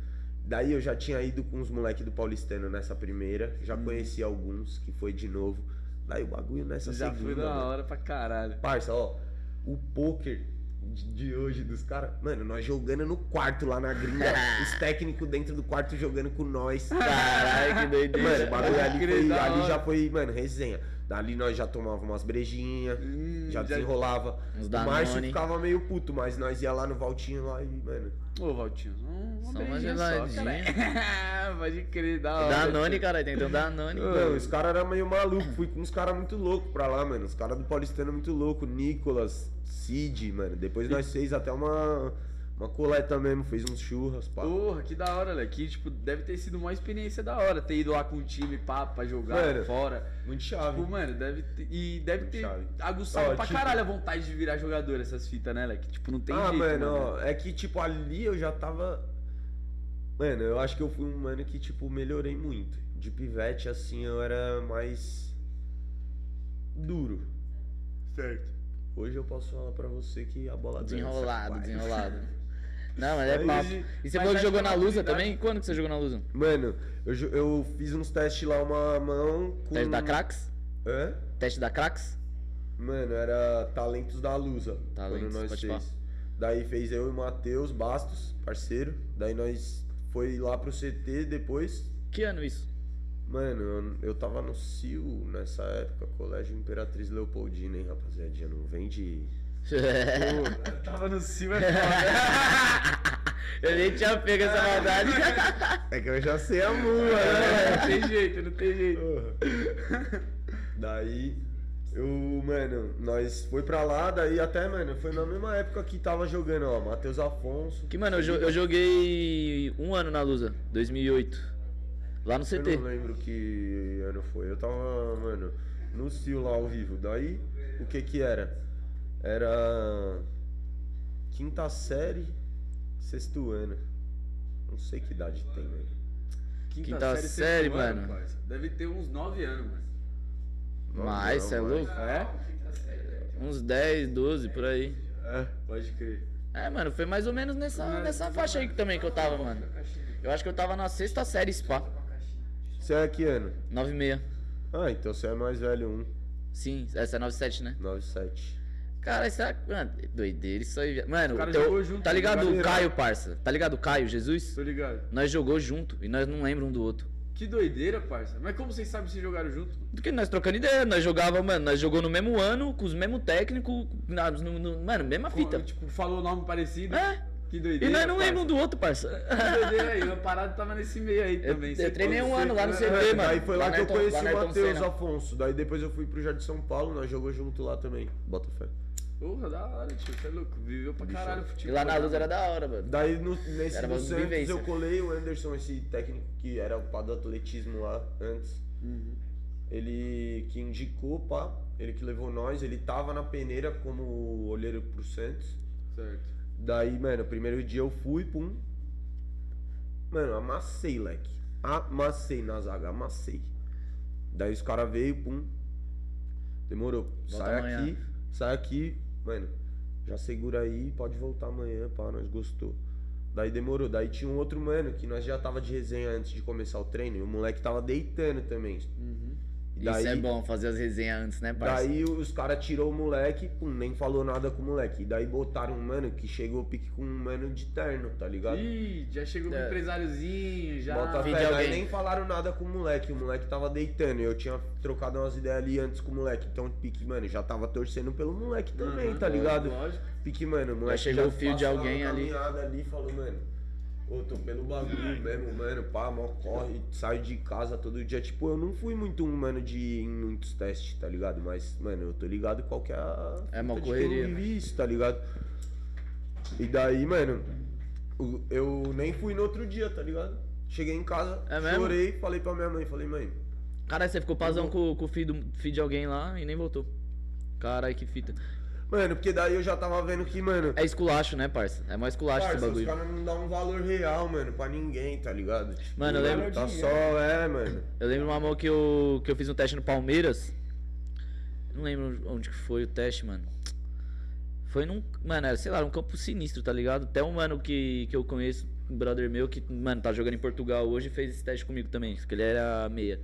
daí eu já tinha ido com os moleques do Paulistano nessa primeira, já
Uhum.
conheci alguns que foi de novo. Daí o bagulho nessa
Já
segunda.
foi da
mano.
hora pra caralho.
Parça, ó, o poker de de hoje dos caras, mano, nós jogando no quarto lá na gringa, os técnicos dentro do quarto jogando com nós.
Caralho, que doideira.
Mano, o bagulho ali,
crer,
foi,
da
ali
hora.
já foi, mano, resenha. Dali nós já tomávamos umas brejinhas,
hum,
já desenrolava.
Uns
o Márcio
Danone.
ficava meio puto, mas nós ia lá no Valtinho lá e, mano.
Ô, Valtinho, um-
Só
uma
uma
beijinha só,
geladinha.
cara. Pode crer, da hora.
Danone, caralho, tem que ter um Danone.
Não, então, os caras eram meio maluco. Fui com uns caras muito loucos pra lá, mano. Os caras do Paulistano muito louco. Nicolas, Cid, mano. Depois nós fez até uma, uma coleta mesmo, fez uns churras, pá.
Porra, que da hora, moleque. Que, tipo, deve ter sido uma experiência da hora ter ido lá com o time, pá, pra jogar
Mano,
fora.
Muito
Tipo,
chave.
mano, deve ter, e deve ter
Chave.
aguçado
Ó,
pra
tipo-
caralho a vontade de virar jogador essas fitas, né, moleque? Tipo, não tem
ah,
jeito,
né,
mano, ó, é que, tipo, ali eu já tava. Mano, eu acho que eu fui um mano que, tipo, melhorei muito. De pivete, assim, eu era mais. duro.
Certo.
Hoje eu posso falar pra você que a bola dança,
Desenrolado,
pai.
desenrolado. Não, é mas é
Aí-
papo. E você
mas
falou que é
aí
jogou
tem
na
uma
Lusa
habilidade.
também? Quando que você jogou na Lusa?
Mano, eu, jo- eu fiz uns testes lá, uma mão. Com...
Teste da Crax?
Hã?
Teste da Crax?
Mano, era Talentos da Lusa.
Talentos,
quando nós
pode
fez. Daí fez eu e o Matheus Bastos, parceiro. Daí nós foi lá pro CT depois.
Que ano isso?
Mano, eu, eu tava no CIL nessa época, Colégio Imperatriz Leopoldina, hein, rapaziadinha? Não vem de.
Tava no cima.
Eu nem tinha pego essa maldade.
É que eu já sei a mua, né?
não tem jeito, não tem jeito.
Daí, eu, mano, nós foi pra lá, daí até, mano, foi na mesma época que tava jogando, ó, Matheus Afonso.
Que, mano, eu, jo- eu joguei um ano na Lusa, 2008. Lá no
Eu não
CT.
lembro que ano foi. Eu tava, mano, no CIL lá ao vivo. Daí, o que que era? Era. Quinta série, sexto ano. Não sei que idade tem, velho.
Quinta,
Quinta
sexto
série,
ano,
mano.
parça. Deve ter uns 9 anos, mano.
Mas,
não,
cê é
mas-
louco?
É?
Uns 10, 12, por aí.
É, pode crer.
É, mano, foi mais ou menos nessa, nessa faixa aí que também que eu tava, mano. Eu acho que eu tava na sexta série Spa.
Você é que ano?
9,6.
Ah, então você é mais velho, um.
Sim, essa é 9,7, né?
97.
Cara, será que. Mano, é doideira isso aí. viado. Mano,
cara
o teu-
jogou junto, né?
tá ligado o
galera.
Caio, parça? Tá ligado o Caio, Jesus?
Tô ligado.
Nós jogou junto e nós não lembramos um do outro.
Que doideira, parça. Mas como vocês sabem se jogaram junto? mano?
Do que nós trocando ideia, nós jogava, mano, nós jogou no mesmo ano, com os mesmos técnicos, na- no- no- mano, mesma fita.
Tipo, falou nome parecido.
É.
Que
E
doideira.
nós não
parça.
lembramos um do outro, parça.
Que doideira aí. Meu parado tava nesse meio aí
Eu,
também.
eu treinei um ano lá no
CT.
CT, mano.
Aí foi lá, que eu
Ayrton-
conheci
lá no
o
Ayrton
Matheus
Senna.
Afonso. Daí depois eu fui pro Jardim de São Paulo, nós jogou junto lá também. Bota fé.
Porra, da hora, tio. Você é louco. Viveu pra caralho o futebol.
E lá na luz era da hora, mano.
Daí no, nesse
Era
no
uma
Santos
vivência.
eu colei o Anderson, esse técnico que era o pá do atletismo lá antes.
Uhum.
Ele que indicou, pá, ele que levou nós, ele tava na peneira como olheiro pro Santos.
Certo.
Daí, mano, o primeiro dia eu fui, pum. Mano, amassei, leque. Amassei na zaga, amassei. Daí os caras veio, pum. Demorou.
Volta
sai
amanhã.
aqui, sai aqui, mano. Já segura aí, pode voltar amanhã, pá, nós gostou. Daí demorou. Daí tinha um outro mano que nós já tava de resenha antes de começar o treino. E o moleque tava deitando também. E daí,
Isso é bom, fazer as resenhas antes, né, parça?
Daí os caras tirou o moleque, pum, nem falou nada com o moleque. E daí botaram um mano que chegou pique com um mano de terno, tá ligado?
Ih, já chegou com
É.
o empresáriozinho, já.
Bota
Fim
fé,
de
daí
alguém.
nem falaram nada com o moleque, o moleque tava deitando. e Eu tinha trocado umas ideias ali antes com o moleque. Então, pique, mano, já tava torcendo pelo moleque também,
Uhum,
Aham,
tá ligado?
Lógico.
Pique, mano, o moleque.
chegou
já
o fio de
passou
alguém
na
ali.
caminhada ali e falou, mano. Ô, tô pelo bagulho mesmo, mano. Pá, mó corre, saio de casa todo dia. Tipo, eu não fui muito um, mano, de ir em muitos testes, tá ligado? Mas, mano, eu tô ligado qual que é a.
É uma
fita de
correria,
Eu
né?
vivi isso, tá ligado? E daí, mano, o- eu nem fui no outro dia, tá ligado? Cheguei em casa,
É mesmo?
chorei, falei pra minha mãe, falei, mãe,
Caralho, você ficou pasão
Uhum.
com, com o filho, do- filho de alguém lá e nem voltou. Caralho, que fita.
mano, porque daí eu já tava vendo que, mano,
É esculacho, né, parça? É mais esculacho
Parça,
esse
os
bagulho.
caras não dão um valor real, mano, pra ninguém, tá ligado? Tipo,
Mano, eu lembro-
Tá só, é, mano.
Eu lembro uma mão que eu, que eu fiz um teste no Palmeiras. Não lembro onde que foi o teste, mano. Foi num. Mano, era, sei lá, um campo sinistro, tá ligado? Até um mano que, que eu conheço, um brother meu, que, mano, tá jogando em Portugal hoje, fez esse teste comigo também, porque ele era meia.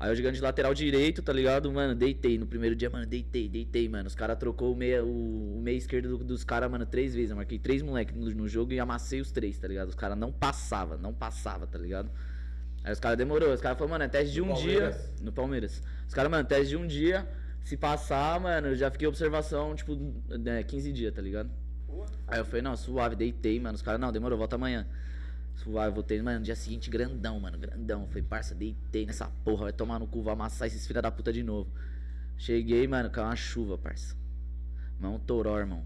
Aí eu jogando de lateral direito, tá ligado? Mano, deitei no primeiro dia, mano, deitei, deitei, mano. Os caras trocou o meia, o, o meia esquerdo do- dos caras, mano, três vezes. Eu marquei três moleques no, no jogo e amassei os três, tá ligado? Os caras não passava, não passava, tá ligado? Aí os caras demorou, os caras falaram, mano, é teste de um
Palmeiras?
dia. No Palmeiras. Os caras, mano, teste de um dia. Se passar, mano, eu já fiquei observação, tipo, né, 15 dias, tá ligado? Aí eu falei, não, suave, deitei, mano. Os caras, não, demorou, volta amanhã. Suave, voltei, mano, no dia seguinte, grandão, mano, grandão. Falei, parça, deitei nessa porra, vai tomar no cu, vai amassar esses filha da puta de novo. Cheguei, mano, caiu uma chuva, parça. Mão toró, irmão.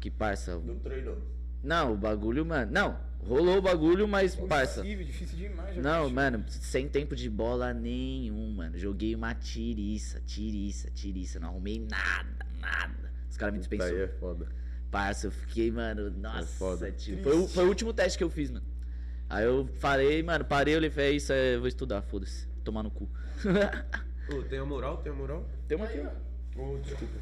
Que parça.
Não treinou.
Não, o bagulho, mano. Não, rolou o bagulho, mas, parça.
Impossível, difícil demais. já
Não,
vi.
mano, sem tempo de bola nenhum, mano. Joguei uma tiriça, tiriça, tiriça. Não arrumei nada, nada. Os caras me dispensou.
Daí é foda.
Parça, eu fiquei, mano, nossa,
foda.
tio. É Foi, o- foi o último teste que eu fiz, mano. Aí eu parei, mano, parei, olhei, falei, é isso aí, vou estudar, foda-se. Tomar no cu.
Ô, tem a moral, tem a moral?
Tem uma aqui.
Ô, desculpa.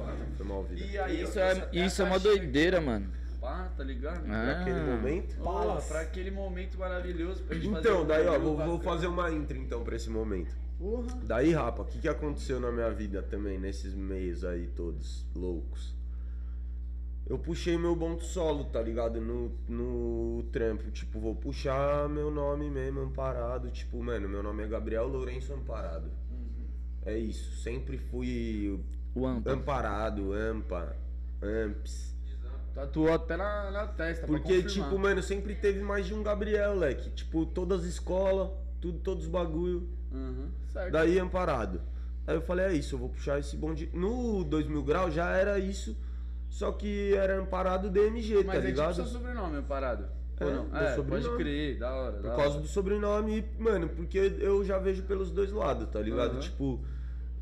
Ah, Foi mal vida.
E aí,
Isso
ó,
é,
essa-
isso é uma
essa
doideira, mano.
Pá, tá ligado?
Naquele
Ah.
momento.
Porra, pra aquele momento maravilhoso pra gente fazer.
Então,
um
daí, ó,
bagulho
vou, vou
bacana.
fazer uma intro então pra esse momento.
Porra.
Daí, rapa, o que, que aconteceu na minha vida também, nesses meios aí todos loucos? Eu puxei meu bom solo, tá ligado? No, no trampo. Tipo, vou puxar meu nome mesmo, Amparado. Tipo, mano, meu nome é Gabriel Lourenço Amparado.
Uhum.
É isso. Sempre fui
O Ampa.
amparado, Ampa, Amps.
Tatuou até na, na testa, pra
Porque,
confirmar.
tipo, mano, sempre teve mais de um Gabriel, leque. Tipo, todas as escolas, tudo, todos os bagulho.
Uhum, certo.
Daí amparado. Aí eu falei, é isso, eu vou puxar esse bonde. No 2000 graus já era isso, só que era amparado DMG,
Mas
tá
é
ligado?
tipo seu sobrenome, é parado.
É,
Ou não?
meu
É, pode
sobrenome.
crer, da hora. da
Por causa
hora.
do sobrenome, mano, porque eu já vejo pelos dois lados, tá ligado?
Aham.
Tipo,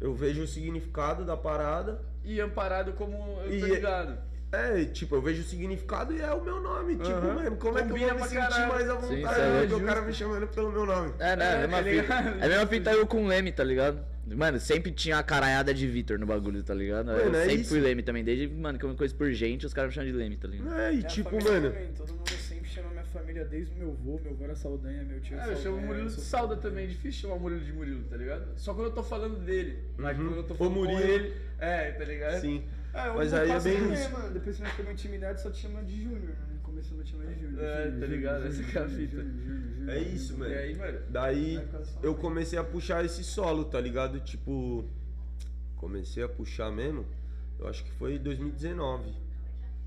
eu vejo o significado da parada.
E amparado como eu tô
E-
ligado.
É, tipo, eu vejo o significado e é o meu nome. Tipo,
Aham.
mano, como é que eu
Combina
vou me
pra
sentir
caralho.
mais à
Sim,
vontade
um
isso é
do que o cara me chamando pelo meu nome?
É, né? É,
É,
a mesma
tá
fita.
ligado?
É a mesma fita eu com o Leme, tá ligado? Mano, sempre tinha a caralhada de Vitor no bagulho, tá ligado? eu
Mano, é
sempre
isso.
fui Leme também. Desde, mano, que eu me conheço por gente, os caras me chamam de Leme, tá ligado?
É, e
Minha
tipo,
família
mano.
também, todo mundo sempre chama minha família desde o meu avô, meu avô era Saldanha, meu tio é
É, eu
Saldanha.
chamo o Murilo de
sou-
Salda também, é difícil chamar o Murilo de Murilo, tá ligado? Só quando eu tô falando dele, mas
Uhum.
quando eu tô
Ô,
falando com
Murilo.
ele, é, tá ligado?
Sim.
É, eu
Mas
não
aí é
faço
bem
também,
isso.
mano. Depois que nós ficamos intimidade, só te chama de Júnior. né? No começo eu não te chamava de Júnior.
É,
Júnior,
tá ligado? Essa que é a fita.
É isso,
E
mano.
aí, mano,
Daí
Vai por causa da sua
eu
mãe.
comecei a puxar esse solo, tá ligado? Tipo, comecei a puxar mesmo, eu acho que foi em 2019.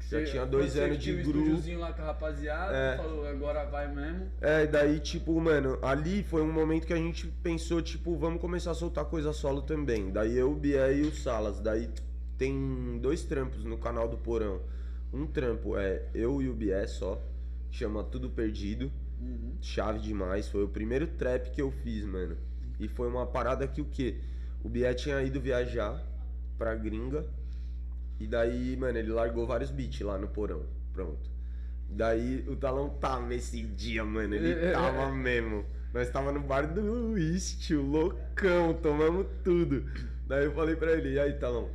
Já
você-
tinha dois
quando você
anos de
tinha um
grupo.
estúdiozinho lá com a rapaziada,
É.
falou, agora vai mesmo.
É, daí, tipo, mano, ali foi um momento que a gente pensou, tipo, vamos começar a soltar coisa solo também. Daí eu, o Bié e o Salas. Daí tem dois trampos no canal do Porão. Um trampo é eu e o Bié só, que chama Tudo Perdido. Chave demais, foi o primeiro trap que eu fiz, mano. E foi uma parada que o quê? O Bié tinha ido viajar pra gringa. E daí, mano, ele largou vários beats lá no porão. Pronto. Daí o Talão tava esse dia, mano. Ele tava mesmo. Nós tava no bar do Wist, loucão, tomamos tudo. Daí eu falei pra ele, e aí, Talão?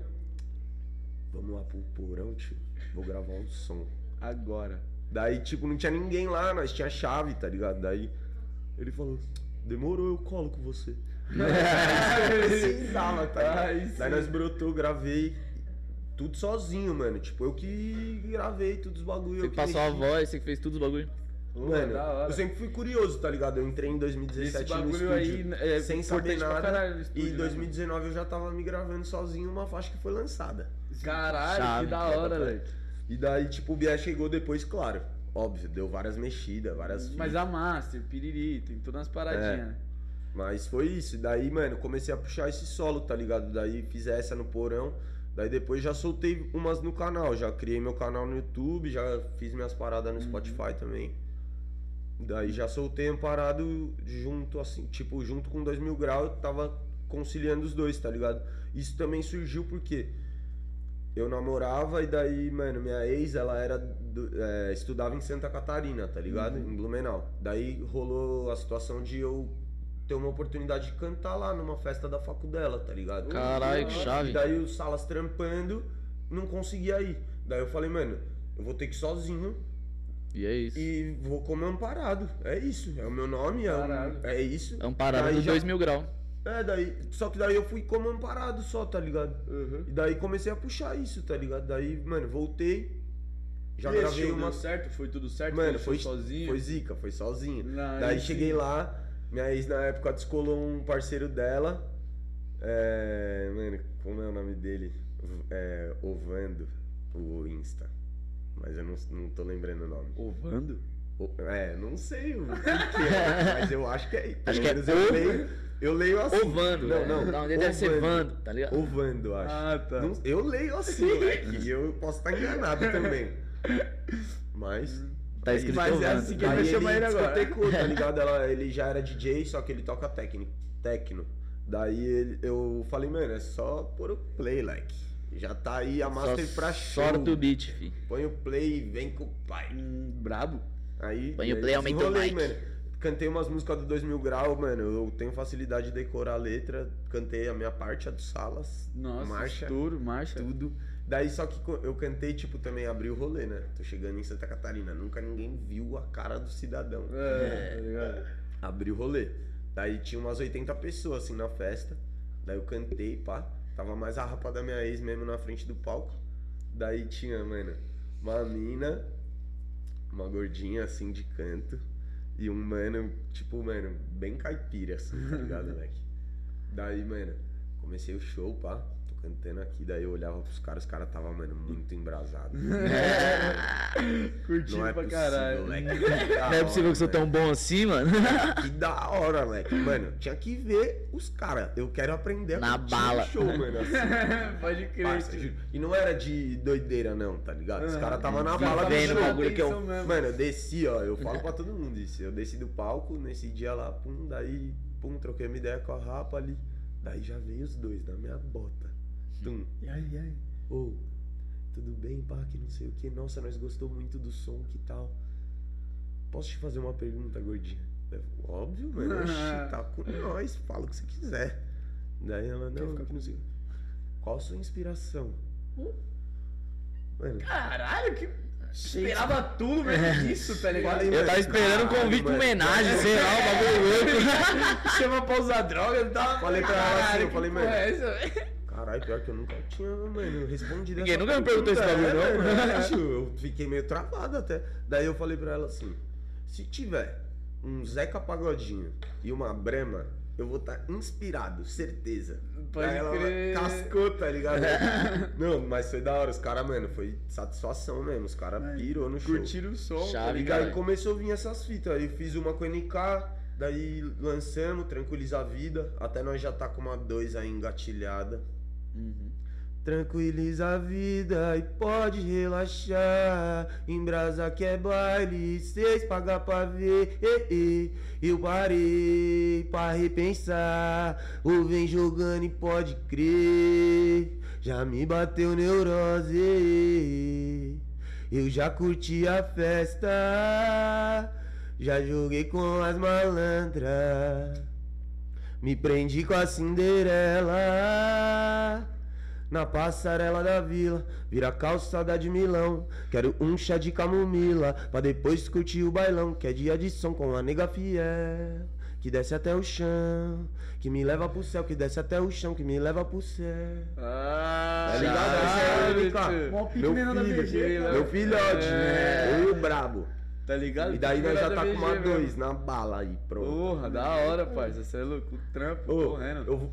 Vamos lá pro porão, tio. Vou gravar um som.
Agora.
Daí, tipo, não tinha ninguém lá, nós tinha chave, tá ligado? Daí ele falou, demorou, eu colo com você. Precisava, tá ligado? Daí nós brotou, gravei tudo sozinho, mano. Tipo, eu que gravei todos os bagulho.
Você
eu
que
que
passou a
mexi.
voz, você que fez tudo os bagulho.
Mano,
da hora.
eu sempre fui curioso, tá ligado? Eu entrei em 2017
Esse
no
bagulho
estúdio,
aí é
sem
importante
saber
pra
nada.
caralho no estúdio,
e em
né,
2019 eu já tava me gravando sozinho uma faixa que foi lançada.
Caralho,
Chave,
que da
é
hora, velho.
E daí, tipo, o Bia chegou depois, claro. Óbvio, deu várias mexidas, várias
Mas a Master, Piriri, tem todas as paradinhas.
Mas foi isso. Daí, mano, comecei a puxar esse solo, tá ligado? Daí fiz essa no porão. Daí depois já soltei umas no canal. Já criei meu canal no YouTube, já fiz minhas paradas no Spotify também. Daí já soltei um parado junto, assim, tipo, junto com 2000 graus, eu tava conciliando os dois, tá ligado? Isso também surgiu porque eu namorava e daí, mano, minha ex, ela era do- é, estudava em Santa Catarina, tá ligado? Em Blumenau. Daí rolou a situação de eu ter uma oportunidade de cantar lá numa festa da facudela, tá ligado?
Caralho, que
E
chave.
daí o Salas trampando, não conseguia ir. Daí eu falei, mano, eu vou ter que ir sozinho
E é isso.
e vou como amparado. É isso, é o meu nome, é,
Caralho.
um, é isso.
É um parado
Daí
dos
já-
2 mil graus.
É, daí. Só que daí eu fui como amparado só, tá ligado? E daí comecei a puxar isso, tá ligado? Daí, mano, voltei. Já
E esse
gravei
show
uma.
deu certo? Foi tudo certo?
Mano,
Ele show
foi
sozinho?
Foi zica, foi sozinho.
Não,
Daí
aí
cheguei
sim.
lá, minha ex na época descolou um parceiro dela. É. Mano, como é o nome dele? É. Ovando, o Insta. Mas eu não, não tô lembrando o nome.
Ovando?
O- É, não sei o que, que é, mas eu acho que é. Pelo
Acho que é
menos eu
ovo.
leio. Eu leio assim.
Ovando,
Não,
né?
não.
Não, ele deve ser
Ovando.
Vando, tá ligado?
Ovando, acho.
Ah, tá.
Não- eu leio assim, moleque. E eu posso estar enganado também. Mas.
Tá escrito
Mas é
Ovando.
assim que
Aí
vai
ele-
chamar ele agora.
agora.
Discotecou, tá ligado? Ela- ele já era DJ, só que ele toca técnico. Tecno. Daí ele- eu falei, mano, é só pôr o play, like. Já tá aí a master
Só
pra show.
Sorta o beat, fi.
Põe o play e vem com o pai.
Hum, brabo.
Aí.
Põe o
aí
play,
eu
aumenta o
desenrolei,
mic.
mano. Cantei umas músicas do 2000 Grau, mano. Eu tenho facilidade de decorar a letra. Cantei a minha parte, a do Salas.
Nossa,
marcha.
estouro, marcha.
Tudo. Daí só que co- eu cantei, tipo, também abri o rolê, né? Tô chegando em Santa Catarina. Nunca ninguém viu a cara do cidadão.
É, tá ligado?
Abri o rolê. Daí tinha umas 80 pessoas, assim, na festa. Daí eu cantei, pá. Tava mais a rapa da minha ex mesmo na frente do palco. Daí tinha, mano, uma mina, uma gordinha, assim, de canto. E um mano, tipo, mano, bem caipira, assim, tá ligado, moleque? Daí, mano, comecei o show, pá. Tô cantando aqui. Daí eu olhava pros caras, os caras tava, mano, muito embrasado.
Curtindo
Não é
pra
possível,
caralho.
moleque.
É. Não é possível que sou tão bom assim, mano.
Que da hora, moleque. Mano, tinha que ver os caras. Eu quero aprender a
Na
curtir o
bala.
show, mano. assim,
Pode crer.
parça,
tio.
juro. E não era de doideira, não, tá ligado? Os caras tava na bala do
vendo o
show.
bagulho que eu-
Atenção mesmo.
Mano, eu desci, ó. Eu falo pra todo mundo isso. Eu desci do palco nesse dia lá, pum, daí, pum, troquei uma ideia com a rapa ali. Daí já veio os dois na minha bota. Tum. E aí, e aí? Ô, tudo bem, pá, que não sei o que. Nossa, nós gostou muito do som, que tal? Posso te fazer uma pergunta, gordinha? Eu, Óbvio, mano. Oxi, tá com nós. Fala o que você quiser. Daí ela, não,
ficar
que não sei. Qual a sua inspiração? Mano,
Caralho, que. Esperava tudo mesmo disso, tá ligado?
falei,
Eu tava
mano,
esperando um
É. caralho,
convite pra
mano.
homenagem, sei lá, o bagulho louco.
Chama pra usar droga e tal.
Falei pra ela assim,
Caralho,
eu falei,
que
mano.
porra é essa, velho?
Caralho, pior que eu nunca tinha, mano, respondido
Ninguém
essa
nunca me perguntou esse
pergunta,
bagulho, não.
é, mano, eu acho, Eu fiquei meio travado até. Daí eu falei pra ela assim, se tiver um Zeca Pagodinho e uma Brema, eu vou estar inspirado, certeza.
Pode
Daí ela
crer.
cascou, tá ligado? não, mas foi da hora, os caras, mano, foi satisfação mesmo, os caras pirou no show.
Curtiram o som.
Chave,
E daí
cara.
começou a vir essas fitas. Aí fiz uma com a NK, daí lançamos, tranquiliza a vida. Até nós já tá com uma 2 aí engatilhada. Tranquiliza a vida e pode relaxar. Em brasa que é baile, cês pagar pra ver. E, e, eu parei pra repensar. Ou vem jogando e pode crer. Já me bateu neurose. Eu já curti a festa. Já joguei com as malandras. Me prendi com a Cinderela. Na passarela da vila, vira calçada de Milão. Quero um chá de camomila, pra depois curtir o bailão. Que é dia de som com a nega fiel, que desce até o chão. Que me leva pro céu, que desce até o chão, que me leva pro céu.
Ah,
Tá ligado?
caralho,
Essa é a única.
tio.
Mó pique menor da BG, cara.
Meu filhote, né? Eu brabo.
Tá ligado?
E daí nós já tá com uma
BG mesmo.
2 na bala aí, pronto.
Porra, da hora, parça. Você é louco. O trampo
Ô,
correndo.
eu vou.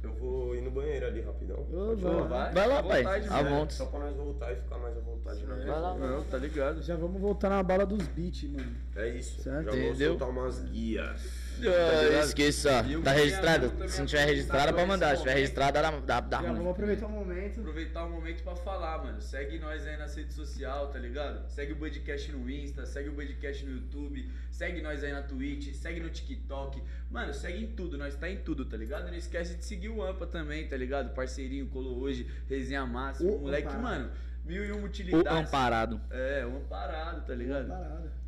Eu vou ir no banheiro ali rapidão.
Ô,
Pode
vai
falar?
lá.
Vai lá, pai.
Vontade,
A
né?
montes.
Só pra nós voltar e ficar mais à vontade né? na
Vai lá, vai lá.
Não, tá ligado.
Já vamos voltar na bala dos beats, mano.
É isso.
Certo.
Já vou
Entendeu?
soltar umas guias.
Tá
tá
Ah, esqueça.
E eu
Tá
queria
registrada?
também
Se não tiver registrada, pode mandar. Se tiver
momento.
registrada, dá, dá, dá
Já
ruim.
vamos aproveitar o momento.
Aproveitar o momento pra falar, mano. Segue nós aí nas redes sociais, tá ligado? Segue o Budcast no Insta, segue o Budcast no YouTube, segue nós aí na Twitch, segue no TikTok. Mano, segue em tudo, nós tá em tudo, tá ligado? Não esquece de seguir o Ampa também, tá ligado? Parceirinho, colou hoje, resenha máxima,
O
moleque,
Amparado.
mano. Mil e uma
O
utilidades.
amparado.
É, o amparado, tá ligado?
Parada.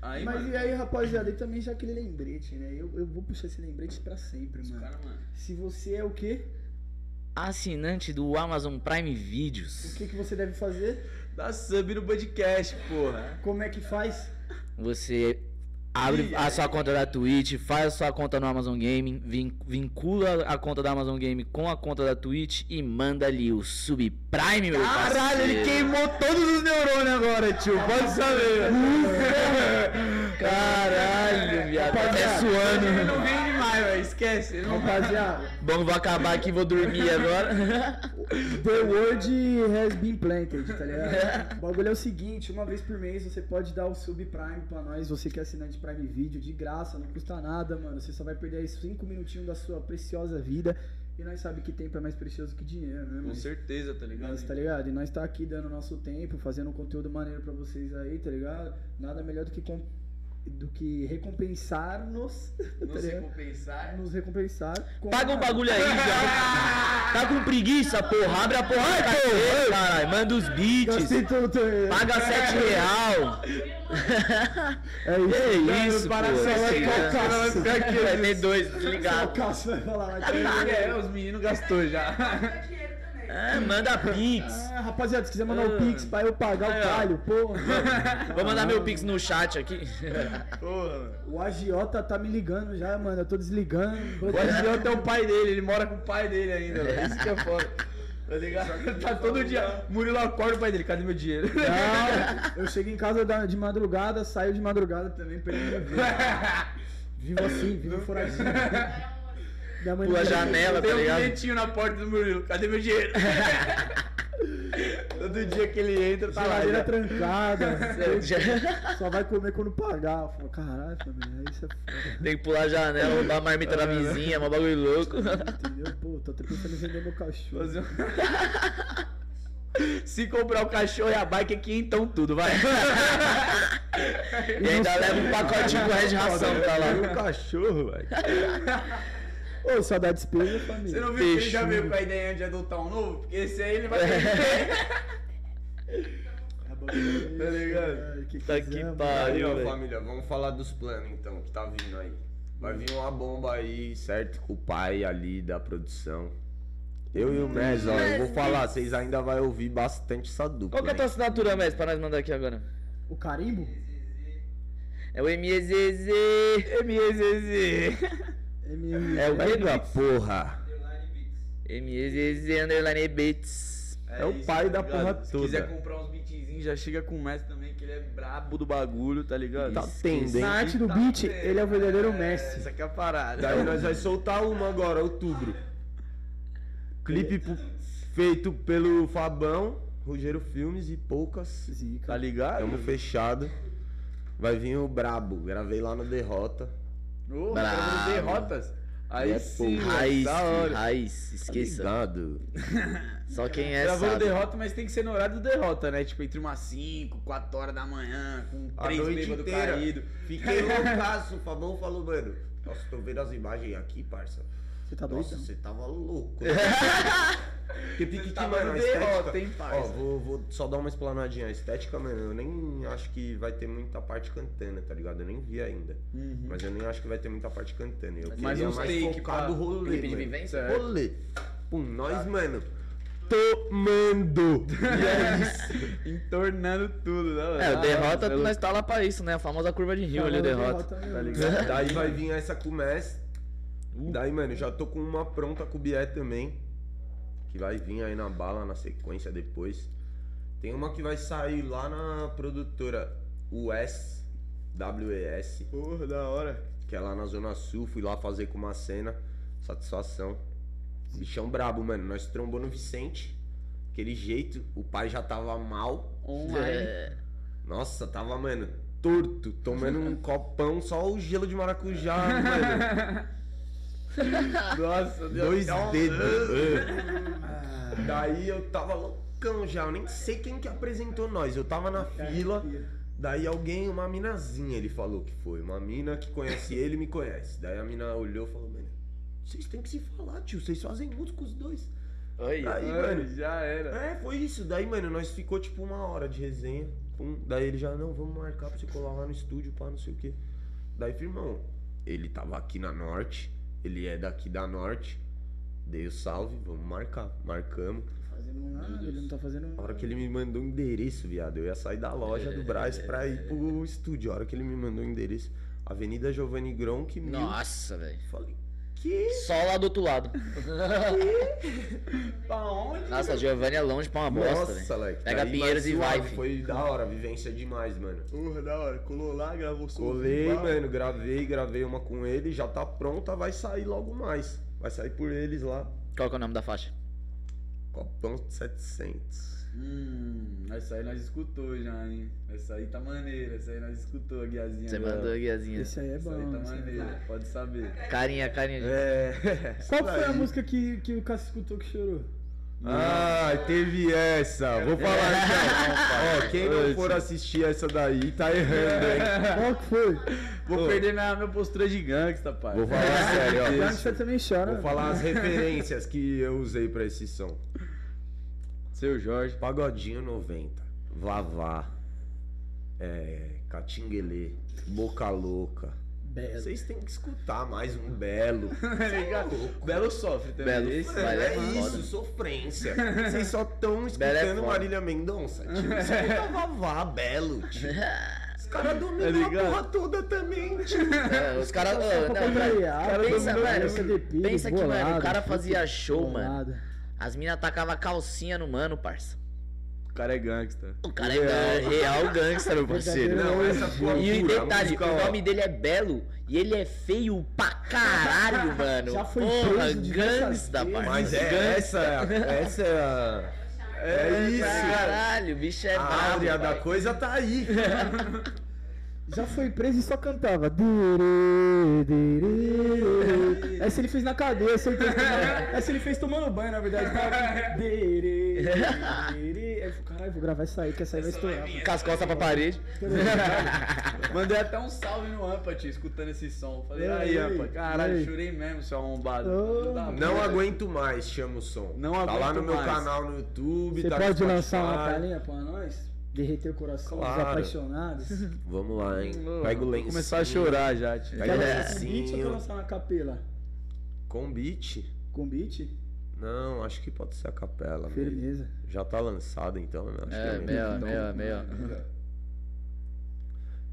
Aí,
Mas
mano,
e aí, rapaziada, e também já aquele lembrete, né? Eu, eu vou puxar esse lembrete pra sempre,
os
mano.
cara, mano.
Se você é o quê?
Assinante do Amazon Prime
O
Videos.
que, que você deve fazer?
Dá sub no podcast, porra.
Como é que faz?
Você abre a sua conta da Twitch, faz a sua conta no Amazon Gaming, vin- vincula a conta da Amazon Game com a conta da Twitch e manda ali o subprime, meu Caralho, ele queimou todos os neurônios agora, tio. Pode saber. Caralho, viado. Tá até
Ele
suando.
não vem demais, velho. Esquece. Ele não
Rapaziada,
Bom, vou acabar aqui, vou dormir agora.
The Word has been planted, tá ligado? O bagulho é o seguinte, uma vez por mês você pode dar o subprime pra nós, você que é assinante Prime Video, de graça, não custa nada, mano. Você só vai perder aí 5 minutinhos da sua preciosa vida. E nós sabemos que tempo é mais precioso que dinheiro, né,
Com
mano?
certeza, tá ligado?
Nós, tá ligado? E nós tá aqui dando nosso tempo, fazendo um conteúdo maneiro pra vocês aí, tá ligado? Nada melhor do que, com- do que recompensar-nos, tá
Não se
ligado?
compensar.
Nos recompensar. com-
Paga um bagulho aí, viado. Tá com preguiça, porra. Abre a porra da carteira, caralho. Manda os beats.
Gastei tudo, tá ligado?
Paga 7 real.
É isso.
É isso,
para
pô.
de falar
Esse
com
cara-
calcaço.
esse cara aqui, Vai ter dois, desligado.
Cássio vai falar lá.
É, os meninos gastou já.
dinheiro também.
Ah, manda pix.
Ah, rapaziada, se quiser mandar o Pix pra eu pagar o talho, porra.
Vou mandar meu pix no chat aqui.
O agiota tá me ligando já, mano. Eu tô desligando. Vou
O até o pai dele, ele mora com o pai dele ainda, velho. Isso que é foda. Tá ligado? Tá todo dia. Murilo acorda o pai dele, cadê meu dinheiro?
desligar. Eu chego em casa da- de madrugada, saio de madrugada também pra ele me ver. Vivo assim, vivo furadinho. Minha mãe
Pula a
me-
janela, tá
Tem um
ligado?
bilhetinho na porta do Murilo, cadê meu dinheiro? todo dia que ele entra, tá lá.
Geladeira
já. é
trancada.
Já-
Só vai comer quando pagar. Eu falo, caralho, família, isso é foda.
Tem que pular a janela, roubar a marmita da vizinha, é um bagulho louco.
Entendeu? Pô, tô até pensando em vender meu cachorro.
Fazer um- Se comprar o cachorro e a bike aqui, então tudo, vai.
E ainda leva um pacotinho com resto de ração, tá lá.
cachorro, velho.
Ô, só dá despesa, família.
um- Você não viu que ele já veio com a ideia de adotar um novo? Porque esse aí ele vai ter.
Tá
ligado?
Que
Tá que
quiser, mano.
Tá
Aí,
pariu,
ó,
velho.
família, vamos falar dos planos então, que tá vindo aí. Vai vir uma bomba aí, certo? Com o pai ali da produção. Eu e o Mes, ó, eu vou falar, vocês ainda vão ouvir bastante essa dupla.
Qual que é a tua assinatura, Messi, pra nós mandar aqui agora?
O carimbo?
É o MEZZ. MEZZ.
MM.
É o quê,
Pega a
Duarte?
porra.
MEZZ underline Bates.
É o pai da
tá ligado?
porra
Se
toda.
quiser comprar uns beatzinhos, já chega com o Messi também, que ele é brabo do bagulho, tá ligado?
Tá
Isso.
tendendo.
Na arte do
Tá
beat,
vendo?
ele é o verdadeiro
É,
mestre.
Essa aqui é a parada.
Daí nós vai soltar uma agora, outubro. Clipe pu- feito pelo Fabão, Rogério Filmes e poucas.
Zica.
Tá ligado? Tamo fechado. Vai vir o Brabo. Gravei lá no Derrota.
Ô,
Brabo.
mas derrotas. Aí
É,
sim,
pô,
mano,
Raiz,
da hora.
filho, raiz.
Tá
Esqueça.
ligado?
Só quem é
Gravou o
sabe.
derrota, mas tem que ser no horário do derrota, né? Tipo, entre umas 5, 4 horas da manhã, com
A
3
noite
bêbados
inteira.
caídos.
Fiquei loucaço. O Fabão falou, mano. Nossa, tô vendo as imagens aqui, parça.
Você tá
Nossa,
doidão?
você tava louco. né? Porque pique que,
tava
mano,
no
a
derrota,
estética...
hein,
Ó,
parça?
vou, vou só dar uma explanadinha. A estética, mano, eu nem acho que vai ter muita parte cantando, tá ligado? Eu nem vi ainda. Mas eu nem acho que vai ter muita parte cantando. Eu
mais
queria
uns
mais
take
focar
pra-
do rolê,
clipe de
mano.
vivência?
Rolê. Pum, nós, mano, tomando.
Entornando tudo, né? mano?
É, o
Ah,
derrota,
pelo-
nós tá lá pra isso, né? A famosa curva de rio ali, o derrota.
Tá
Daí vai vir essa com o Messi. Daí, mano, já tô com uma pronta com o Bié também. Que vai vir aí na bala, na sequência depois. Tem uma que vai sair lá na produtora US, WES,
Porra, da hora.
que é lá na Zona Sul. Fui lá fazer com uma cena. Satisfação. Bichão brabo, mano. Nós trombou no Vicente. Aquele jeito, o pai já tava mal.
Online.
É,
Nossa, tava, mano, torto, tomando um copão, só o gelo de maracujá, mano.
Nossa, um Deus.
Dois dedos. um É. Daí eu tava loucão já, eu nem sei quem que apresentou nós. Eu tava na fila, daí alguém, uma minazinha, ele falou que foi. Uma mina que conhece ele me conhece. Daí a mina olhou e falou, mano, vocês têm que se falar, tio, vocês fazem música os dois.
Oi.
Daí, mano,
Mano, já era.
é, foi isso. Daí, mano, nós ficou tipo uma hora de resenha. Pum. Daí ele já, não, vamos marcar pra você colar lá no estúdio, pá, não sei o quê. Daí, firmão, ele tava aqui na Norte, ele é daqui da Norte. Dei o salve, vamos marcar. Marcamos.
fazendo nada, ele não tá fazendo
A hora que ele me mandou o endereço, viado, eu ia sair da loja do Brás pra ir pro estúdio. A hora que ele me mandou o endereço, Avenida Giovanni Gronk, mil.
Nossa, velho.
Falei, que?
Só lá do outro lado.
Pra onde?
Nossa, Giovanni é longe pra uma bosta, velho.
Nossa, Leque.
Pega
Daí,
Pinheiros
mas
e
suave,
vai, fi.
Foi da hora, vivência demais, mano.
Porra, da hora. Colou lá, gravou som.
Colei, mano, gravei, gravei uma com ele, já tá pronta, vai sair logo mais. Vai sair por eles lá.
Qual que é o nome da faixa?
Copão 700.
Hum, essa aí nós escutou já, hein? Essa aí tá maneira, essa aí nós escutou a guiazinha.
Você
dela.
mandou a guiazinha.
Esse aí é
Essa
bom.
aí tá
esse aí é bom.
maneira, pode saber.
Carinha, carinha. de-
É.
Qual que foi a música que, que o Cássio escutou que chorou?
Ah, teve essa.
É.
Vou falar então. Ó, quem não for assistir essa daí, tá errando, hein?
Qual que foi?
É. Vou perder minha, minha postura de gangsta, pai.
Vou falar sério,
Pior que
ó.
você também chora.
Vou falar as referências que eu usei pra esse som.
Seu Jorge.
Pagodinho 90, Vavá, é, Catinguelê, Boca Louca.
Belo.
Vocês têm que escutar mais um belo.
Belo sofre também.
Belo
Esse
sofre. Belo
é
é
isso,
foda.
sofrência. Vocês só estão
Belo é
escutando
foda.
Marília Mendonça. Tipo, escuta Vavá, Belo, tio. Os caras dominam a
ligado?
porra toda também, tio.
É, os caras.
Só pra contrariar, cara, tá
pensa,
ah, dominou
mano.
essa depilha,
Pensa que, mano, o
bolada,
cara
puta
fazia show, mano.
bolada.
As minas tacavam calcinha no mano, parça.
cara é gangsta.
O cara é gan- real gangster, meu parceiro.
Verdadeiro.
Não, essa foi a
E o
pura, a
detalhe,
música,
o
ó.
nome dele é Belo e ele é feio pra caralho, mano.
Já foi
Porra,
preso diversas
gangsta, parça.
Mas é essa, essa é a... É isso.
Pra Caralho, o bicho é
A
brabo,
área da
pai.
coisa tá aí.
Já foi preso e só cantava. Dere, dere. Essa ele fez na cadeia, essa ele fez, essa ele fez tomando banho, na verdade. Tava- Dere, dere. Aí eu falei, É, Caralho, vou gravar isso aí, que essa aí vai estourar. mano."
Com as costas pra parede.
Mandei até um salve no Ampa, tio, escutando esse som. Falei, aí,
Ei,
Ampa, caralho,
ei.
chorei mesmo, seu arrombado.
Ô,
Filho da puta.
Não aguento mais, chama o som.
Não
tá lá
aguento
no meu
mais.
canal no YouTube,
Você
tá no
pode lançar uma
Spotify.
palhinha pra nós? derreter o coração
Claro.
dos apaixonados.
Vamos lá, hein?
Vou
Pega o lenço.
começar a chorar já, tio.
Pega o
Com beat ou quer
lencinho.
lançar na capela?
Com beat?
Com beat?
Não, acho que pode ser a capela. mesmo.
Firmeza.
Já tá lançado então, né? Acho
É,
que é
meia, meia, meia.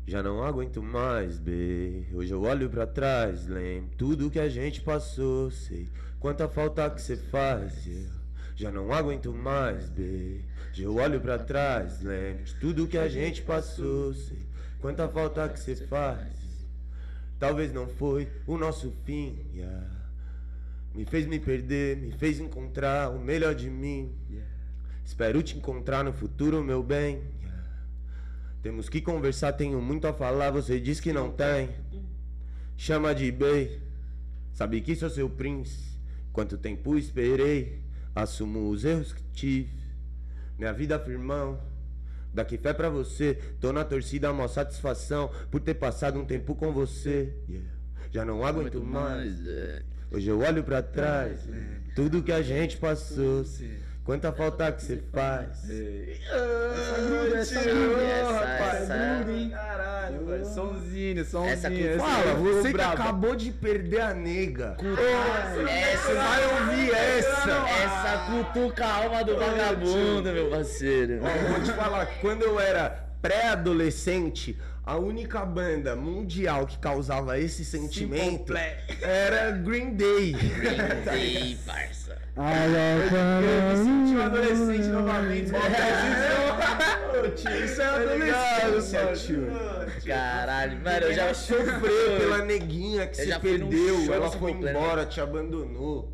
Já não aguento mais, B. Hoje eu olho pra trás, lembro tudo que a gente passou, sei quanta falta que você faz. Eu já não aguento mais, B. Hoje eu olho pra trás, lembro de tudo que a gente passou, sei quanta falta que você faz. Talvez não foi o nosso fim, yeah. me fez me perder, me fez encontrar o melhor de mim. yeah. Espero te encontrar no futuro, meu bem. yeah. Temos que conversar, tenho muito a falar, você diz que não tem. Chama de bem. Sabe que sou seu príncipe. Quanto tempo esperei, assumo os erros que tive. Minha vida, firmão. Daqui fé pra você, tô na torcida, mó satisfação por ter passado um tempo com você. Yeah. Já não aguento mais. Hoje eu olho pra trás, tudo que a gente passou. Quanta falta que você faz.
Essa gruda, essa
tio,
gruda,
essa-
rapaz.
essa-
Gruda, hein?
Caralho, velho. Somzinho, somzinho.
Essa com
esse
fala,
eu vou
Você que
brabo.
acabou de perder a nega.
Essa,
Vai ouvir essa.
essa cutuca a alma do vagabundo, meu parceiro.
Ó, vou te falar, quando eu era pré-adolescente, a única banda mundial que causava esse sentimento era Green Day.
Ih, parça.
Eu me senti um adolescente novamente.
Ô, tio, Isso é adolescência, tio.
Caralho, mano, eu já
Ela sofreu pela neguinha que
Eu
você
já fui num show
perdeu. Ela
dessa
foi
completa.
embora, te abandonou.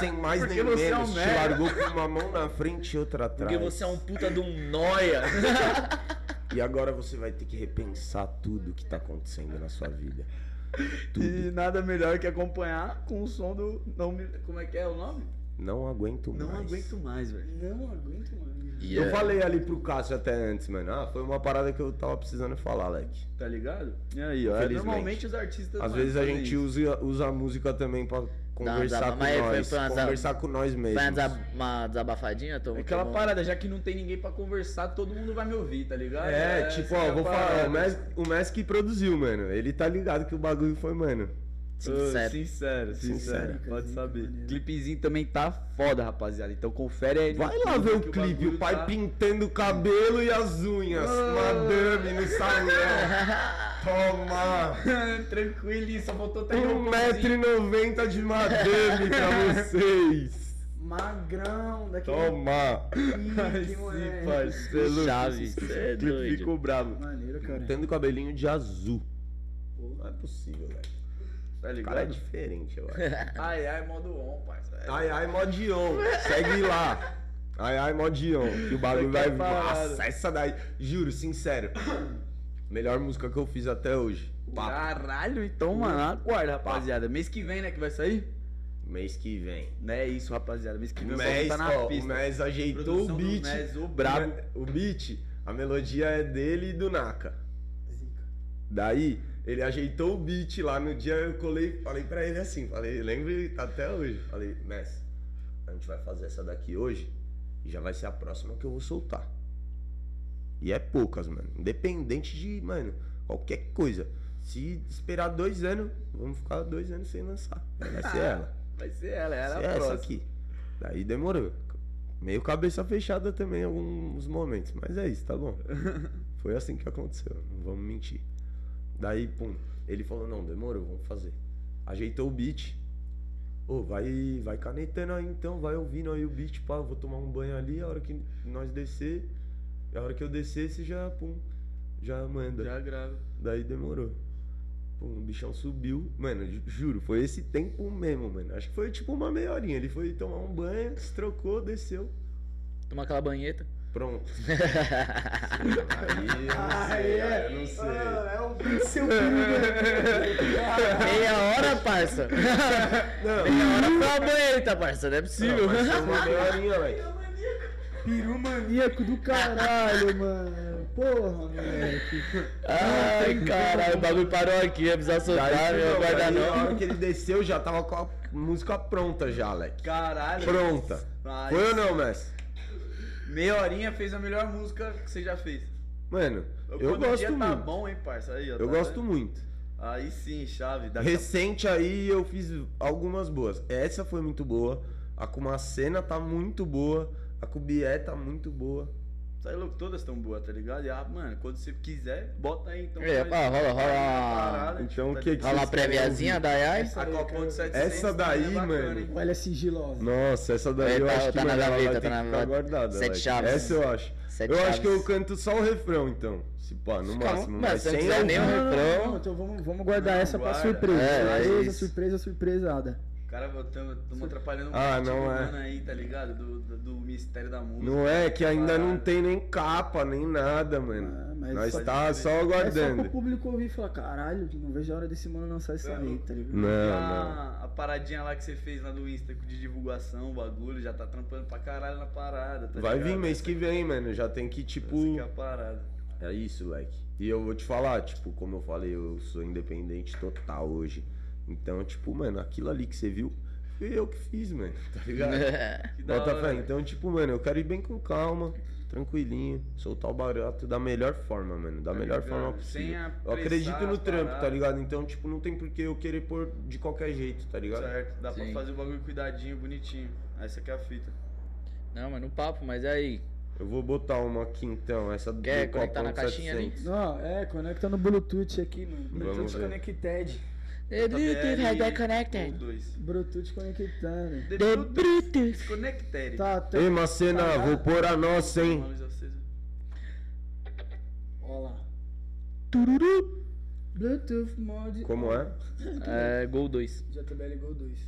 Sem mais
Porque
nem
você é um
menos. Te
merda.
largou com uma mão na frente e outra atrás.
Porque você é um puta de um noia.
E agora você vai ter que repensar tudo que tá acontecendo na sua vida.
E nada melhor que acompanhar com o som do. Não me- Como é que é o nome?
Não aguento
Não
mais.
aguento mais, velho.
Não aguento, mano.
Eu falei ali pro Cássio até antes, mano. Ah, foi uma parada que eu tava precisando falar, Leque.
Tá ligado?
E aí, ó.
Normalmente os artistas.
Às
mano,
vezes a
fazem
gente
isso.
usa, usa a música também pra conversar
dá,
com
mas foi-
nós.
foi uma-
conversar com nós
Vai uma,
mesmos.
desa- uma desabafadinha, tô
É Aquela
tô Tá bom.
parada, já que não tem ninguém pra conversar, todo mundo vai me ouvir, tá ligado?
É, tipo,
essa
ó,
é a
vou
parada.
falar. O Mes, o Mes que produziu, mano. Ele tá ligado que o bagulho foi, mano.
Sincero.
sincero, sincero,
Sincero.
pode saber. Clipezinho também tá foda, rapaziada. Então confere aí. no
Vai lá
YouTube
ver o
que
clipe.
bagulho
O pai
tá-
pintando o cabelo e as unhas.
Ah.
Madame no salão. Toma!
Tranquilo, só botou até
um
um
meu pãozinho.
1,90m de madame pra vocês.
Magrão, daquele
Toma!
Ai,
pique,
sim,
moleque.
parceiro.
Chave, cê é
clipe
doido.
ficou brabo.
Maneiro, cara.
Tendo cabelinho de azul. Pô, não é possível, velho.
Tá
O cara é
ligado?
diferente, eu acho.
Ai, ai, modo on, parceiro.
ai, ai, modion. Segue lá. Ai, ai, modion. Que o bagulho vai...
Fica parado.
Nossa, essa daí... Juro, sincero. Melhor música que eu fiz até hoje. Pá.
Caralho, então, mano, aguarda, rapaziada. Mês que vem, né, que vai sair?
Mês que vem.
Não é isso, rapaziada. Mês que
O
vem eu
Mes,
vou tá na
ó, o
pista.
Mes ajeitou o
Produção do
beat.
Mes, o
brabo.
brabo.
O beat, a melodia é dele e do Naka. Daí, ele ajeitou o beat lá no dia, eu colei, falei pra ele assim, falei, lembre até hoje. Falei, Messi, a gente vai fazer essa daqui hoje e já vai ser a próxima que eu vou soltar. E é poucas, mano. Independente de, mano, qualquer coisa. Se esperar dois anos, vamos ficar dois anos sem lançar. Vai ser ela.
Vai ser ela, ela
Vai ser
é a
essa
próxima.
aqui. Daí demorou. Meio cabeça fechada também em alguns momentos. Mas é isso, tá bom. Foi assim que aconteceu, não vamos mentir. Daí, pum, ele falou, não, demorou, vamos fazer. Ajeitou o beat. Ô, vai, vai canetando aí então, vai ouvindo aí o beat, pá, eu vou tomar um banho ali, a hora que nós descer, a hora que eu descer, você já, pum, já manda.
Já grava.
Daí demorou. Pô, o bichão subiu. Mano, ju- juro, foi esse tempo mesmo, mano. Acho que foi tipo uma meia horinha. Ele foi tomar um banho, se trocou, desceu.
Toma aquela banheta.
Pronto. Aí eu não sei, aí eu é. não sei.
Ah, é o beat, seu filho.
Meia hora, parça. Meia hora foi uma banheta, parça. Não é possível.
Não, mas foi uma meia horinha, velho.
Pirumaníaco do caralho, mano. Porra, moleque.
Ai, caralho, o bagulho parou aqui. Ia precisar soltar, meu
Não,
guarda
aí Na hora
não.
que ele desceu, já tava com a música pronta já, Leque.
Caralho.
Pronta.
Ai,
Foi ou não, Messi?
Meia horinha fez a melhor música que você já fez.
Mano, eu
Quando o
gosto
dia tá
muito.
bom, hein, parça? Aí, ó,
Eu
tá
gosto
vendo?
muito.
Aí sim, chave. Daqui a-
Recente aí eu fiz algumas boas. Essa foi muito boa. A Kumacena tá muito boa. A Cubié tá muito boa.
Sai louco, todas tão boas, tá ligado? E, ah, mano, quando você quiser, bota aí então.
É,
faz-
pá, rola, rola.
Parada,
Então,
tipo,
o que é?
tá
que-
Olha lá a préviazinha da Yai.
ligado? A Copa de 700
Essa daí,
também é bacana,
mano.
hein?
Olha, sigilosa.
Nossa, essa daí
É,
eu
tá-
acho que
tá na
mano, ela
gaveta, tá
tem
na
que ficar
gaveta.
guardada.
Sete
like.
chaves.
Essa eu acho.
Sete
eu
chaves.
acho que eu canto só o refrão, então. Se pá, no
Calma,
máximo.
mas
Mas
se não
sem
quiser nem o
algum-
Não,
refrão.
então vamos, vamos guardar
Não,
essa pra
guarda.
surpresa.
É, é
surpresa,
isso.
surpresa, surpresada.
Cara, estamos atrapalhando
Ah,
muito o
não
mano
é.
aí, tá ligado? Do, do, do mistério da música.
Não é que ainda
Ah.
não
Parada.
tem nem capa, nem nada, mano.
Ah, mas
Nós
só-
tá só
É só
aguardando.
pro público ouvir e falar, caralho, não vejo a hora desse mano lançar isso aí, tá ligado?
E
Não, não.
Ah,
a, a paradinha lá que você fez lá do Insta de divulgação, o bagulho, já tá trampando pra caralho na parada, tá
Vai vir
ligado?
mês que vem, mano. Já tem que, tipo.
Essa que é a parada.
É isso, leque. E eu vou te falar, tipo, como eu falei, eu sou independente total hoje. Então, tipo, mano, aquilo ali que você viu, fui eu que fiz, mano. Tá ligado?
É,
Que É. da
Bota
hora, né?
fé.
velho.
Então, tipo, mano, eu quero ir bem com calma, tranquilinho, soltar o barato da melhor forma, mano. Da
Tá
melhor
ligado?
forma
Sem
possível. Eu
apressar
acredito no
as
trampo, tá
paradas.
ligado? Então, tipo, não tem por que eu querer pôr de qualquer jeito, tá ligado?
Certo, dá
Sim.
pra fazer o bagulho cuidadinho, bonitinho. Essa aqui é a fita.
Não, mas no papo, mas e aí?
Eu vou botar uma aqui então, essa do
Quer conectar
Copão
na caixinha ali?
700.
Não, é, conecta no Bluetooth aqui, mano. Bluetooth
ver.
connected.
Tá JBL
connected.
ou dois.
Bluetooth conectando.
The
The
Bluetooth
Brutus.
Connected.
Tá, tá.
Ei, Macena,
Tá.
vou pôr a nossa, hein?
Uma luz acesa.
Ó lá. Bluetooth mode.
Como é?
É, Gol 2.
JBL Go 2.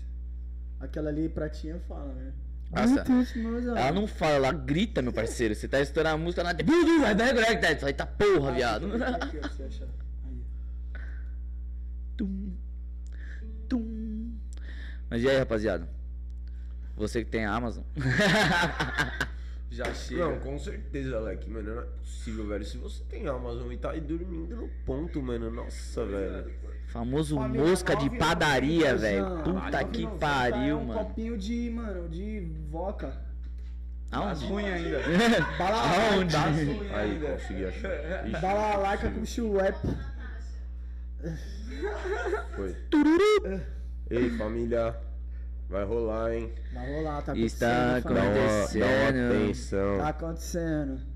Aquela ali pratinha fala, né?
Nossa.
Bluetooth mode. ó.
Ela não fala, ela grita, meu parceiro. Você tá estourando a música, ela. The Brutus, vai, vai, connected. Vai, tá porra, viado.
Aqui, ó, pra você achar. Aí.
Tum. Tum. Mas e aí, rapaziada? Você que tem a Amazon.
Já chega.
Não, com certeza, Alec, mano, não é possível, velho. Se você tem Amazon e tá aí dormindo no ponto, mano, nossa, velho.
Famoso
Ó, meu,
mosca de
9,90,
padaria,
não.
velho. Puta que
9,90 é
pariu,
um
mano.
copinho de, mano, de vodka.
Aonde?
Tá Ruim ainda.
Aonde?
Aí, consegui achar. Ixi,
Balalaca com chuep.
foi. Ei, família, vai rolar, hein?
Vai rolar, tá acontecendo.
Está
família.
Dá uma, dá uma
Acontecendo.
atenção.
Tá acontecendo.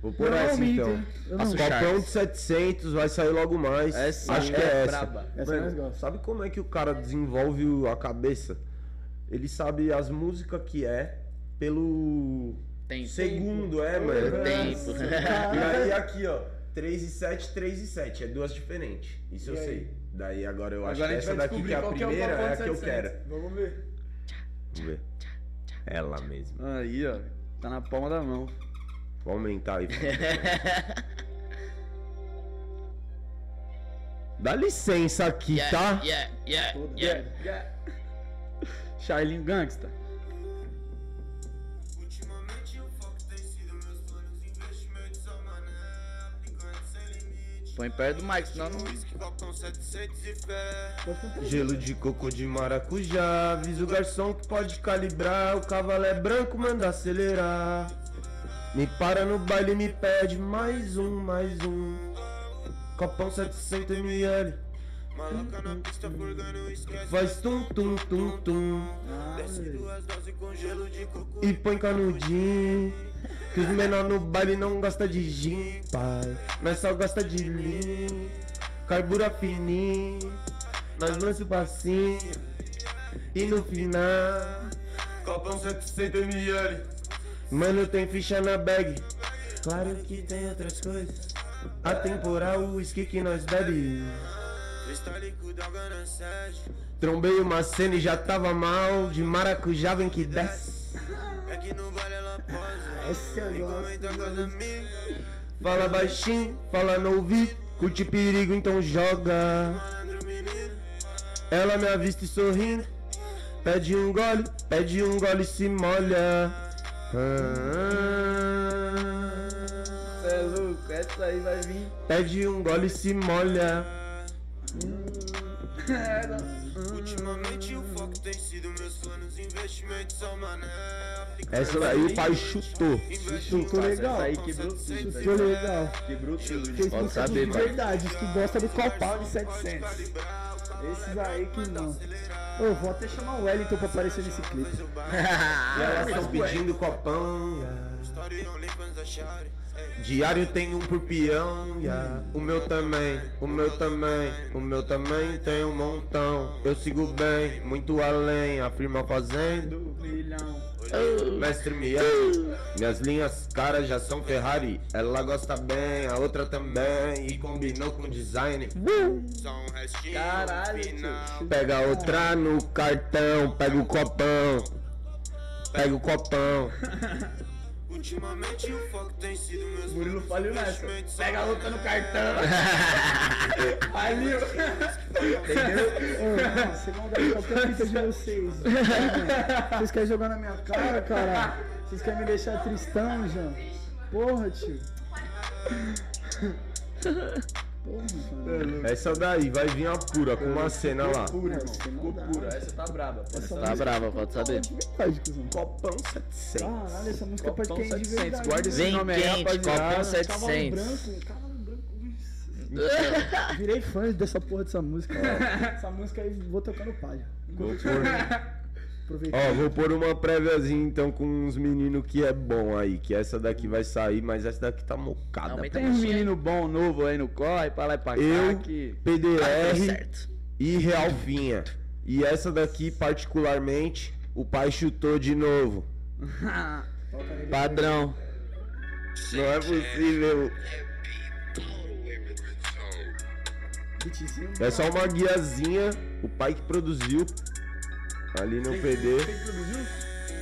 Vou pôr essa,
minto,
então.
hein? Eu não
Passa
minto.
o
Copão de 700, vai sair logo mais.
Essa
Acho que
é
é essa.
braba.
Essa eu mais
Mano,
gosto.
sabe como é que o cara desenvolve o- a cabeça? Ele sabe as músicas que é pelo
Tem
segundo, é, mano.
tempo.
E aí aqui, ó, 3 e 7, 3 e 7. É duas diferentes. Isso
E
eu
aí?
sei. Daí agora eu acho
Agora
que
a gente
essa
vai
daqui que é a
descobrir qual que é o
primeira é a
Copom
que eu
700.
quero.
Vamos ver.
Vamos ver. Ela mesma.
Aí, ó. Tá na palma da mão.
Vou aumentar aí. Dá licença aqui, tá?
Yeah, yeah, yeah,
Toda.
yeah.
Charlinho Gangsta.
Põe perto do Mike, senão não.
Gelo de coco de maracujá. Avisa o garçom que pode calibrar. O cavalo é branco, manda acelerar. Me para no baile e me pede mais um, mais um. Copão 700ml. Faz tum tum tum tum. E põe canudinho. Que os menor no baile não gosta de gin, pai. Nós só gosta de lean. Carbura fininho. Nós lança o passinho. E no final. Copão 700ml. Mano, tem ficha na bag. Claro que tem outras coisas. Atemporal, o uísque que nós bebe. Trombei uma cena e já tava mal. De maracujá vem que desce.
Essa eu gosto.
Fala baixinho, fala no ouvido. Curte perigo, então joga. Ela me avista e sorrindo. Pede um gole, pede um gole e se molha. Ah.
Cê é louco, essa aí vai vir.
Pede um gole e se molha.
Ultimamente o foco tem tem sido meus planos, investimentos só mané.
Essa daí o pai chutou.
Chutou legal.
Aí quebrou
é
tudo.
Chutou legal.
Quebrou tudo.
Vocês
Pode
não são
saber,
de
mano.
verdade, os que gostam do Copal de 700. Esses aí que não. Eu vou até chamar o Wellington pra aparecer nesse clipe.
E elas estão pedindo copão. yeah. Diário tem um por peão. yeah. O meu também, o meu também, o meu também tem um montão. Eu sigo bem, muito além, afirma fazendo. Mestre Mian, minhas linhas caras já são Ferrari. Ela gosta bem, a outra também. E combinou com design.
Caralho,
Pega outra no cartão, pega o copão. Pega o copão.
Ultimamente o foco tem sido meus
Murilo
planos,
faliu nessa.
investimentos só
Pega a
mané.
luta no cartão. Faliu.
Ô, mano, você não dá qualquer fita de vocês. Mano, Vocês querem jogar na minha cara, caralho? Vocês querem me deixar tristão, Jean? Porra, tio. Porra, mano.
É Essa daí vai vir a pura com uma cena lá.
Nossa, não dá.
Essa tá braba. pô.
Essa
Tá
música
brava, pode saber.
é de verdade,
um
cuzão.
Copão 700.
Caralho, essa música é pra quem é de verdade.
Guarda esse
Vem
nome aí,
quente, copão
rapaziada.
Cavalo
700.
branco, cavalo branco. Virei fã dessa porra dessa música. ó. Essa música aí vou tocar no palha. Aproveitar.
um- Ó, vou pôr uma préviazinha então com uns meninos que é bom aí, que essa daqui vai sair, mas essa daqui tá mocada.
Aumenta
pô.
Tem um menino bom novo aí no corre, pra lá e pra cá.
Eu?
Que...
Tá
PDR
certo.
e Realfinha. E essa daqui, particularmente, o pai chutou de novo.
Padrão.
Não é possível.
Beatzinho.
É só uma guiazinha, o pai que produziu ali no PD.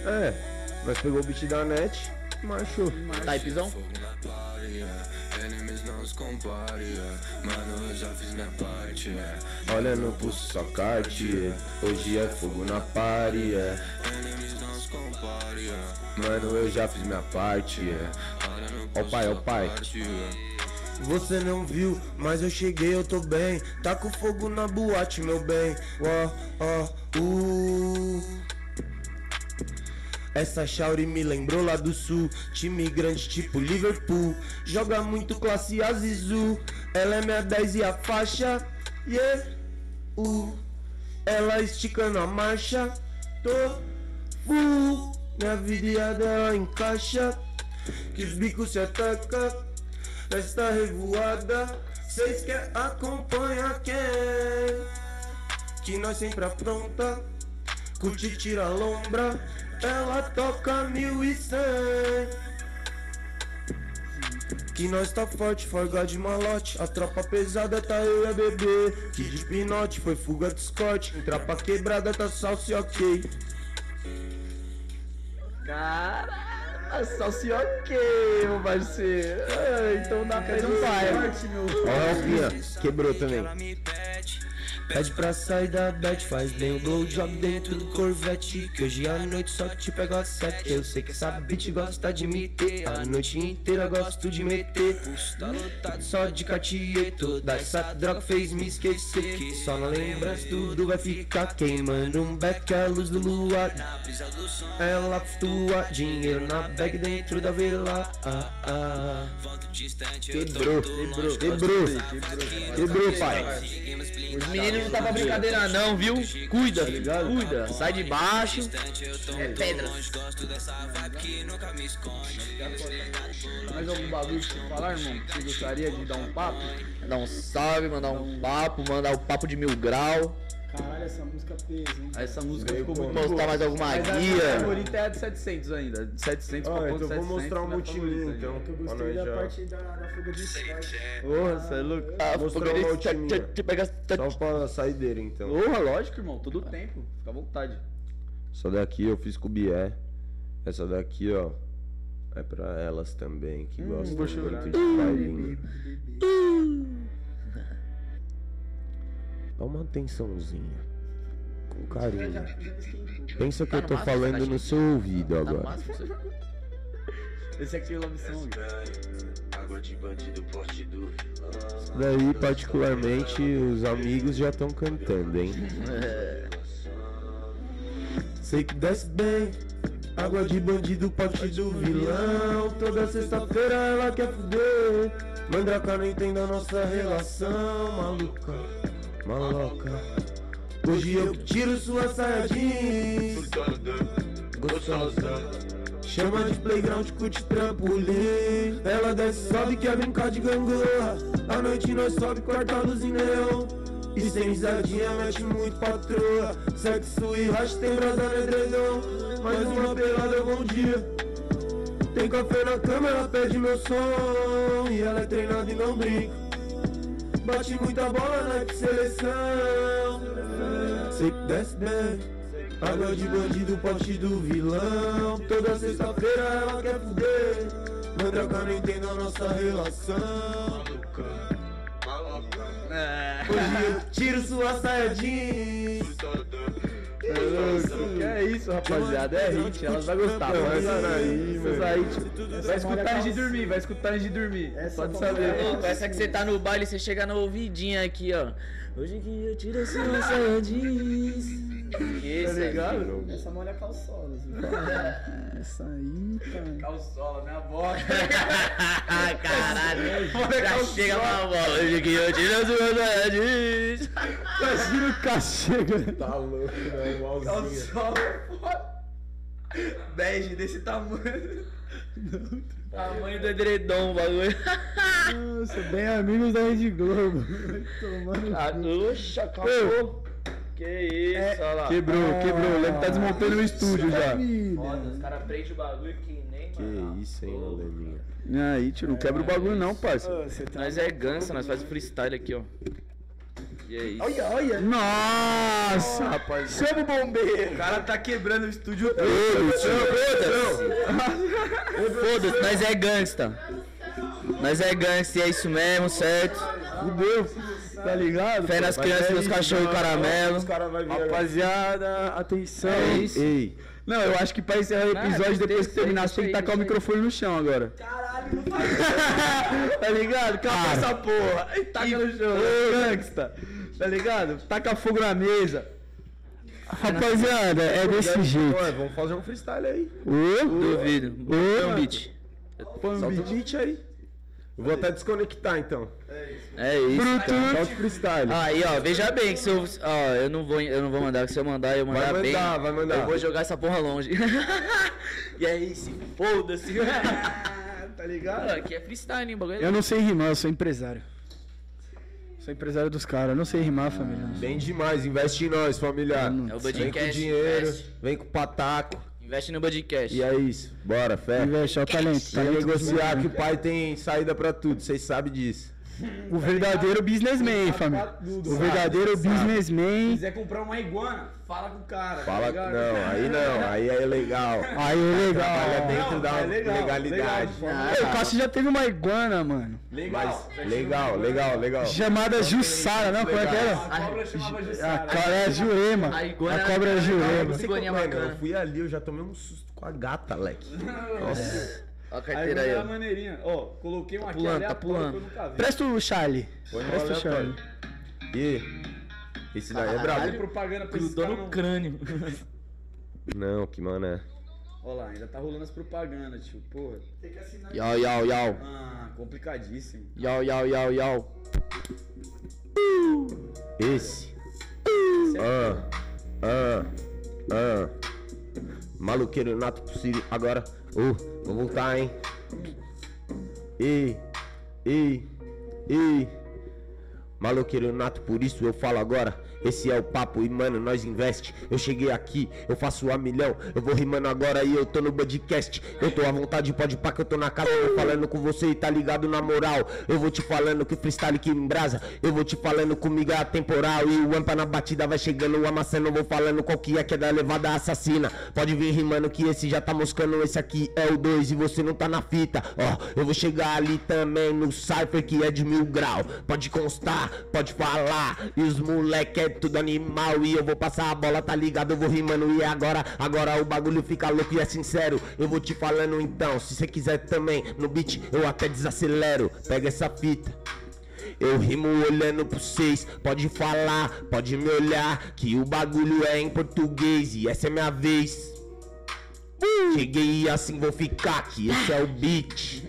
É, nós pegou o beat da net, marchou.
Typezão.
Fogo na party, é. enemies não se compare, é. mano, eu já fiz minha parte. é.
Olha no pulso só Cartier, hoje é fogo na party, é.
Enemies não se compare, é.
Mano, eu já fiz minha parte, é.
olha no
Ó o pai, ó o pai.
parte. é.
Você não viu, mas eu cheguei, eu tô bem. Tá com fogo na boate, meu bem. Ó, ó, uh. Essa Shauri me lembrou lá do sul. Time grande tipo Liverpool. Joga muito classe Azizu. Ela é minha 10 e a faixa. Yeah, uh. Ela esticando a marcha. Tô full. Minha vida e a dela encaixa. Que os bicos se ataca. Festa revoada, cês quer acompanhar quem? Que nós sempre apronta, curte tira lombra, ela toca mil e cem. Que nós tá forte, forga de malote, a tropa pesada tá eu e a bebê. Que de pinote foi fuga de Scott, trapa quebrada tá salsa e ok.
Caralho, só se ok, meu parceiro. Ah, Então dá pra ir no pai.
um Ó, Alpinha, quebrou também.
Pede pra sair da bed, faz bem o blowjob dentro do Corvette Que hoje à noite só te pego a sete Eu sei que essa bitch gosta de me ter A noite inteira gosto de meter Pulso tá lotado só de Cartier Toda essa droga fez me esquecer Que só na lembrança tudo vai ficar Queimando um beck à luz do luar Ela flutua, dinheiro na bag dentro da vela ah, ah.
Quebrou, quebrou, quebrou, quebrou, pai.
Os meninos não tá pra brincadeira não, viu? Cuida, filho, cuida. Sai de baixo. É pedra.
Mais algum bagulho pra você falar, irmão? Você gostaria de dar um papo?
Mandar um salve, mandar um papo, mandar o papo de mil grau.
Caralho, essa música pesa, hein?
Essa música ficou muito
Postar mais alguma
Mas a minha
guia.
favorita é a de 700 ainda. De 700
Ó,
pra
então
ponto 700.
vou mostrar um
minha favorita
multilinho,
ainda.
então.
É Que eu
pra
gostei
nós
da
já-
parte da, da fuga de Scott.
Porra, você é louco.
Ah,
Mostrar
fogueira-
uma ultiminha.
te pega- te-
Só um pra saideira, então.
Porra, lógico, irmão. Todo tempo. Fica à vontade.
Essa daqui eu fiz com o Bié. Essa daqui, ó. É pra elas também, que gostam muito de bailinho. Dá uma atençãozinha. Com carinho. Pensa que eu tô falando no seu
Tá
ouvido
no
agora.
máximo, você-
Esse aqui é o Love Song.
Água de bandido, porte do vilão
Isso Daí, particularmente, os amigos já estão cantando, hein?
Sei que desce bem. Água de bandido, partido vilão. Toda sexta-feira ela quer fuder. Mandraca não entende a nossa relação, maluca, maloca. Hoje eu que tiro sua saia jeans. Gostosa. Chama de playground, curte trampolim Ela desce, sobe, quer brincar de gangorra À noite nós sobe, corta a luz em neon E sem risadinha, mete muito patroa Sexo e racha, tem brasa no edredom Mais uma pelada, bom dia Tem café na cama, ela pede meu som E ela é treinada e não brinca Bate muita bola na seleção Sei que desce bem Água de bandido, partido vilão. Toda sexta-feira ela quer fuder. Mandraca não entende a nossa relação. Hoje eu tiro sua saia jeans.
Que é isso, rapaziada. É hit, elas vão gostar.
Não,
Vai
essa daí, mano.
tipo,
Vai escutar antes de dormir, vai escutar antes de dormir.
é Essa é
Pode
foi-
saber.
Ô, Parece que você tá no baile, você chega no ouvidinho aqui, ó. Hoje que eu tiro sua saia jeans. Esse é
Essa molha calçola, assim. cara. Essa aí,
Tá
cara.
Calçola, minha bosta.
Ah, caralho. Já chega pra bola. Hoje que eu tiro sua saia jeans.
Imagina o cara chegando.
Tá louco, né? Igualzinha.
Calçola é foda. Bege desse tamanho.
Tamanho do edredom, o bagulho.
Nossa, bem amigos da Rede Globo. Tomando.
Ah, Oxa, acabou. É, Que isso, olha lá.
Quebrou, quebrou. O Leve tá desmontando o estúdio já.
Foda, os caras prendem o bagulho que nem,
Que isso, hein, Levinha.
Aí, tio, não quebra o bagulho não, parça.
tá-
Nós é ganso, nós faz freestyle aqui, ó. E é isso.
Olha, olha.
Nossa, rapaz. Chama o bombeiro.
O cara tá quebrando o estúdio.
Foda-se, nós é gangsta. Nós é gangsta e é isso mesmo, certo?
Tá ligado?
Fé nas
é
é
crianças, nos cachorros e caramelo.
Rapaziada, atenção.
É isso.
Ei. Não, eu acho que pra encerrar o
é
Não,
episódio,
deixa
depois que
isso aí,
terminar, você
deixa
tem que
aí,
tacar o
deixa
microfone no chão agora. Caralho, não Tá ligado? Capa essa porra. E
Tá
taca no chão. Ô, gangsta. Tá ligado? Taca fogo na mesa. Rapaziada, é desse jeito.
Ué, vamos fazer um freestyle aí.
Duvido. é um Bom beat.
um
Solta o beat aí. Eu vou até desconectar então.
É isso.
Solta o freestyle.
Aí, ó, veja bem que se eu. Ó, eu não vou, eu não vou mandar, que se eu mandar, eu mandar
Vai
tá bem.
mandar, vai mandar.
Eu vou jogar essa porra longe. e aí, se foda-se.
Tá ligado?
Ah, Aqui é freestyle, hein, bagulho.
Eu não sei rimar, eu sou empresário. Sou empresário dos caras, eu não sei rimar, família.
Bem demais, investe em nós, familiar.
É o
vem com
Budcast,
dinheiro,
investe.
vem com pataco.
Investe no podcast.
E é isso. Bora, fé.
Investe, ó, o talento.
Vai
talento
negociar que o pai tem saída pra tudo, vocês sabem disso.
O verdadeiro businessman, família. O verdadeiro businessman.
quiser comprar uma iguana, fala com o cara.
Fala
tá ligado?
não, aí não, aí é legal.
Aí, legal.
Trabalha dentro da legalidade. Ah,
Ei, O Cássio já teve uma iguana, mano.
Mas legal, legal, legal.
Chamada Jussara, não? Como é que era?
A cobra chamava
A
Jussara.
cobra é Jurema.
A iguana
A cobra é
era-
Jurema.
Você
Figurinha
mano,
bacana.
eu fui ali, eu já tomei um susto com a gata, leque.
Ó a
A
carteira
iguana
aí,
era
ó.
maneirinha. Ó, coloquei uma aqui
pulando, tá
aleatória
pulando.
que eu nunca vi.
Presta o Charlie.
Foi no
Presta o
aleatório.
Charlie.
E esse daí é brabo.
propaganda pra esses caras não-
um crânio.
Não, que mano é.
Ó lá, ainda tá rolando as propagandas, tio. Porra.
Yau, yau, yau.
Ah, complicadíssimo.
Yau, yau, yau, yau.
Esse. Ah, ah, ah. Maluqueiro nato possível. Agora, uh, vou voltar, hein? Ei, ei, ei. Maloqueiro nato, por isso eu falo agora. Esse é o papo e mano, nós investe. Eu cheguei aqui, eu faço a milhão. Eu vou rimando agora e eu tô no podcast. Eu tô à vontade, pode pá que eu tô na casa. Tô falando com você e tá ligado na moral. Eu vou te falando que freestyle que embrasa. Eu vou te falando comigo é atemporal. E o Ampa na batida vai chegando, amassando. Vou falando qual que é que é da levada assassina. Pode vir rimando que esse já tá moscando. Esse aqui é o 2 e você não tá na fita. Ó, eu vou chegar ali também no Cypher que é de mil grau. Pode constar, pode falar. E os moleque é tudo animal. E eu vou passar a bola, tá ligado? Eu vou rimando. E é agora, agora o bagulho fica louco e é sincero. Eu vou te falando então. Se você quiser também no beat, eu até desacelero. Pega essa fita. Eu rimo olhando pro vocês. Pode falar, pode me olhar. Que o bagulho é em português e essa é minha vez. Cheguei e assim vou ficar. Que esse é o beat.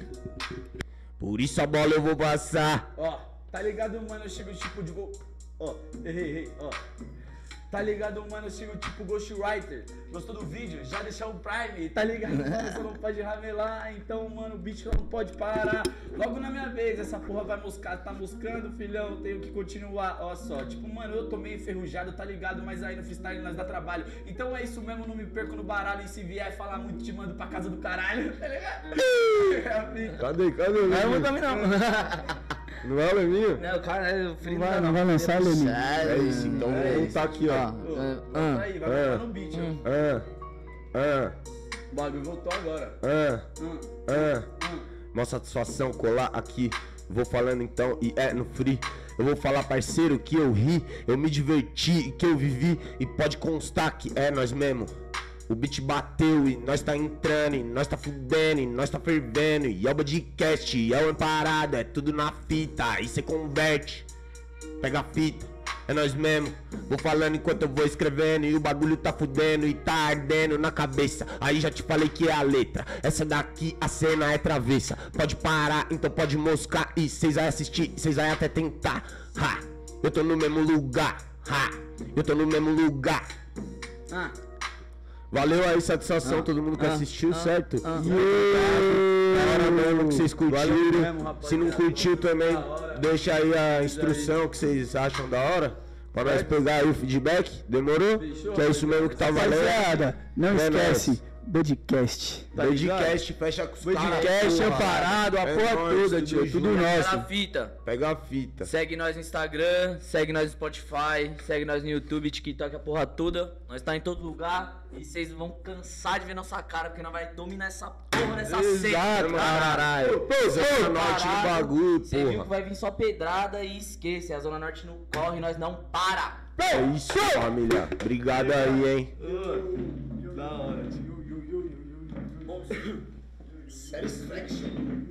Por isso a bola eu vou passar.
Ó, tá ligado, mano? Eu chego tipo de gol. Ó, errei, errei, ó. Tá ligado, mano? Eu chego tipo Ghostwriter. Gostou do vídeo? Já deixar o Prime, tá ligado? Mano, você não pode ramelar, então, mano, o bicho não pode parar. Logo na minha vez, essa porra vai moscar. Tá moscando, filhão, tenho que continuar. Ó só, tipo, mano, eu tô meio enferrujado, tá ligado? Mas aí no freestyle nós dá trabalho. Então é isso mesmo, não me perco no baralho. E se vier falar muito, te mando pra casa do caralho, tá ligado? É a fita.
Cadê? Cadê?
Não é eu também não.
Não é o Leminho?
Não, cara, eu
Não vai, não vai lançar, Lenin.
É
Sério?
isso, então vamos tá aqui, ó.
Ô,
ah,
volta aí, vai botar no beat, ó.
É, é,
O bagulho voltou agora.
é,
Ah.
Hum,
é.
Mm.
hum.
Mó satisfação colar aqui. Vou falando então, e é no free. Eu vou falar, parceiro, que eu ri, eu me diverti, e que eu vivi. E pode constar que é nós mesmo. O beat bateu e nós tá entrando, e nós tá fudendo, e nós tá fervendo. E é o podcast, e é uma parada, é tudo na fita. E cê converte, pega a fita. É nós mesmo, vou falando enquanto eu vou escrevendo E o bagulho tá fudendo e tá ardendo na cabeça Aí já te falei que é a letra Essa daqui a cena é travessa Pode parar, então pode moscar E vocês vai assistir, vocês vai até tentar Ha, eu tô no mesmo lugar Ha, eu tô no mesmo lugar
Ah,
Valeu aí, satisfação, todo mundo que assistiu, certo?
ah.
Yeah. Da hora mesmo que vocês curtiram.
mesmo, rapaziada.
Se não curtiu também,
Da hora.
deixa aí a instrução que vocês acham da hora. Pra nós pegar aí o feedback, demorou?
Fechou,
Que é isso mesmo que tá valendo.
Rapaziada, não
É
esquece.
nóis. Tá
Podcast.
Podcast, fecha com os
Podcast,
porra.
amparado, a
É
porra
nóis,
toda,
tudo
tio. Tudo
junto.
aquela
nosso.
fita.
Pega a fita.
Segue nós no Instagram, segue nós no Spotify, segue nós no YouTube, TikTok, a porra toda. Nós tá em todo lugar e vocês vão cansar de ver nossa cara, porque nós vai dominar essa porra né? nessa
Exato, caralho. Pô, Zé Norte no
Caralho,
bagulho,
Você viu que
porra.
vai vir só pedrada e esquece. A Zona Norte não corre, nós não para.
É isso, família. Obrigado aí, hein.
Da hora.
Satisfaction.